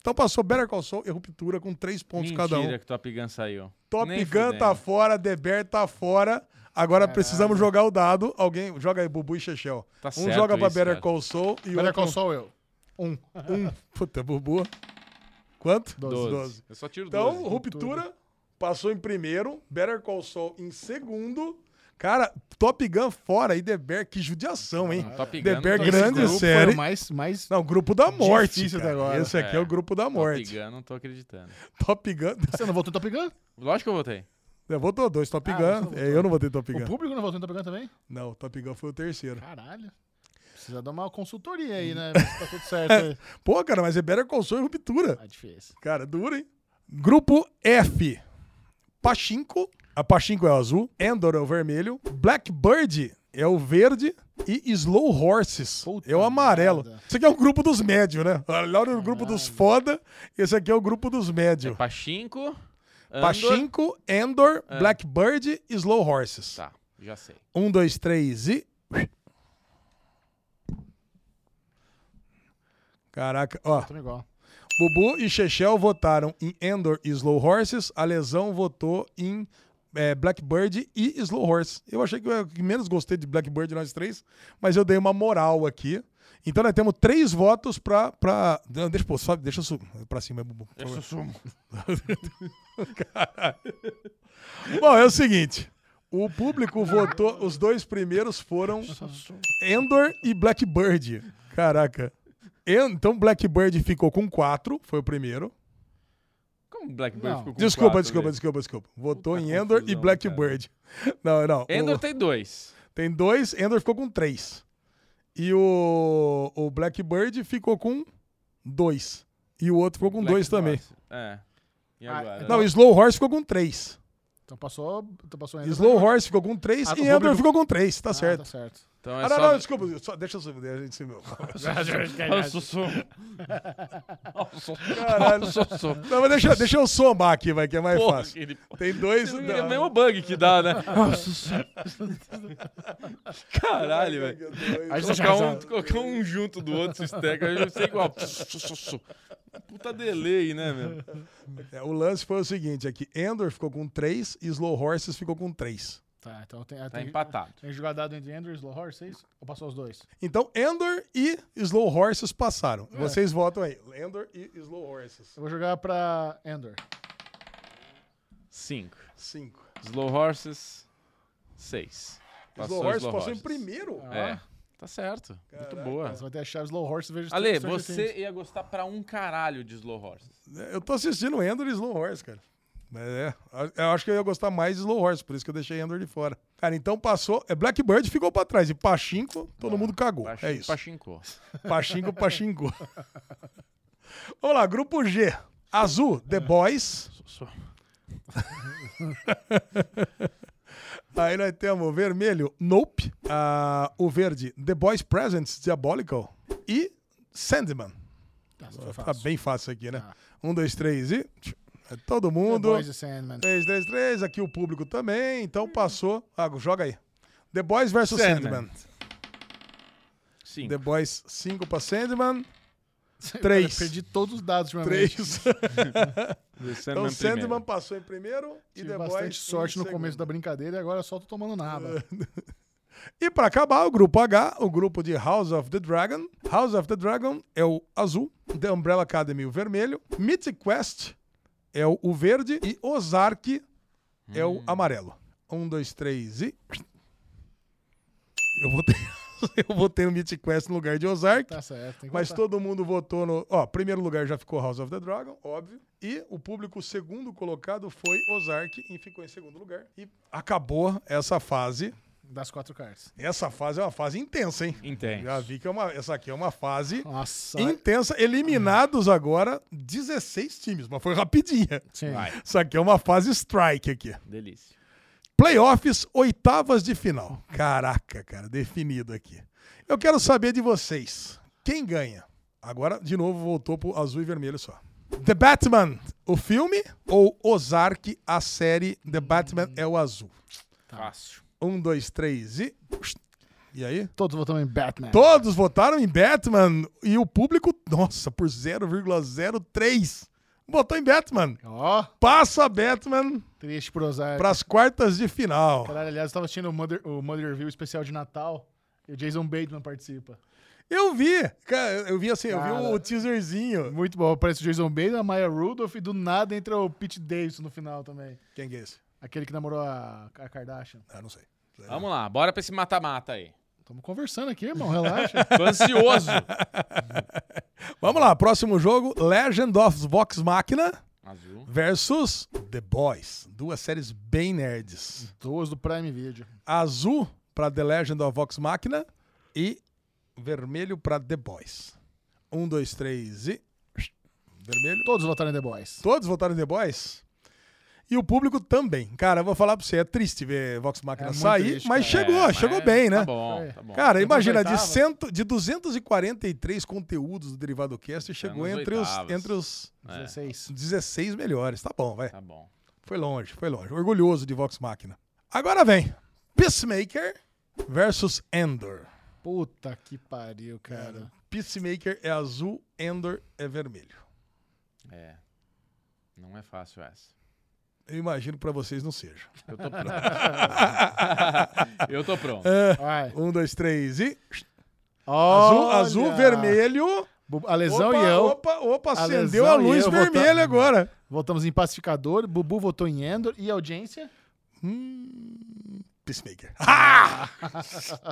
S2: Então passou Better Call Saul e Ruptura com três pontos
S3: Mentira
S2: cada um.
S3: que Top Gun saiu.
S2: Top
S3: Nem
S2: Gun tá
S3: fudendo.
S2: fora, The Bear tá fora. Agora precisamos jogar o dado. Alguém joga aí, Bubu e Chechel.
S3: Tá
S2: um
S3: certo
S2: joga pra
S3: isso,
S2: Better
S3: cara.
S2: Call Saul e o
S1: Better
S2: outro
S1: Call Saul eu. Um.
S2: Um. Puta, Bubu. Quanto?
S1: Doze.
S2: Doze.
S3: Eu só tiro
S2: Então,
S3: 12.
S2: Ruptura passou em primeiro, Better Call Saul em segundo. Cara, Top Gun fora e The Bear, que judiação, hein?
S1: Ah.
S3: Não, Top Gun.
S2: The
S3: não
S2: Bear
S3: tô
S2: grande
S1: Esse
S3: acreditando.
S1: grupo
S2: série.
S1: foi o mais, mais...
S2: Não, grupo da morte.
S1: Difícil
S2: cara.
S1: até agora.
S2: Esse aqui é.
S3: É.
S2: o grupo da
S3: Top
S2: morte.
S3: Gun, não tô acreditando.
S2: Top Gun.
S1: Você não votou em Top Gun?
S3: Lógico que eu votei.
S2: Eu votou dois Top
S1: Ah, você não
S2: Gun.
S1: votou.
S2: É, Eu não votei Top
S1: O
S2: Gun.
S1: público não votou em Top Gun também?
S2: Não, Top Gun foi o terceiro.
S1: Caralho. Precisa dar uma consultoria aí, né? Ver se Tá tudo certo aí.
S2: Pô, cara, mas é Better Call Saul e Ruptura.
S1: Ah, difícil.
S2: Cara, duro, hein? Grupo F. Pachinko. A Pachinko é o azul. Endor é o vermelho. Blackbird é o verde. E Slow Horses
S1: Puta
S2: é o amarelo.
S1: merda.
S2: Esse aqui é o grupo dos médios, né? Lá era o grupo dos foda. Esse aqui é o grupo dos médios.
S3: Pachinko. Andor-
S2: Pachinko, Endor, Blackbird e Slow Horses.
S3: Tá, já sei.
S2: Um, dois, três e. Caraca, ó.
S1: Tamo igual.
S2: Bubu e Chechel votaram em Endor e Slow Horses. A Lesão votou em eh, Blackbird e Slow Horse. Eu achei que eu que menos gostei de Blackbird nós três, mas eu dei uma moral aqui. Então nós temos três votos pra. pra... Não, deixa, eu pôr, sobe, deixa eu subir pra cima, é, Bubu. por favor.
S3: sumo.
S2: Bom, é o seguinte. O público votou, os dois primeiros foram
S1: Então,
S2: Endor e Blackbird. Caraca. En- Então Blackbird ficou com quatro, foi o primeiro.
S3: Como o Blackbird
S1: Não.
S3: ficou com
S2: Desculpa,
S3: quatro
S2: desculpa,
S3: ali?
S2: desculpa, desculpa. Votou
S3: Puta
S2: em Endor e
S3: confusão,
S2: Blackbird. Não, não. o-
S3: Endor tá- tem dois.
S2: tem dois, Endor ficou com três. E o, o Blackbird ficou com dois. E o outro ficou com
S3: Black
S2: dois também.
S3: Horse. É. E
S1: Ah,
S3: agora?
S2: Não, Slow Horse ficou com três.
S1: Então passou... Então passou ainda.
S2: Slow Horse ficou com três
S1: Ah,
S2: e
S1: o
S2: Endor
S1: público-
S2: ficou com três, tá
S1: Ah,
S2: certo.
S1: Tá certo.
S3: Então é
S2: Ah, não,
S3: só...
S2: não, desculpa, só- deixa eu subir, a gente se viu.
S3: Ah, eu sou sumo. Ah, eu sou sumo.
S2: Caralho.
S3: Eu sou sumo.
S2: Não, é mas deixa, deixa eu somar aqui, vai, que é mais
S3: Porra,
S2: fácil.
S3: aquele-
S2: Tem dois.
S3: É o
S2: não.
S3: mesmo bug que dá, né? Ah, eu sou sumo. Caralho, velho.
S1: Aí
S2: tá
S1: você
S3: Colocar um,
S1: já-
S3: colocar um junto do outro, se esteca, eu não sei igual. Puta delay, né, meu?
S2: É, O lance foi o seguinte: é que Endor ficou com três e Slow Horses ficou com três.
S1: Tá, então tem...
S3: Tá
S1: tem-
S3: empatado.
S1: Tem que jogar dado entre Andrew e Slow Horse, é isso? Ou passou os dois?
S2: Então, Endor e Slow Horses passaram. Vocês votam aí. Endor e Slow Horses.
S1: Eu vou jogar pra Endor.
S3: 5.
S2: Cinco.
S3: Slow Horses, 6.
S2: Slow Horses Ah. passou em primeiro.
S3: É, tá certo. Muito boa.
S1: Você vai ter a chave Slow Horse e veja se
S3: Ale,
S1: tem- se tem-
S3: você ia gostar pra um caralho de Slow Horses.
S2: É, Eu tô assistindo Endor e Slow Horse, cara. Mas é, eu acho que eu ia gostar mais de Slow Horse, por isso que eu deixei Endor de fora. Cara, então passou. É Blackbird ficou pra trás. E Pachinko, todo mundo cagou.
S3: Pachi-
S2: é isso.
S3: Pachinko.
S2: Pachinko, Pachinko. Vamos lá, grupo G. Azul, The Boys. Aí nós temos o vermelho, Nope. Ah, o verde, The Boys Presents, Diabolical. E Sandman.
S1: Tá, isso foi
S2: Tá
S1: fácil. Ah.
S2: bem fácil aqui, né? Um, dois, três e. É todo
S1: The
S2: mundo.
S1: Boys Hum. e Sandman.
S2: Três, três, três. Aqui o público também. Então passou. Ah, joga aí. The Boys versus
S3: Sandman.
S2: Sandman.
S3: 5.
S2: The Boys 5 pra Sandman. Três.
S1: Perdi todos os dados de uma vez.
S2: Três.
S3: The Sandman
S2: Então, Sandman
S3: primeiro.
S2: passou em primeiro e
S1: Tive
S2: The Boys
S1: bastante sorte
S2: em
S1: no começo da
S2: segundo.
S1: brincadeira e agora só tô tomando naba.
S2: E pra acabar, o grupo H, o grupo de House of the Dragon. House of the Dragon é o azul, The Umbrella Academy o vermelho, Mythic Quest é o o verde e Ozark é o amarelo. Um, dois, três e... Eu votei, eu votei no Mythic Quest no lugar de Ozark.
S1: Tá certo, tem que
S2: Mas
S1: contar.
S2: todo mundo votou no. Ó, primeiro lugar já ficou House of the Dragon, óbvio. E o público segundo colocado foi Ozark e ficou em segundo lugar. E acabou essa fase.
S1: Das quatro cartas.
S2: Essa fase é uma fase intensa, hein?
S3: Intenso.
S2: Já vi que é uma, essa aqui é uma fase
S1: Nossa.
S2: intensa. Eliminados agora 16 times, mas foi rapidinha.
S1: Sim.
S3: Vai.
S2: Isso aqui é uma fase strike aqui.
S3: Delícia.
S2: Playoffs, oitavas de final. Caraca, cara, definido aqui. Eu quero saber de vocês. Quem ganha? Agora, de novo, voltou pro azul e vermelho só. The Batman, o filme, ou Ozark, a série The Batman é o azul?
S3: Fácil.
S2: Um, dois, três e. E aí?
S1: Todos votam em Batman.
S2: Todos votaram em Batman e o público, nossa, por 0,03 votou em Batman.
S1: Ó,
S2: Passa Batman
S1: triste pro Ozark.
S2: pras quartas de final.
S1: Caralho, aliás, eu tava assistindo o Mother, o Mother Review especial de Natal e o Jason Bateman participa.
S2: Eu vi! Cara, eu vi assim, eu vi
S1: Cara.
S2: o teaserzinho.
S1: Muito bom, aparece o Jason Bateman, a Maya Rudolph e do nada entra o Pete Davidson no final também.
S2: Quem que é esse?
S1: Aquele que namorou a, a Kardashian.
S2: Ah, não sei.
S3: Vamos lá, bora pra esse mata-mata aí.
S1: Tamo conversando aqui, irmão, relaxa.
S3: Tô ansioso.
S2: Vamos lá, próximo jogo: Legend of Vox Machina
S3: Azul.
S2: versus The Boys. Duas séries bem nerds.
S1: Duas do Prime Video.
S2: Azul pra The Legend of Vox Machina e vermelho pra The Boys. Um, dois, três e. Vermelho.
S1: Todos votaram em The Boys.
S2: Todos votaram em The Boys. E o público também. Cara, eu vou falar pra você, é triste ver Vox Machina
S1: É muito
S2: sair,
S1: triste,
S2: mas
S1: cara. É,
S2: chegou,
S3: mas
S2: chegou bem, né?
S3: Tá bom,
S1: Foi.
S3: tá bom.
S2: Cara,
S1: Chegou
S2: imagina,
S1: nas
S2: de,
S1: oitavas.
S2: cento, de 243 conteúdos do Derivado Cast, chegou
S3: nas
S2: entre os,
S3: oitavas.
S2: entre os
S1: Né?
S3: É,
S1: 16.
S2: 16 melhores. Tá bom, vai.
S3: tá bom.
S2: Foi longe, foi longe. Orgulhoso de Vox Machina. Agora vem Peacemaker versus Endor.
S1: Puta que pariu, cara.
S2: Peacemaker é azul, Endor é vermelho.
S3: É. Não é fácil essa.
S2: Eu imagino que pra vocês não seja.
S3: Eu tô pronto. Eu tô pronto.
S1: Vai.
S2: Um, dois, três e. Azul,
S1: Olha!
S2: azul vermelho.
S1: Bu- A lesão
S2: opa,
S1: e eu.
S2: Opa, opa,
S1: A
S2: acendeu
S1: Lesão
S2: a
S1: e
S2: luz
S1: eu
S2: vermelha
S1: votando.
S2: agora.
S1: Votamos em Pacificador. Bubu votou em Endor. E audiência?
S2: Hum, Peacemaker.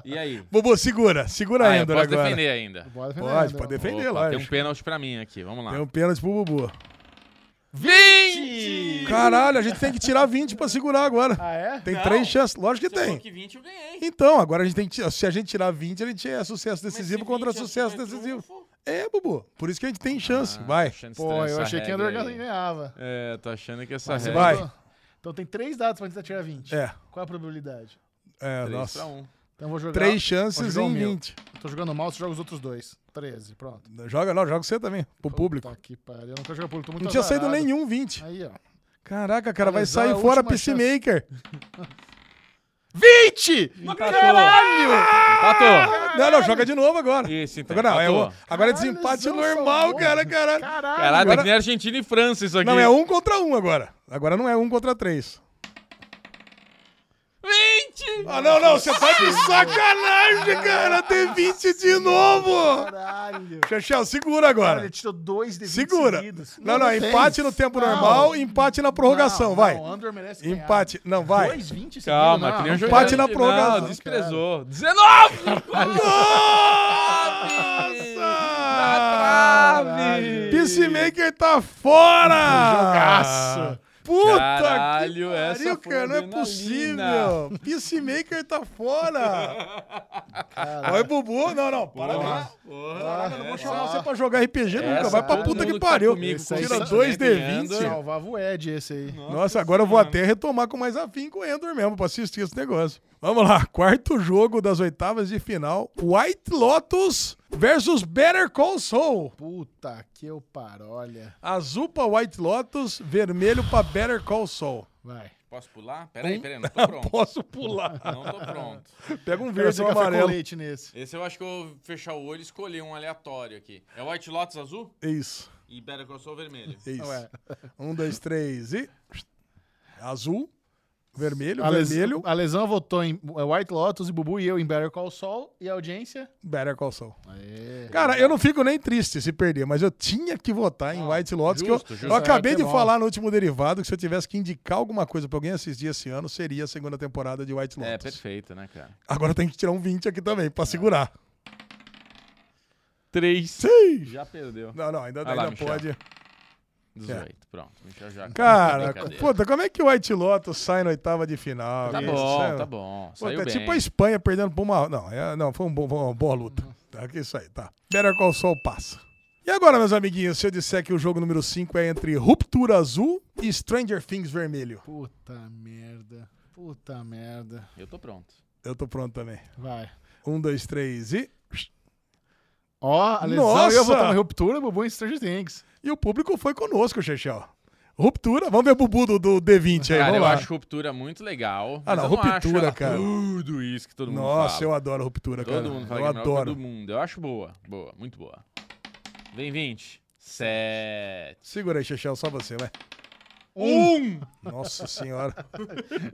S3: E aí?
S2: Bubu, segura, segura
S3: Ah, eu
S2: Endor
S3: posso
S2: agora.
S3: defender ainda.
S1: Bora defender
S2: Pode,
S1: Endor.
S2: pode defender,
S3: Opa, tem um
S2: lógico.
S3: pênalti pra mim aqui, vamos lá.
S2: Tem um pênalti pro Bubu.
S3: 20!
S2: Caralho, a gente tem que tirar 20 pra segurar agora.
S1: Ah, é?
S2: Tem
S3: Não. um
S2: três chances, lógico que
S3: Você falou
S2: tem.
S3: que 20 eu ganhei.
S2: Então, agora a gente tem que. tirar- Se a gente tirar 20, a gente é sucesso
S3: Mas se
S2: decisivo contra
S3: 20 é
S2: sucesso
S3: super
S2: decisivo.
S3: trunfo,
S2: É, Bubu. Por isso que a gente tem chance. Vai.
S3: tô achando
S1: Pô,
S3: estranha
S1: eu
S3: essa
S1: achei que
S3: regra
S1: Endor
S3: aí.
S1: ganhava.
S3: É, tô achando que essa é
S1: Mas
S3: regra...
S2: vai.
S1: Então tem três dados pra tentar tirar 20.
S2: É.
S1: Qual a probabilidade?
S2: É,
S3: 3
S2: nossa.
S3: pra 1.
S1: Então eu vou jogar.
S2: Três chances
S1: jogar o
S2: em
S1: meu.
S2: 20.
S1: Tô jogando mal, você joga os outros dois. 13, pronto.
S2: Joga, não, joga você também, pro público.
S1: Tá aqui, pariu. Eu não quero jogar público, tô muito
S2: Não tinha saído
S1: azarado.
S2: nenhum 20.
S1: Aí, ó.
S2: Caraca, cara, vai
S1: Olha só, é
S2: sair
S1: a
S2: fora
S1: última chance.
S2: Peacemaker.
S1: 20!
S3: Caralho! Empatou.
S2: Não, não, joga de novo agora.
S3: Isso, então.
S2: Agora, não, é, o-
S3: empatou.
S2: agora é
S1: Caralho,
S2: desempate
S1: Zão
S2: normal,
S1: salvou.
S2: cara, cara.
S1: Caralho!
S3: Caralho, tá
S2: agora-
S3: que nem Argentina e França isso aqui.
S2: Não, é um contra um agora. Agora não é um contra três.
S3: 20!
S2: Ah, não, não, você tá de sacanagem, cara. Tem 20 de novo.
S1: Caralho!
S2: Chechel, segura
S1: Ele
S2: agora.
S1: tirou dois de 20
S2: Segura.
S1: seguidos.
S2: Não, não,
S1: tem.
S2: empate no tempo
S1: Não.
S2: normal, empate na prorrogação,
S1: Não,
S2: vai.
S1: Não, o Andor merece ganhar.
S2: Empate, não, vai.
S1: Dois 20 seguidos.
S3: Calma,
S1: não,
S3: que nem
S1: não
S3: um
S1: quero.
S2: empate na
S3: Não,
S2: prorrogação.
S3: desprezou. 19!
S2: Nossa! Peacemaker tá fora!
S1: Jogaço.
S2: Puta
S3: Caralho,
S2: que
S3: essa
S2: pariu,
S3: foi
S2: cara, não é
S3: adrenalina.
S2: possível. Peacemaker tá fora. Olha, Bubu, não, não, parabéns. Caraca, não vou chamar você pra jogar RPG nunca,
S3: Essa
S2: vai pra
S3: todo
S2: puta
S3: mundo
S2: que
S3: que tá
S2: pariu.
S3: comigo,
S1: com
S2: Tira
S1: certeza,
S2: 2
S3: né, ganhando.
S2: D20.
S1: Salvava o Ed esse aí.
S2: Nossa, agora eu vou até retomar com mais afinco o Endor mesmo pra assistir esse negócio. Vamos lá, quarto jogo das oitavas de final: White Lotus versus Better Call Saul.
S1: Puta que eu parolha.
S2: Azul pra White Lotus, vermelho pra Better Call Saul.
S1: Vai.
S3: Posso pular? Peraí,
S2: Um.
S3: peraí, não tô pronto.
S2: Posso pular.
S3: Não tô pronto.
S2: Pega
S1: Quero
S2: um verde
S1: ser
S2: ou um
S1: café com
S2: amarelo.
S1: leite nesse.
S3: Esse eu acho que eu vou fechar o olho e escolher um aleatório aqui. É White Lotus azul
S2: É isso.
S3: e Better Call Saul vermelho.
S2: É isso.
S1: Ué.
S2: Um, dois, três e. Azul, vermelho,
S1: A les-
S2: vermelho,
S3: Ah.
S1: A lesão votou em é, White Lotus e Bubu e eu em Better Call Saul e a audiência. É,
S2: Better Call Saul. Cara, eu não fico nem triste se perder, mas eu tinha que votar em White Lotus,
S3: Ah, justo,
S2: que eu- eu,
S3: justo.
S2: acabei
S1: É,
S2: de
S1: que bom.
S2: falar no último derivado que se eu tivesse que indicar alguma coisa pra alguém assistir esse ano, seria a segunda temporada de White Lotus.
S3: É, perfeito, É. né, cara?
S2: Agora eu tenho que tirar um 20 aqui também, pra segurar.
S3: Três.
S2: Sim.
S3: Já perdeu.
S2: Não, não, ainda,
S3: Vai lá,
S2: ainda
S3: Michel.
S2: pode.
S3: 18, pronto. Michel já
S2: Cara,
S3: Brincadeira.
S2: puta, como é que o White Lotus sai na oitava de final?
S3: Tá
S2: Isso,
S3: bom,
S2: sabe?
S3: tá bom.
S2: Pô,
S3: Saiu
S2: tá
S3: bem.
S2: tipo a Espanha perdendo por uma. Não, é- não foi um bom- uma boa luta.
S3: Uhum.
S2: Tá, que isso aí, tá. Better Call Saul passa. E agora, meus amiguinhos, se eu disser que o jogo número 5 é entre Ruptura Azul e Stranger Things Vermelho?
S1: Puta merda. Puta merda.
S3: Eu tô pronto.
S2: Eu tô pronto também.
S1: Vai.
S2: Um, dois, três e.
S1: Ó, a lesão
S2: Nossa!
S1: e eu votar em Ruptura, Bubu em Stranger Things.
S2: E o público foi conosco, Chechel. Ruptura. Vamos ver o Bubu do, do D20 aí,
S3: Cara,
S2: vamos
S3: eu
S2: lá.
S3: acho ruptura muito legal.
S2: Ah,
S3: mas
S2: não,
S3: eu acho
S2: Ruptura,
S3: ela
S2: cara.
S3: Tudo isso que todo mundo
S2: Nossa,
S3: fala.
S2: eu adoro Ruptura, cara.
S3: Todo mundo fala
S2: eu
S3: que é a melhor coisa
S2: adoro.
S3: do mundo. Eu acho boa. Boa, muito boa. Vem 20. 7.
S2: Segura aí, Chechel, só você, vai.
S3: Um.
S2: Nossa senhora.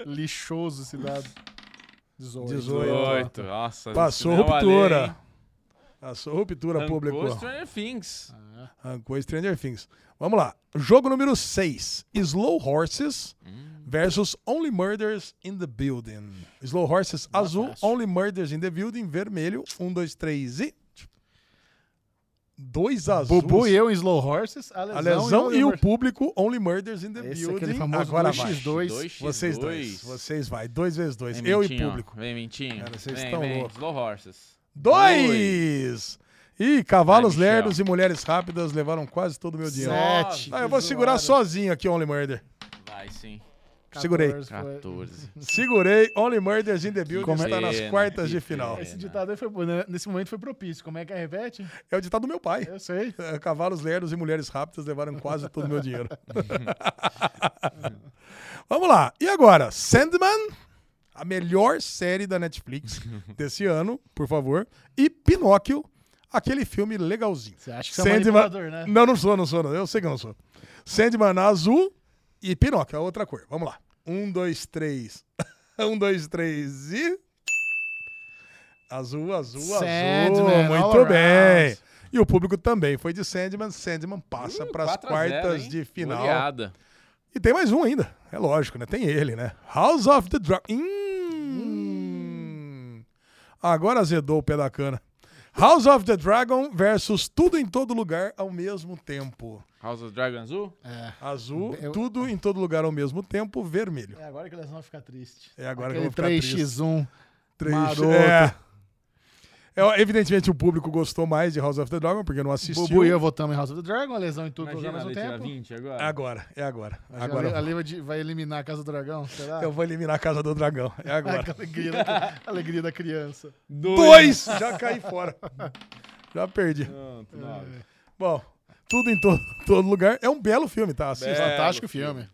S1: Lixoso esse dado. 18.
S2: 18.
S3: 8. Nossa,
S2: Passou
S3: senão
S2: Ruptura.
S3: além.
S2: Passou Ruptura,
S3: Arrancou
S2: público. Ah.
S3: Stranger Things.
S2: Rancor Stranger Things. Vamos lá. Jogo número 6. Slow Horses
S3: Hum.
S2: versus Only Murders in the Building. Slow Horses azul, Only Murders in the Building vermelho. 1, 2, 3 e. Dois azuis.
S1: Bubu e eu em Slow Horses. A lesão,
S2: A lesão
S1: eu
S2: e
S1: em
S2: o público, Only Murders in the
S1: Esse é
S2: Building.
S1: aquele famoso
S2: Agora vai.
S1: 2x2.
S3: Dois x
S2: Vocês dois. Vocês vai. Dois vezes dois.
S3: Vem,
S2: eu e
S3: Mintinho.
S2: público.
S3: Vem, Mintinho.
S2: Cara, vocês
S3: vem,
S2: estão
S3: vem.
S2: loucos.
S3: Slow Horses.
S2: Dois! Ih, cavalos
S3: Vai, Michel.
S2: lerdos e mulheres rápidas levaram quase todo o meu dinheiro.
S1: Sete.
S2: Ah, eu vou segurar sozinho aqui Only Murder.
S3: Vai sim.
S1: 14
S2: Segurei.
S1: foi-
S3: 14.
S2: Segurei Only Murders in the Building
S1: Como é-
S2: está nas
S3: Pena,
S2: quartas de
S3: que pena.
S2: final.
S1: Esse ditado aí foi bom, né? Nesse momento foi propício. Como é que é revete?
S2: É o ditado do meu pai.
S1: Eu sei.
S2: É, Cavalos lerdos e mulheres rápidas levaram quase todo o meu dinheiro. Vamos lá. E agora, Sandman, a melhor série da Netflix desse ano, por favor, e Pinóquio, aquele filme legalzinho.
S1: Você acha que você é manipulador, né?
S2: Não, não sou, não sou, não. Eu sei que eu não sou. Sandman azul e Pinóquio, a outra cor. Vamos lá. Um, dois, três. um, dois, três e. Azul, azul,
S1: Sandman,
S2: azul.
S1: all
S2: Muito bem.
S1: around.
S2: E o público também foi de Sandman. Sandman passa para as
S3: 4 Hum, a 0,
S2: quartas
S3: hein?
S2: de final.
S3: Goleada.
S2: E tem mais um ainda. É lógico, né? Tem ele, né? House of the Dragon. Hum. Agora azedou o pé da cana. House of the Dragon versus Tudo em Todo Lugar ao mesmo tempo.
S3: House of Dragon azul?
S2: Azul,
S1: Eu-
S2: Tudo em Todo Lugar ao mesmo tempo, vermelho.
S1: É agora que a lesão vai ficar triste.
S2: É agora que eu
S1: Aquele
S2: vou ficar
S1: 3x1.
S2: Três.
S1: Maroto.
S2: É. É, Evidentemente o público gostou mais de House of the Dragon, porque não assistiu.
S1: Bubu e eu votamos em House of the Dragon. A lesão em tudo ao
S3: Imagina,
S1: mesmo
S3: ele tira
S1: tempo.
S3: 20 agora.
S2: Agora, é agora.
S1: Acho que
S2: agora.
S1: a Le- a Leva de- vai eliminar a Casa do Dragão, será?
S2: Eu vou eliminar a Casa do Dragão. É agora.
S1: Aquela alegria, da, alegria da criança.
S2: Dois! Já caí fora. Já perdi.
S3: Pronto, nove.
S2: É. Bom, tudo em to- todo lugar. É um belo filme, tá? Assista.
S3: Belo
S1: Fantástico filme.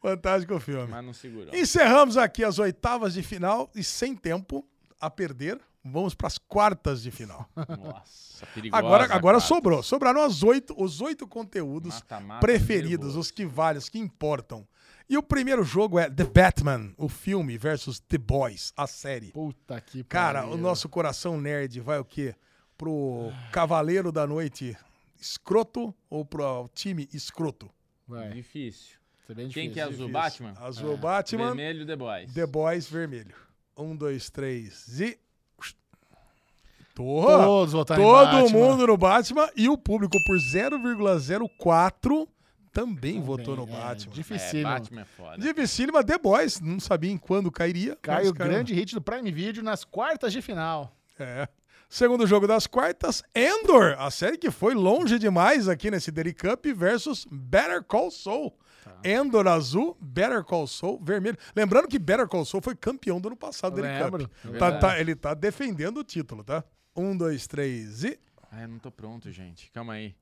S2: Fantástico filme.
S3: Mas não segurou.
S2: Encerramos aqui as oitavas de final e sem tempo a perder, vamos para as quartas de final.
S3: Nossa, perigosa.
S2: Agora, agora
S3: quarta.
S2: sobrou. Sobraram as oito, os oito conteúdos
S3: Mata-mata,
S2: preferidos,
S3: nervoso.
S2: os que valem, os que importam. E o primeiro jogo é The Batman, o filme, versus The Boys, a série.
S1: Puta que
S2: Cara, o
S1: pariu.
S2: nosso coração nerd vai o quê? Pro Cavaleiro da Noite escroto ou pro time escroto?
S1: Vai,
S3: Difícil.
S1: isso é bem
S3: Quem
S1: difícil.
S3: que é azul? Batman?
S2: Azul Batman,
S3: Vermelho, The Boys.
S2: The Boys vermelho. Um, dois, três e. Torra!
S1: Todos votaram tá em
S2: Todo
S1: Batman.
S2: mundo no Batman e o público por 0,04 também votou no
S1: é,
S2: Batman.
S1: Dificílimo.
S3: É, Batman é foda.
S2: Difícil, mas The Boys, não sabia em quando cairia.
S1: Cai
S2: mas
S1: o grande hit do Prime Video nas quartas de final.
S2: É. Segundo jogo das quartas, Endor, a série que foi longe demais aqui nesse Daily Cup versus Better Call Saul. Endor azul, Better Call Saul vermelho. Lembrando que Better Call Saul foi campeão do ano passado do Daily
S1: Lembro.
S2: Cup.
S3: É
S2: Tá-
S3: verdade.
S2: tá- ele tá defendendo o título, tá? Um, dois, três e.
S3: Ah, eu não tô pronto, gente. Calma aí.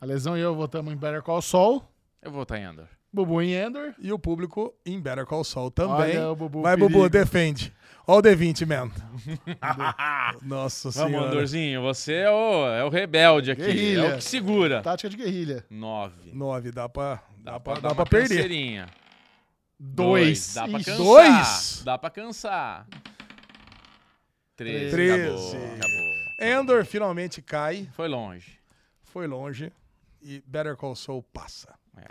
S1: A lesão e eu votamos em Better Call Saul.
S3: Eu vou votar em Andor.
S1: Bubu em Ender.
S2: E o público em Better Call Saul também.
S1: Olha o Bubu,
S2: Vai,
S1: perigo.
S2: Bubu, defende. Olha o D20, man. Nossa
S3: Vamos,
S2: senhora.
S3: Andorzinho, você é o, é o rebelde aqui. É
S1: Guerrilha.
S3: o que segura.
S1: Tática de guerrilha.
S3: Nove.
S2: 9, dá pra, Tá. dá pra,
S3: dar
S2: dá
S3: uma
S2: pra perder.
S3: canseirinha.
S1: Dois.
S3: Dá pra
S1: Ixi.
S3: cansar.
S2: Dois?
S3: Dá pra cansar. Treze.
S2: Treze.
S3: Acabou, acabou.
S2: Endor finalmente cai,
S3: Foi longe.
S2: foi longe e Better Call Saul passa.
S3: É.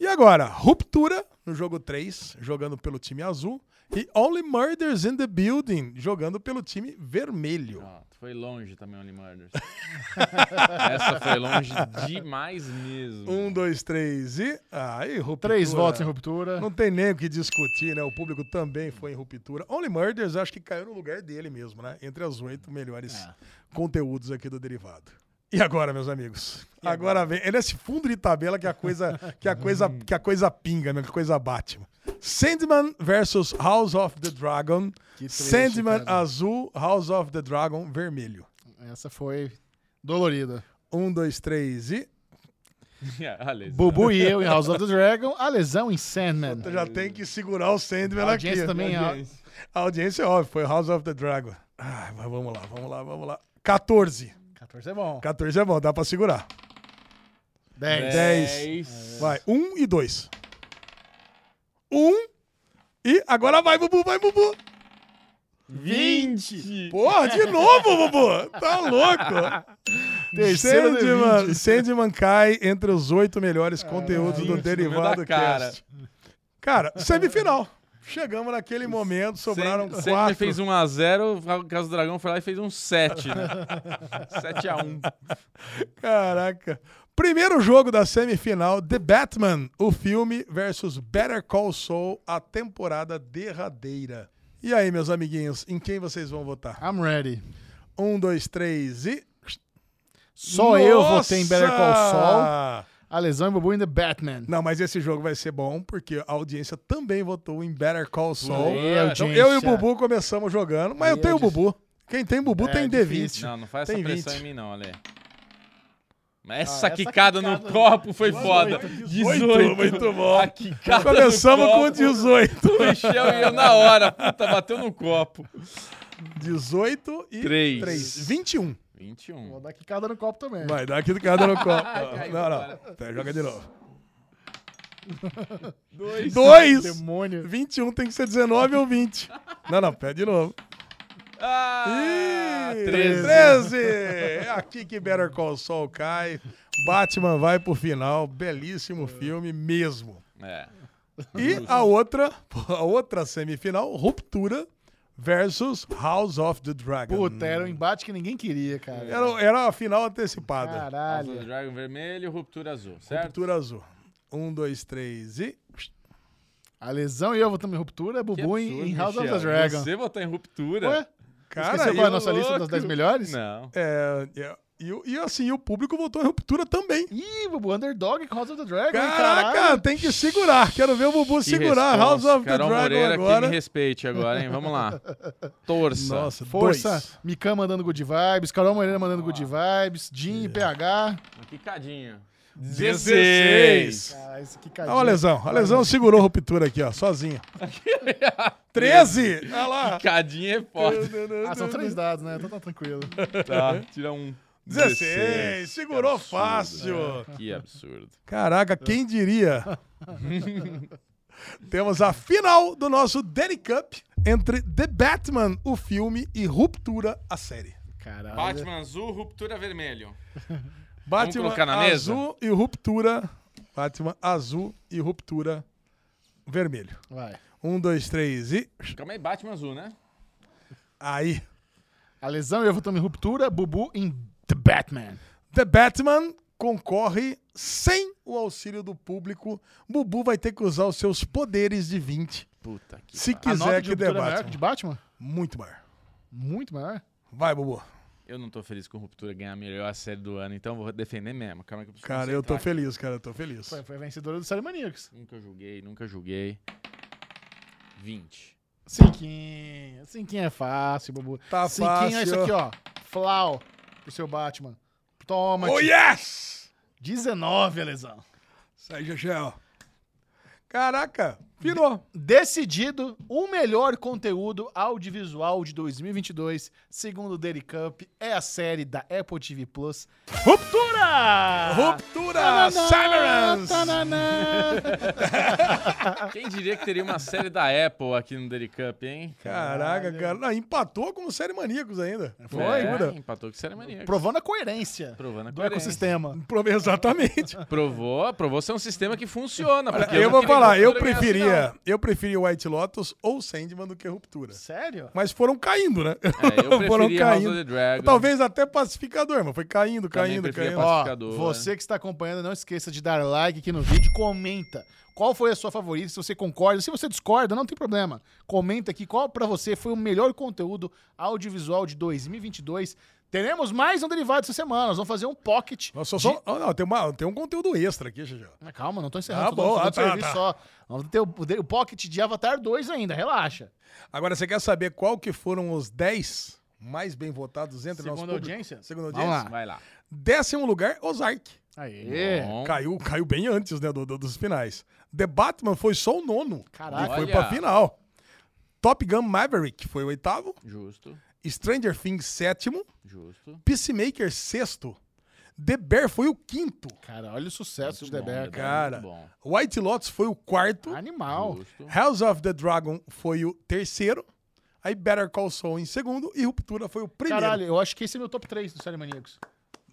S2: E agora, Ruptura no jogo 3, jogando pelo time azul, e Only Murders in the Building, jogando pelo time vermelho.
S3: Pronto, foi longe também, Only Murders. Essa foi longe demais mesmo.
S2: Um, dois, três e. Aí, Ruptura.
S1: Três votos em ruptura.
S2: Não tem nem o que discutir, né? O público também foi em ruptura. Only Murders acho que caiu no lugar dele mesmo, né? Entre as oito melhores
S1: É.
S2: conteúdos aqui do Derivado. E agora, meus amigos? agora vem. É nesse fundo de tabela que a coisa, que a coisa, que a coisa pinga, né? que a coisa bate. Sandman versus House of the Dragon.
S1: Que trecho,
S2: Sandman
S1: cara.
S2: azul, House of the Dragon vermelho.
S1: Essa foi dolorida.
S2: Um, dois, três e.
S3: Olha isso.
S1: Bubu e eu em House of the Dragon. A lesão em Sandman.
S2: Já tem que segurar o Sandman
S1: A
S2: aqui.
S1: audiência também é alta.
S2: A audiência é óbvia, foi House of the Dragon. Ai, mas vamos lá, vamos lá, vamos lá. 14.
S1: 14 é bom.
S2: 14 é bom, dá pra segurar.
S1: 10.
S3: Dez.
S2: Vai, 1 e 2. 1 e agora vai, Bubu, vai, Bubu.
S3: Vinte.
S2: Porra, de novo, Bubu. Tá louco.
S1: Terceiro de
S2: Sandman, Sandman cai entre os oito melhores conteúdos do
S3: vinte, no
S2: Derivado
S3: meu da cara.
S2: Cast. Cara, semifinal. Chegamos naquele momento, sobraram
S3: Sempre- sempre
S2: quatro.
S3: fez 1 a 0 o Caso do Dragão foi lá e fez um 7, né? 7 a 1.
S2: Caraca. Primeiro jogo da semifinal, The Batman, o filme versus Better Call Saul, a temporada derradeira. E aí, meus amiguinhos, em quem vocês vão votar?
S1: I'm ready.
S2: Um, dois, três e...
S1: Só eu votei em Better Call Saul.
S2: Nossa!
S1: A lesão em Bubu in the Batman.
S2: Não, mas esse jogo vai ser bom, porque a audiência também votou em Better Call Saul.
S1: Aí,
S3: Então,
S2: Então,
S1: audiência.
S2: eu e o Bubu começamos jogando, mas eu tenho o Bubu. Quem tem Bubu
S1: É,
S2: tem
S1: difícil.
S2: D20.
S3: Não, não faz essa
S2: Tem Ah,
S3: pressão
S2: 20.
S3: em mim, não, Ale. Mas essa,
S1: essa
S3: quicada, no
S1: quicada-
S3: copo foi
S1: Dezoito,
S3: foda.
S2: 18,
S3: 18.
S2: muito bom.
S3: A quicada
S2: Começamos
S3: no
S2: com
S3: copo.
S2: 18.
S3: O Michel e eu na hora. Puta, bateu no copo.
S2: 18 e
S3: Três.
S2: 3. 21.
S3: 21.
S1: Vou dar quicada no copo também.
S2: Vai, dá aqui do cara no copo. não, não.
S3: agora.
S2: Pera, joga de novo.
S3: Dois.
S1: É
S2: Dois!
S1: Demônio.
S2: 21 tem que ser 19 ou 20. Não, não, pera de novo.
S3: Ah,
S2: Ih,
S3: 13.
S2: 13! É Aqui que Better Call Saul cai. Batman vai pro final. Belíssimo
S1: É.
S2: filme mesmo.
S3: É.
S2: E a outra, a outra semifinal, Ruptura versus House of the Dragon.
S1: Puta, era um embate que ninguém queria, cara.
S2: Era, era a final antecipada.
S3: Azul do
S1: Caralho.
S3: Dragon vermelho, ruptura azul, certo?
S2: Ruptura azul. Um, dois, três e...
S1: A lesão e eu votando em ruptura.
S3: Que
S1: Bubu em-
S3: absurdo,
S1: em House of the
S3: Michel.
S1: Dragon.
S3: Você votou em ruptura?
S1: Ué?
S2: Cara,
S1: Esqueceu qual é a
S2: eu-
S1: nossa lista das
S3: louco. Né?
S1: 10 melhores?
S3: Não.
S2: É, é, e, o- e assim, o público votou em ruptura também.
S1: Ih, Bubu, Underdog com House of the Dragon. hein,
S2: Caraca,
S1: caralho.
S2: tem que segurar. Quero ver o Bubu
S3: Que
S2: segurar
S3: resposta.
S2: House of the
S3: Carol
S2: Dragon
S3: Moreira, que
S2: agora.
S3: me respeite agora, hein? Vamos lá. Torça.
S2: Nossa,
S1: Força,
S2: dois.
S1: Mikan mandando good vibes, Carol Moreira mandando good vibes, Jim e PH.
S3: Uma Quicadinha.
S2: 16.
S1: Ah, esse que
S2: Olha o lesão. A lesão segurou a ruptura aqui, ó, sozinha. 13! Olha lá.
S3: Quicadinha é foda.
S1: Ah, são três dados, né? Então tá tranquilo.
S3: Tá, tira um.
S2: 16. Segurou fácil.
S3: Que absurdo.
S2: Caraca, quem diria? Temos a final do nosso Daddy Cup entre The Batman, o filme, e Ruptura, a série.
S1: Caralho.
S3: Batman azul, ruptura vermelho.
S2: Batman
S3: colocar na mesa?
S2: azul e ruptura. Batman azul e ruptura vermelho.
S1: Vai.
S2: Um, dois, três e.
S3: Calma aí, Batman azul, né?
S2: Aí.
S1: A lesão e eu votando em ruptura, Bubu em The Batman.
S2: The Batman concorre sem o auxílio do público. Bubu vai ter que usar os seus poderes de 20.
S3: Puta que.
S2: Se
S1: A nota
S2: quiser
S1: de
S2: que dê
S1: ruptura é maior que
S2: Batman.
S1: de Batman?
S2: Muito maior.
S1: Muito maior.
S2: Vai, Bubu.
S3: Eu não tô feliz com ruptura ganhar a melhor série do ano, então vou defender mesmo. Calma que eu preciso
S2: Cara, eu tô
S3: concentrar.
S2: feliz, cara. Eu tô feliz.
S1: Foi, foi a vencedora do Série Maníacos.
S3: Nunca julguei, nunca julguei. 20.
S1: Cinquinho. Cinquinho é fácil, Bubu.
S2: Tá
S1: Cinquinho é isso
S2: fácil.
S1: aqui, ó. Flau pro seu Batman. Toma.
S2: Oh, yes!
S1: 19, a lesão.
S2: Sai, Gegel. Caraca, virou.
S1: Decidido o melhor conteúdo audiovisual de 2022, segundo o Daily Cup, é a série da Apple TV Plus, Ruptura!
S2: Ah. Ruptura!
S1: Tananã,
S2: Severance!
S1: tananã.
S3: Quem diria que teria uma série da Apple aqui no Daily Cup, hein?
S2: Caraca, cara. Não, empatou como série maníacos ainda.
S1: Foi,
S3: é,
S2: Jura?
S3: Empatou que série maníaca.
S1: Provando a coerência
S3: Provando a
S1: do
S3: coerência.
S1: ecossistema.
S2: Pro- Exatamente.
S3: Provou, provou ser um sistema que funciona.
S2: Olha,
S3: porque
S2: eu
S3: não
S2: vou
S3: queria
S2: falar,
S3: que
S2: eu
S3: Ruptura ganhasse,
S2: preferia, eu preferia White Lotus ou Sandman do que Ruptura.
S1: Sério?
S2: Mas foram caindo, né?
S3: não. É, eu
S2: foram
S3: preferia House of the
S2: caindo.
S3: Dragon.
S2: Talvez até pacificador, mas foi caindo,
S3: Também
S2: caindo,
S3: preferia
S2: caindo.
S3: pacificador.
S1: Ó,
S3: Pacificador,
S1: Ah,
S2: é.
S1: você que está acompanhando, não esqueça de dar like aqui no vídeo, comenta qual foi a sua favorita, se você concorda, se você discorda, não tem problema. Comenta aqui qual pra você foi o melhor conteúdo audiovisual de 2022. Teremos mais um derivado essa semana, nós vamos fazer um pocket.
S2: Nossa, só- só- ó, não, tem, uma- tem um conteúdo extra aqui, Xixi.
S1: Mas calma, não tô encerrando, tô
S2: Tá bom,
S1: falando
S2: ah,
S1: do
S2: tá,
S1: serviço
S2: tá.
S1: só. Vamos ter o, o pocket de Avatar 2 ainda, relaxa.
S2: Agora, você quer saber qual que foram os 10 mais bem votados entre
S1: Segundo
S2: nosso público?
S1: audiência?
S2: Segundo
S1: Vamos
S2: audiência.
S1: lá. É.
S3: Vai lá.
S2: Décimo lugar, Ozark.
S1: Aê.
S3: Bom.
S2: Caiu, caiu bem antes né, do- do- dos finais. The Batman foi só o nono.
S1: Caraca.
S2: E foi
S3: Olha.
S2: pra final. Top Gun Maverick foi o oitavo.
S3: Justo,
S2: Stranger Things, sétimo.
S3: justo.
S2: Peacemaker, sexto. The Bear foi o quinto.
S1: Cara, olha o sucesso de
S3: Muito
S1: The
S3: bom,
S1: Bear,
S3: The
S1: cara.
S2: Cara,
S3: Muito bom.
S2: White Lotus foi o quarto.
S1: Animal.
S3: Justo.
S2: House of the Dragon foi o terceiro. Aí Better Call Saul em segundo. E Ruptura foi o primeiro.
S1: Caralho, eu acho que esse é meu top 3 do Série Maníacos.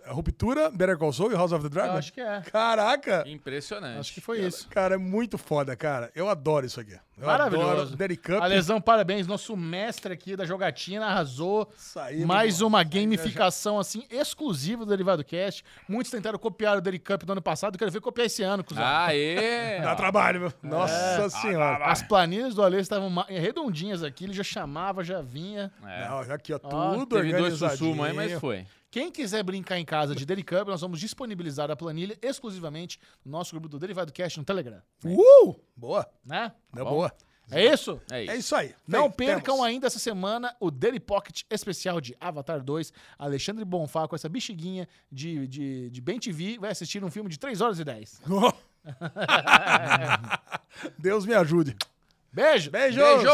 S2: Ruptura, Better Call Saul e House of the
S1: Eu
S2: Dragon?
S1: acho que é.
S2: Caraca!
S3: Impressionante.
S1: Acho que foi isso.
S2: Cara, é muito foda, cara. Eu adoro isso aqui. Eu
S1: Maravilhoso.
S2: Adoro Daddy Cup.
S1: Alesão, parabéns. Nosso mestre aqui da jogatina arrasou.
S2: Isso aí, meu
S1: Mais um
S2: irmão.
S1: uma gamificação assim exclusiva do Derivado Cast. Muitos tentaram copiar o Daily Cup do ano passado. Quero ver copiar esse ano, cuzão.
S3: Aê!
S2: Dá trabalho, meu. Nossa senhora.
S1: As planilhas do Alê estavam ma- redondinhas aqui, ele já chamava, já vinha.
S3: É.
S2: Não, aqui, ó,
S1: Ó,
S2: tudo
S3: Teve dois
S2: organizadinho.
S3: sussurros aí, mas foi.
S1: Quem quiser brincar em casa de Daily Cup, nós vamos disponibilizar a planilha exclusivamente no nosso grupo do Derivado Cast no Telegram.
S2: Uh! Boa.
S1: Né?
S2: Deu
S3: Bom.
S2: boa.
S1: É isso?
S3: É isso.
S2: É isso aí.
S1: Não
S2: Tem-
S1: percam
S2: temos.
S1: ainda essa semana o Daily Pocket especial de Avatar 2. Alexandre Bonfá, com essa bexiguinha de, de, de Bem TV, vai assistir um filme de 3 horas e 10.
S2: Deus me ajude.
S1: Beijo!
S2: Beijos!
S3: Beijo!